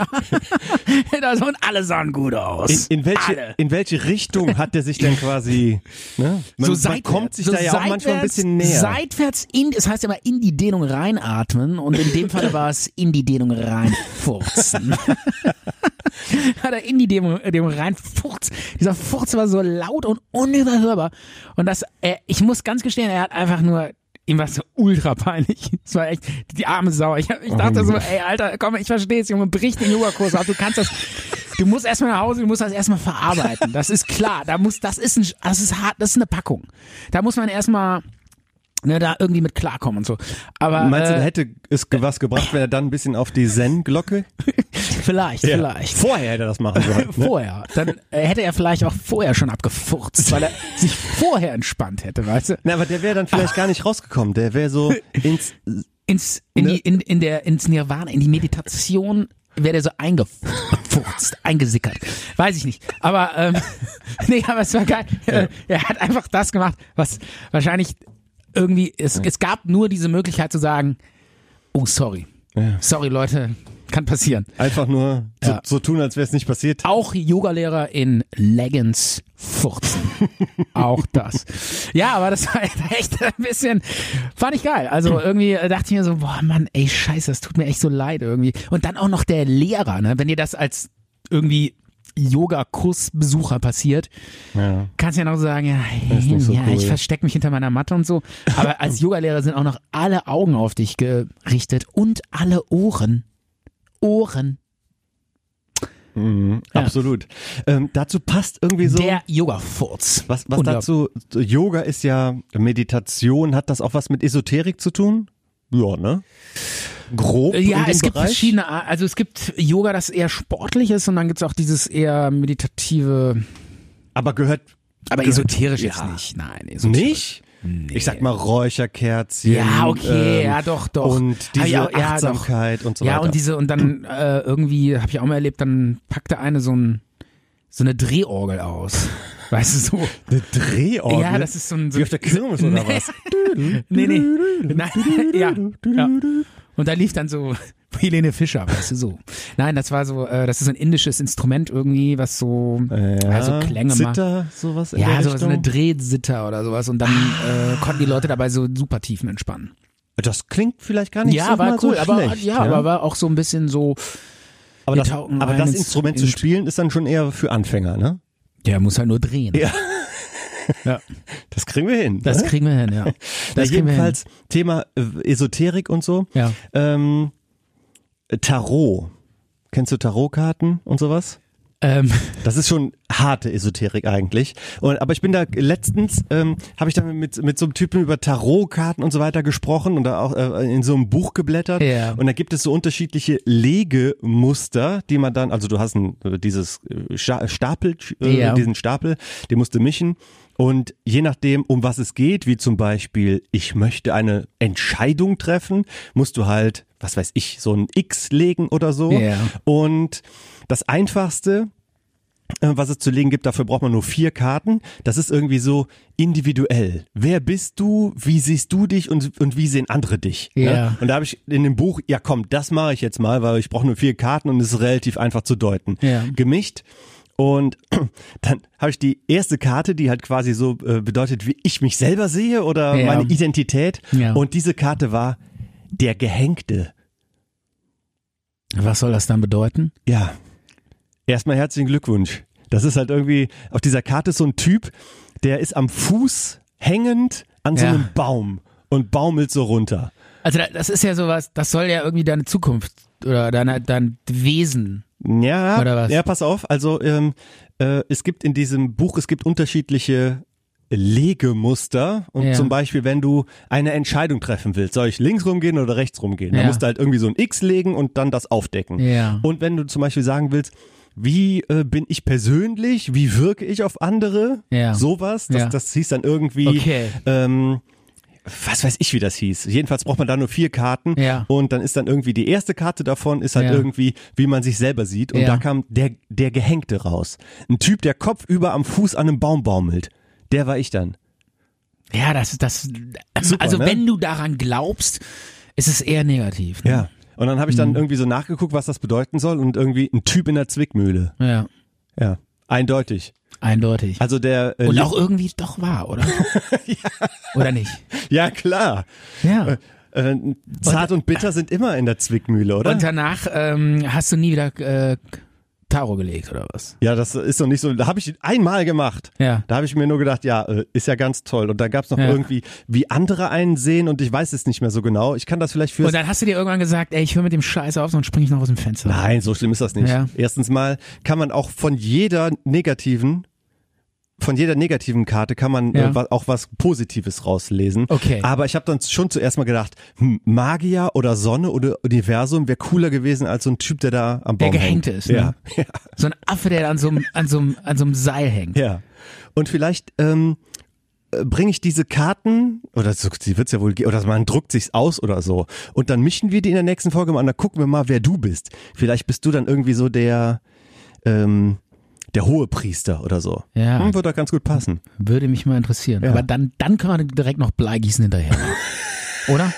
[SPEAKER 2] also, und alle sahen gut aus.
[SPEAKER 1] In, in, welche,
[SPEAKER 2] alle.
[SPEAKER 1] in welche Richtung hat der sich denn quasi. Ne? Man,
[SPEAKER 2] so
[SPEAKER 1] man
[SPEAKER 2] seitwärts,
[SPEAKER 1] kommt sich
[SPEAKER 2] so
[SPEAKER 1] da ja auch manchmal ein
[SPEAKER 2] seitwärts-
[SPEAKER 1] bisschen näher.
[SPEAKER 2] Seitwärts in, das heißt immer in die Dehnung reinatmen und in dem Fall war es in die Dehnung reinfurzen. Hat er in die Dehnung, Dehnung reinfurz. Dieser Furz war so laut und unüberhörbar und das, äh, ich muss ganz gestehen, er hat einfach nur Ihm war so ultra peinlich. Es war echt die arme Sau. Ich, ich dachte so, ey, Alter, komm, ich verstehe es, Junge, brich den Yoga-Kurs ab. Du kannst das, du musst erstmal nach Hause, du musst das erstmal verarbeiten. Das ist klar. Da muss, das ist ein, das ist hart, das ist eine Packung. Da muss man erstmal, ne, da irgendwie mit klarkommen und so. Aber,
[SPEAKER 1] Meinst du, da
[SPEAKER 2] äh,
[SPEAKER 1] hätte es ge- was gebracht, wenn er dann ein bisschen auf die Zen-Glocke?
[SPEAKER 2] vielleicht, vielleicht.
[SPEAKER 1] Vorher hätte er das machen sollen. Ne?
[SPEAKER 2] Vorher, dann äh, hätte er vielleicht auch vorher schon abgefurzt, weil er sich vorher entspannt hätte, weißt du?
[SPEAKER 1] Na, aber der wäre dann vielleicht gar nicht rausgekommen. Der wäre so ins.
[SPEAKER 2] ins, in,
[SPEAKER 1] Ne?
[SPEAKER 2] die, in, in der, ins Nirvana, in die Meditation wäre der so eingefurzt, eingesickert. Weiß ich nicht. Aber, ähm, nee, aber es war geil. Äh, Er hat einfach das gemacht, was wahrscheinlich irgendwie, es, es gab nur diese Möglichkeit zu sagen, oh, sorry. Sorry, Leute, kann passieren.
[SPEAKER 1] Einfach nur so,
[SPEAKER 2] Ja.
[SPEAKER 1] so tun, als wäre es nicht passiert.
[SPEAKER 2] Auch Yogalehrer in Leggings furzen. Auch das. Ja, aber das war echt ein bisschen, fand ich geil. Also irgendwie äh, dachte ich mir so, boah, Mann, ey, scheiße, das tut mir echt so leid irgendwie. Und dann auch noch der Lehrer, ne? Wenn dir das als irgendwie Yoga-Kursbesucher passiert, kannst du ja noch so sagen, ja, hey,
[SPEAKER 1] nicht so
[SPEAKER 2] ja
[SPEAKER 1] cool.
[SPEAKER 2] ich verstecke mich hinter meiner Matte und so. Aber als Yogalehrer sind auch noch alle Augen auf dich gerichtet und alle Ohren. Ohren. Ja.
[SPEAKER 1] Absolut. Ähm, dazu passt irgendwie so.
[SPEAKER 2] Der Yoga-Furz.
[SPEAKER 1] was was
[SPEAKER 2] Unglaublich.
[SPEAKER 1] dazu, Yoga ist ja Meditation, hat das auch was mit Esoterik zu tun? Ja, ne? Grob. in
[SPEAKER 2] Ja,
[SPEAKER 1] dem
[SPEAKER 2] es gibt
[SPEAKER 1] Bereich?
[SPEAKER 2] verschiedene, Ar- also es gibt Yoga, das eher sportlich ist und dann gibt's auch dieses eher meditative,
[SPEAKER 1] Aber gehört
[SPEAKER 2] aber
[SPEAKER 1] Gehört-
[SPEAKER 2] esoterisch
[SPEAKER 1] Ja.
[SPEAKER 2] jetzt nicht, nein. Esoterisch.
[SPEAKER 1] nicht? Ich sag mal Räucherkerzchen.
[SPEAKER 2] Ja, okay,
[SPEAKER 1] ähm,
[SPEAKER 2] ja doch, doch.
[SPEAKER 1] Und diese
[SPEAKER 2] Ah, ja, ja,
[SPEAKER 1] Achtsamkeit und so
[SPEAKER 2] ja,
[SPEAKER 1] weiter.
[SPEAKER 2] und diese, und dann äh, irgendwie, habe ich auch mal erlebt, dann packte eine so, ein, so eine Drehorgel aus. Weißt du, so.
[SPEAKER 1] Eine Drehorgel.
[SPEAKER 2] Ja, das ist so ein- so-
[SPEAKER 1] Wie auf der Kirmes oder
[SPEAKER 2] Nee.
[SPEAKER 1] was?
[SPEAKER 2] Nee, nee. Nein, ja, ja. Und da lief dann so Helene Fischer, weißt du so. Nein, das war so, äh, das ist so ein indisches Instrument irgendwie, was so, also Klänge macht.
[SPEAKER 1] Zitter, sowas in
[SPEAKER 2] Ja,
[SPEAKER 1] der
[SPEAKER 2] so so
[SPEAKER 1] Richtung. Ah.
[SPEAKER 2] eine Drehsitter oder sowas. Und dann äh, konnten die Leute dabei so super tiefen entspannen.
[SPEAKER 1] Das klingt vielleicht gar nicht so
[SPEAKER 2] ja, war
[SPEAKER 1] mal
[SPEAKER 2] cool,
[SPEAKER 1] so
[SPEAKER 2] aber
[SPEAKER 1] schlecht.
[SPEAKER 2] ja, aber war auch so ein bisschen so,
[SPEAKER 1] Aber
[SPEAKER 2] wir
[SPEAKER 1] das,
[SPEAKER 2] tauchen
[SPEAKER 1] aber
[SPEAKER 2] rein
[SPEAKER 1] das
[SPEAKER 2] ins-
[SPEAKER 1] Instrument zu
[SPEAKER 2] in-
[SPEAKER 1] spielen ist dann schon eher für Anfänger, ne?
[SPEAKER 2] der muss halt nur drehen.
[SPEAKER 1] Ja.
[SPEAKER 2] Ja,
[SPEAKER 1] Das kriegen wir hin.
[SPEAKER 2] das
[SPEAKER 1] ne?
[SPEAKER 2] kriegen wir hin, ja.
[SPEAKER 1] Na,
[SPEAKER 2] Das kriegen wir hin.
[SPEAKER 1] jedenfalls Thema äh, Esoterik und so.
[SPEAKER 2] Ja.
[SPEAKER 1] Ähm, Tarot. Kennst du Tarotkarten und sowas?
[SPEAKER 2] Ähm,
[SPEAKER 1] Das ist schon harte Esoterik eigentlich. Und, aber ich bin da letztens, ähm, habe ich da mit, mit so einem Typen über Tarotkarten und so weiter gesprochen und da auch äh, in so einem Buch geblättert.
[SPEAKER 2] Ja.
[SPEAKER 1] Und da gibt es so unterschiedliche Legemuster, die man dann, also du hast ein, äh, dieses äh, Scha- Stapel, äh,
[SPEAKER 2] Ja.
[SPEAKER 1] diesen Stapel, den musst du mischen. Und je nachdem, um was es geht, wie zum Beispiel, ich möchte eine Entscheidung treffen, musst du halt, was weiß ich, so ein X legen oder so.
[SPEAKER 2] Ja.
[SPEAKER 1] Und das Einfachste, äh, was es zu legen gibt, dafür braucht man nur vier Karten. Das ist irgendwie so individuell. Wer bist du? Wie siehst du dich und, und wie sehen andere dich? ne?
[SPEAKER 2] Ja.
[SPEAKER 1] Und da habe ich in dem Buch, ja komm, das mache ich jetzt mal, weil ich brauche nur vier Karten und es ist relativ einfach zu deuten.
[SPEAKER 2] Ja.
[SPEAKER 1] Gemischt. Und dann habe ich die erste Karte, die halt quasi so äh, bedeutet, wie ich mich selber sehe oder
[SPEAKER 2] Ja.
[SPEAKER 1] meine Identität.
[SPEAKER 2] Ja.
[SPEAKER 1] Und diese Karte war der Gehängte.
[SPEAKER 2] was soll das dann bedeuten?
[SPEAKER 1] Ja. Erstmal herzlichen Glückwunsch. Das ist halt irgendwie, auf dieser Karte ist so ein Typ, der ist am Fuß hängend an so
[SPEAKER 2] Ja.
[SPEAKER 1] einem Baum und baumelt so runter.
[SPEAKER 2] Also da- das ist ja sowas, das soll ja irgendwie deine Zukunft oder deine, dein Wesen.
[SPEAKER 1] Ja,
[SPEAKER 2] Oder was?
[SPEAKER 1] ja, pass auf. Also ähm, äh, es gibt in diesem Buch, es gibt unterschiedliche Legemuster und
[SPEAKER 2] Ja.
[SPEAKER 1] zum Beispiel, wenn du eine Entscheidung treffen willst, soll ich links rumgehen oder rechts rumgehen,
[SPEAKER 2] Ja.
[SPEAKER 1] dann musst du halt irgendwie so ein X legen und dann das aufdecken.
[SPEAKER 2] Ja.
[SPEAKER 1] Und wenn du zum Beispiel sagen willst, wie äh, bin ich persönlich, wie wirke ich auf andere,
[SPEAKER 2] Ja.
[SPEAKER 1] sowas, das,
[SPEAKER 2] Ja.
[SPEAKER 1] das hieß dann irgendwie,
[SPEAKER 2] Okay.
[SPEAKER 1] ähm, was weiß ich, wie das hieß. Jedenfalls braucht man da nur vier Karten
[SPEAKER 2] Ja.
[SPEAKER 1] und dann ist dann irgendwie die erste Karte davon ist halt
[SPEAKER 2] Ja.
[SPEAKER 1] irgendwie, wie man sich selber sieht und
[SPEAKER 2] Ja.
[SPEAKER 1] da kam der, der Gehängte raus. Ein Typ, der kopfüber am Fuß an einem Baum baumelt. Der war ich dann.
[SPEAKER 2] Ja, das ist das. also
[SPEAKER 1] ne?
[SPEAKER 2] wenn du daran glaubst, ist es eher negativ. Ne?
[SPEAKER 1] Ja. Und dann habe ich dann irgendwie so nachgeguckt, was das bedeuten soll und irgendwie ein Typ in der Zwickmühle.
[SPEAKER 2] Ja,
[SPEAKER 1] Ja. Eindeutig.
[SPEAKER 2] eindeutig.
[SPEAKER 1] Also der äh,
[SPEAKER 2] Und
[SPEAKER 1] Le-
[SPEAKER 2] auch irgendwie doch wahr, oder? Oder nicht?
[SPEAKER 1] Ja, klar.
[SPEAKER 2] Ja.
[SPEAKER 1] Äh, zart und bitter sind immer in der Zwickmühle, oder?
[SPEAKER 2] Und danach ähm, hast du nie wieder äh, Tarot gelegt, oder was?
[SPEAKER 1] Ja, das ist doch nicht so. Da habe ich einmal gemacht.
[SPEAKER 2] Ja.
[SPEAKER 1] Da habe ich mir nur gedacht, ja, äh, ist ja ganz toll. Und da gab's noch
[SPEAKER 2] Ja.
[SPEAKER 1] irgendwie, wie andere einen sehen und ich weiß es nicht mehr so genau. Ich kann das vielleicht für.
[SPEAKER 2] Und dann hast du dir irgendwann gesagt, ey, ich höre mit dem Scheiß auf, sonst springe ich noch aus dem Fenster.
[SPEAKER 1] Nein, so schlimm ist das nicht.
[SPEAKER 2] Ja.
[SPEAKER 1] Erstens mal kann man auch von jeder negativen, von jeder negativen Karte kann man
[SPEAKER 2] Ja.
[SPEAKER 1] äh, wa- auch was Positives rauslesen.
[SPEAKER 2] Okay.
[SPEAKER 1] Aber ich habe dann schon zuerst mal gedacht, hm, Magier oder Sonne oder Universum wäre cooler gewesen als so ein Typ, der da am
[SPEAKER 2] Der
[SPEAKER 1] Baum hängt.
[SPEAKER 2] Gehängte ist, ne?
[SPEAKER 1] Ja. ja.
[SPEAKER 2] So ein Affe, der an so einem, an so einem, an so einem Seil hängt.
[SPEAKER 1] Ja. Und vielleicht ähm, bringe ich diese Karten, oder so, sie wird's ja wohl ge- oder man druckt sich's aus oder so. Und dann mischen wir die in der nächsten Folge mal und dann gucken wir mal, wer du bist. Vielleicht bist du dann irgendwie so der, ähm, der hohe Priester oder so.
[SPEAKER 2] Ja.
[SPEAKER 1] Hm, wird doch ganz gut passen.
[SPEAKER 2] Würde mich mal interessieren.
[SPEAKER 1] Ja.
[SPEAKER 2] Aber dann, dann kann man direkt noch Bleigießen hinterher. Oder?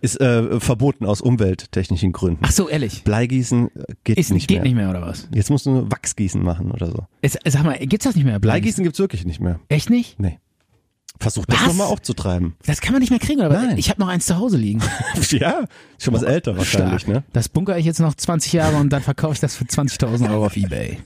[SPEAKER 1] Ist äh, verboten aus umwelttechnischen Gründen.
[SPEAKER 2] Ach so, ehrlich.
[SPEAKER 1] Bleigießen äh, geht,
[SPEAKER 2] Ist,
[SPEAKER 1] nicht,
[SPEAKER 2] geht
[SPEAKER 1] mehr.
[SPEAKER 2] nicht mehr, oder was?
[SPEAKER 1] Jetzt musst du nur Wachsgießen machen oder so.
[SPEAKER 2] Es, sag mal, gibt's das nicht mehr?
[SPEAKER 1] Bleigießen gibt's wirklich nicht mehr.
[SPEAKER 2] Echt nicht?
[SPEAKER 1] Nee. Versuch das
[SPEAKER 2] Was?
[SPEAKER 1] nochmal aufzutreiben.
[SPEAKER 2] Das kann man nicht mehr kriegen, oder was?
[SPEAKER 1] Nein.
[SPEAKER 2] Ich habe noch eins zu Hause liegen.
[SPEAKER 1] ja, schon was älter wahrscheinlich,
[SPEAKER 2] Stark.
[SPEAKER 1] ne?
[SPEAKER 2] Das bunker ich jetzt noch 20 Jahre und dann verkaufe ich das für 20.000 Euro auf Ebay.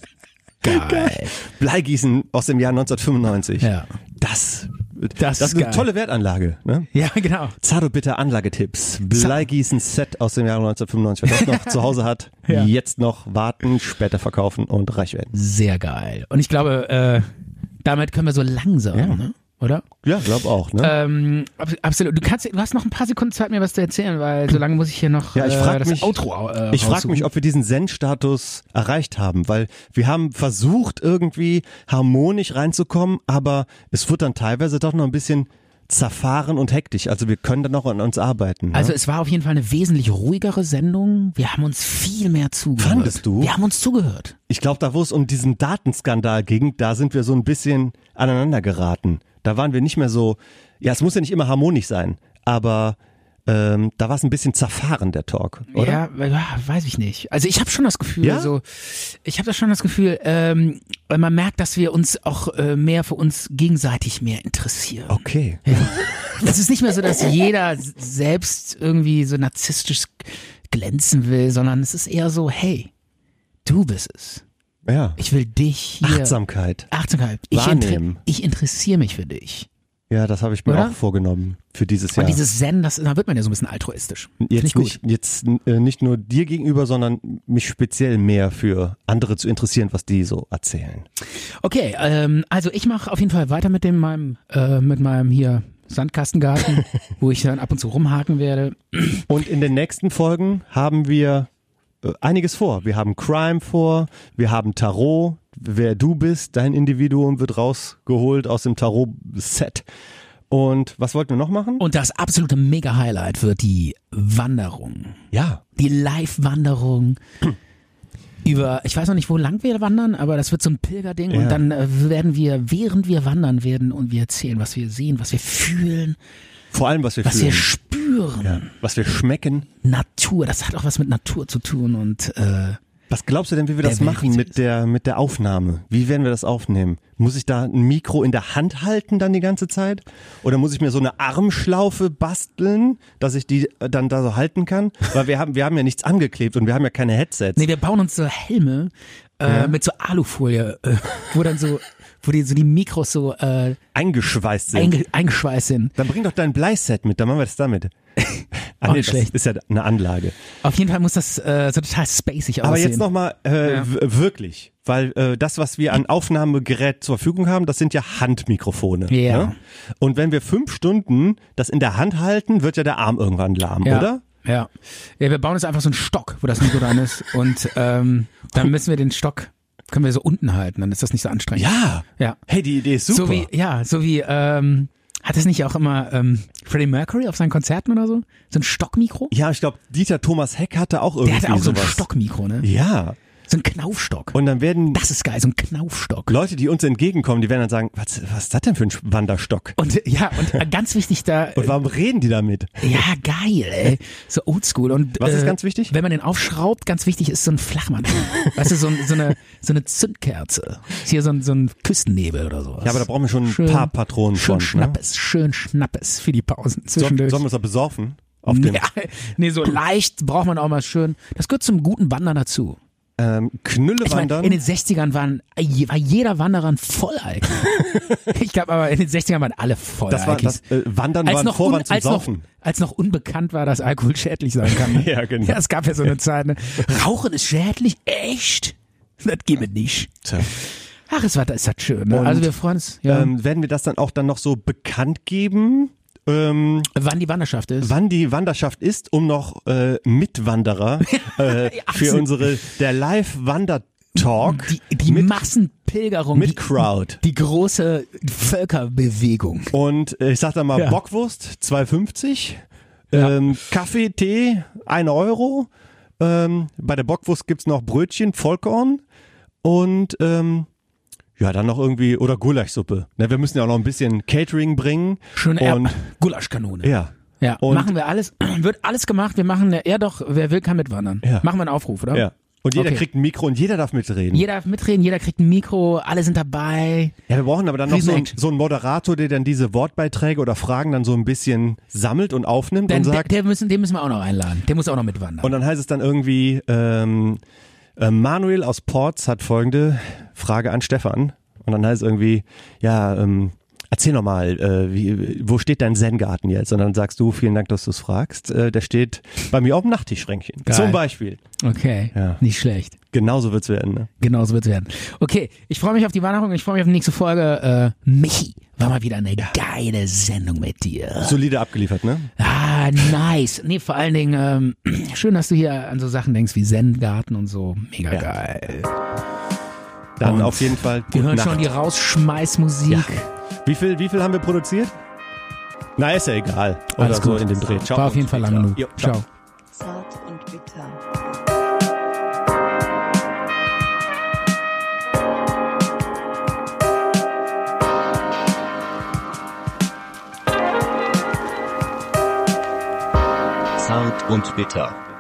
[SPEAKER 2] Geil.
[SPEAKER 1] Bleigießen aus dem Jahr 1995.
[SPEAKER 2] Ja.
[SPEAKER 1] Das,
[SPEAKER 2] Das
[SPEAKER 1] das,
[SPEAKER 2] ist
[SPEAKER 1] ist eine
[SPEAKER 2] geil.
[SPEAKER 1] tolle Wertanlage. Ne?
[SPEAKER 2] Ja, genau.
[SPEAKER 1] Zart und bitter Anlagetipps. Bleigießen-Set aus dem Jahr 1995. Wer das noch zu Hause hat,
[SPEAKER 2] Ja.
[SPEAKER 1] jetzt noch warten, später verkaufen und reich werden.
[SPEAKER 2] Sehr geil. Und ich glaube, äh, damit können wir so langsam, ne? oder?
[SPEAKER 1] Ja, glaub auch. Ne?
[SPEAKER 2] Ähm, ab- absolut. Du kannst, du hast noch ein paar Sekunden Zeit, mir was zu erzählen, weil so lange muss ich hier noch
[SPEAKER 1] Ja, ich
[SPEAKER 2] äh,
[SPEAKER 1] frag
[SPEAKER 2] das
[SPEAKER 1] mich-
[SPEAKER 2] Outro. Äh,
[SPEAKER 1] ich frage
[SPEAKER 2] raussuchen.
[SPEAKER 1] mich, ob wir diesen Zen-Status erreicht haben, weil wir haben versucht, irgendwie harmonisch reinzukommen, aber es wird dann teilweise doch noch ein bisschen zerfahren und hektisch. Also wir können dann noch an uns arbeiten. Ne?
[SPEAKER 2] Also es war auf jeden Fall eine wesentlich ruhigere Sendung. Wir haben uns viel mehr zugehört.
[SPEAKER 1] Fandest du?
[SPEAKER 2] Wir haben uns zugehört.
[SPEAKER 1] Ich glaube, da wo es um diesen Datenskandal ging, da sind wir so ein bisschen aneinander geraten. Da waren wir nicht mehr so, ja, es muss ja nicht immer harmonisch sein, aber ähm, da war es ein bisschen zerfahren, der Talk, oder?
[SPEAKER 2] Ja, we- ja, weiß ich nicht. Also ich habe schon das Gefühl,
[SPEAKER 1] Ja?
[SPEAKER 2] so ich habe da schon das Gefühl, ähm, weil man merkt, dass wir uns auch äh, mehr für uns gegenseitig mehr interessieren.
[SPEAKER 1] Okay.
[SPEAKER 2] Es ist nicht mehr so, dass jeder s- selbst irgendwie so narzisstisch glänzen will, sondern es ist eher so, hey, du bist es.
[SPEAKER 1] Ja.
[SPEAKER 2] Ich will dich hier.
[SPEAKER 1] Achtsamkeit.
[SPEAKER 2] Achtsamkeit. Ich, inter
[SPEAKER 1] Wahrnehmen.
[SPEAKER 2] ich interessiere mich für dich.
[SPEAKER 1] Ja, das habe ich mir
[SPEAKER 2] Oder?
[SPEAKER 1] auch vorgenommen für dieses Jahr.
[SPEAKER 2] Und dieses Zen, das, da wird man ja so ein bisschen altruistisch. Finde ich
[SPEAKER 1] jetzt
[SPEAKER 2] gut.
[SPEAKER 1] nicht, jetzt äh, nicht nur dir gegenüber, sondern mich speziell mehr für andere zu interessieren, was die so erzählen.
[SPEAKER 2] Okay, ähm, also ich mache auf jeden Fall weiter mit dem meinem, äh, mit meinem hier Sandkastengarten, wo ich dann ab und zu rumhaken werde.
[SPEAKER 1] Und in den nächsten Folgen haben wir äh, einiges vor. Wir haben Crime vor, wir haben Tarot, wer du bist, dein Individuum wird rausgeholt aus dem Tarot-Set. Und was wollten wir noch machen?
[SPEAKER 2] Und das absolute Mega-Highlight wird die Wanderung.
[SPEAKER 1] ja,
[SPEAKER 2] Die Live-Wanderung. Über, ich weiß noch nicht, wo lang wir wandern, aber das wird so ein Pilgerding.
[SPEAKER 1] Ja.
[SPEAKER 2] Und dann äh, werden wir, während wir wandern werden und wir erzählen, was wir sehen, was wir fühlen,
[SPEAKER 1] vor allem was wir
[SPEAKER 2] was
[SPEAKER 1] fühlen,
[SPEAKER 2] wir spüren.
[SPEAKER 1] was wir schmecken.
[SPEAKER 2] Natur, das hat auch was mit Natur zu tun und äh,
[SPEAKER 1] Was glaubst du denn, wie wir
[SPEAKER 2] Der
[SPEAKER 1] das
[SPEAKER 2] Welt
[SPEAKER 1] machen mit
[SPEAKER 2] ist-
[SPEAKER 1] der, mit der Aufnahme? Wie werden wir das aufnehmen? Muss ich da ein Mikro in der Hand halten dann die ganze Zeit? Oder muss ich mir so eine Armschlaufe basteln, dass ich die äh, dann da so halten kann? Weil wir haben, wir haben ja nichts angeklebt und wir haben ja keine Headsets.
[SPEAKER 2] Nee, wir bauen uns so Helme äh, mit so Alufolie, äh, wo dann so, wo die so die Mikros so äh,
[SPEAKER 1] Eingeschweißt sind.
[SPEAKER 2] einge eingeschweißt sind.
[SPEAKER 1] dann bring doch dein Bleiset mit, dann machen wir das damit. Ah,
[SPEAKER 2] Auch
[SPEAKER 1] nee,
[SPEAKER 2] nicht schlecht.
[SPEAKER 1] Das ist ja eine Anlage.
[SPEAKER 2] Auf jeden Fall muss das äh, so total spacig aussehen.
[SPEAKER 1] Aber jetzt nochmal äh, w- wirklich, weil äh, das, was wir an Aufnahmegerät zur Verfügung haben, das sind ja Handmikrofone.
[SPEAKER 2] Ja.
[SPEAKER 1] Ne? Und wenn wir fünf Stunden das in der Hand halten, wird ja der Arm irgendwann lahm,
[SPEAKER 2] ja.
[SPEAKER 1] oder?
[SPEAKER 2] Ja. ja, wir bauen uns einfach so einen Stock, wo das Mikro dran ist und ähm, dann müssen wir den Stock, können wir so unten halten, dann ist das nicht so anstrengend.
[SPEAKER 1] Ja.
[SPEAKER 2] Ja.
[SPEAKER 1] Hey, die Idee ist super.
[SPEAKER 2] So wie, ja, so wie, ähm, hat es nicht auch immer ähm, Freddie Mercury auf seinen Konzerten oder so? So ein Stockmikro?
[SPEAKER 1] ja, ich glaube, Dieter Thomas Heck hatte auch
[SPEAKER 2] Der
[SPEAKER 1] irgendwie
[SPEAKER 2] hatte auch so ein
[SPEAKER 1] sowas.
[SPEAKER 2] Stockmikro, ne?
[SPEAKER 1] Ja.
[SPEAKER 2] So ein Knaufstock.
[SPEAKER 1] Und dann werden
[SPEAKER 2] das ist geil, so ein Knaufstock.
[SPEAKER 1] Leute, die uns entgegenkommen, die werden dann sagen, was, was ist das denn für ein Sch- Wanderstock?
[SPEAKER 2] Und äh, ja, und äh, ganz wichtig da,
[SPEAKER 1] Und warum reden die damit?
[SPEAKER 2] äh, ja, geil, ey. So oldschool. Und,
[SPEAKER 1] Was ist
[SPEAKER 2] äh,
[SPEAKER 1] ganz wichtig?
[SPEAKER 2] Wenn man den aufschraubt, ganz wichtig ist so ein Flachmann. weißt du, so, ein- so, eine, so eine Zündkerze. Ist hier so ein, so ein Küstennebel oder sowas.
[SPEAKER 1] Ja, aber da brauchen wir schon ein
[SPEAKER 2] Schön-
[SPEAKER 1] paar Patronen
[SPEAKER 2] Schön
[SPEAKER 1] von. Ne?
[SPEAKER 2] Schnappes, schön Schnappes für die Pausen
[SPEAKER 1] So, sollen
[SPEAKER 2] zwischendurch.
[SPEAKER 1] wir uns da besorfen? Auf dem
[SPEAKER 2] ja, nee, so leicht braucht man auch mal schön. Das gehört zum guten Wandern dazu.
[SPEAKER 1] ähm, Knülle
[SPEAKER 2] Ich meine,
[SPEAKER 1] wandern?
[SPEAKER 2] in den 60ern waren, war jeder Wanderer ein Vollalk. ich glaube aber, in den 60ern waren alle Vollalkis.
[SPEAKER 1] Das war, das, äh, Wandern war ein Vorwand zum
[SPEAKER 2] als, noch,
[SPEAKER 1] Saufen.
[SPEAKER 2] als noch unbekannt war, dass Alkohol schädlich sein kann. ne?
[SPEAKER 1] Ja, genau.
[SPEAKER 2] Ja, es gab ja so eine Zeit. Ne? Rauchen ist schädlich? Echt? Das geht mir nicht.
[SPEAKER 1] Tja.
[SPEAKER 2] Ach, es war, ist das schön. Ne?
[SPEAKER 1] Und,
[SPEAKER 2] also wir freuen uns, ja,
[SPEAKER 1] Ähm, werden wir das dann auch dann noch so bekannt geben, ähm,
[SPEAKER 2] wann die Wanderschaft ist.
[SPEAKER 1] wann die Wanderschaft ist, um noch äh, Mitwanderer äh, für unsere der Live Wander Talk
[SPEAKER 2] Die, die Massenpilgerung.
[SPEAKER 1] mit
[SPEAKER 2] die,
[SPEAKER 1] Crowd.
[SPEAKER 2] die große Völkerbewegung.
[SPEAKER 1] und äh, ich sag dann mal
[SPEAKER 2] Ja.
[SPEAKER 1] Bockwurst 2,50, ähm, Kaffee, Tee 1 Euro. Ähm, bei der Bockwurst gibt's noch Brötchen, Vollkorn und ähm, ja, dann noch irgendwie, oder Gulaschsuppe. Ne, wir müssen ja auch noch ein bisschen Catering bringen.
[SPEAKER 2] Schöne
[SPEAKER 1] Und-
[SPEAKER 2] Erb Gulaschkanone.
[SPEAKER 1] Ja.
[SPEAKER 2] Ja,
[SPEAKER 1] Und-
[SPEAKER 2] machen wir alles, wird alles gemacht, wir machen, ja doch, wer will, kann mitwandern.
[SPEAKER 1] Ja.
[SPEAKER 2] Machen wir einen Aufruf, oder?
[SPEAKER 1] Ja. Und jeder
[SPEAKER 2] Okay.
[SPEAKER 1] kriegt ein Mikro und jeder darf mitreden.
[SPEAKER 2] Jeder darf mitreden, jeder kriegt ein Mikro, alle sind dabei.
[SPEAKER 1] ja, wir brauchen aber dann noch so, ein,
[SPEAKER 2] Riesenaction.
[SPEAKER 1] so einen Moderator, der dann diese Wortbeiträge oder Fragen dann so ein bisschen sammelt und aufnimmt
[SPEAKER 2] Dann,
[SPEAKER 1] und
[SPEAKER 2] der,
[SPEAKER 1] sagt.
[SPEAKER 2] der müssen, den müssen wir auch noch einladen. Der muss auch noch mitwandern.
[SPEAKER 1] Und dann heißt es dann irgendwie, ähm, äh, Manuel aus Ports hat folgende Frage an Stefan. Und dann heißt es irgendwie, ja, ähm, erzähl nochmal, äh, wie, wo steht dein Zen-Garten jetzt? Und dann sagst du, vielen Dank, dass du es fragst. Äh, der steht bei mir auf dem Nachttischschränkchen.
[SPEAKER 2] Geil.
[SPEAKER 1] Zum Beispiel.
[SPEAKER 2] okay,
[SPEAKER 1] Ja.
[SPEAKER 2] nicht schlecht.
[SPEAKER 1] Genauso wird's werden, ne?
[SPEAKER 2] Genau so wird's werden. Okay, ich freue mich auf die Wanderung, ich freue mich auf die nächste Folge. Äh, Michi, war mal wieder eine geile Sendung mit dir.
[SPEAKER 1] Solide abgeliefert, ne?
[SPEAKER 2] Ah, nice. Nee, vor allen Dingen, ähm, schön, dass du hier an so Sachen denkst wie Zen-Garten und so. Mega
[SPEAKER 1] Ja.
[SPEAKER 2] geil.
[SPEAKER 1] Dann
[SPEAKER 2] Und
[SPEAKER 1] auf jeden Fall.
[SPEAKER 2] Wir
[SPEAKER 1] gute
[SPEAKER 2] hören
[SPEAKER 1] Nacht.
[SPEAKER 2] schon die Rausschmeißmusik.
[SPEAKER 1] Wie viel, wie viel haben wir produziert? Na, ist ja egal. Oder
[SPEAKER 2] Alles
[SPEAKER 1] so
[SPEAKER 2] gut.
[SPEAKER 1] in dem Dreh. Ciao.
[SPEAKER 2] War auf jeden Fall lang genug.
[SPEAKER 1] Jo,
[SPEAKER 2] Ciao.
[SPEAKER 7] Zart und bitter.
[SPEAKER 3] Zart und bitter.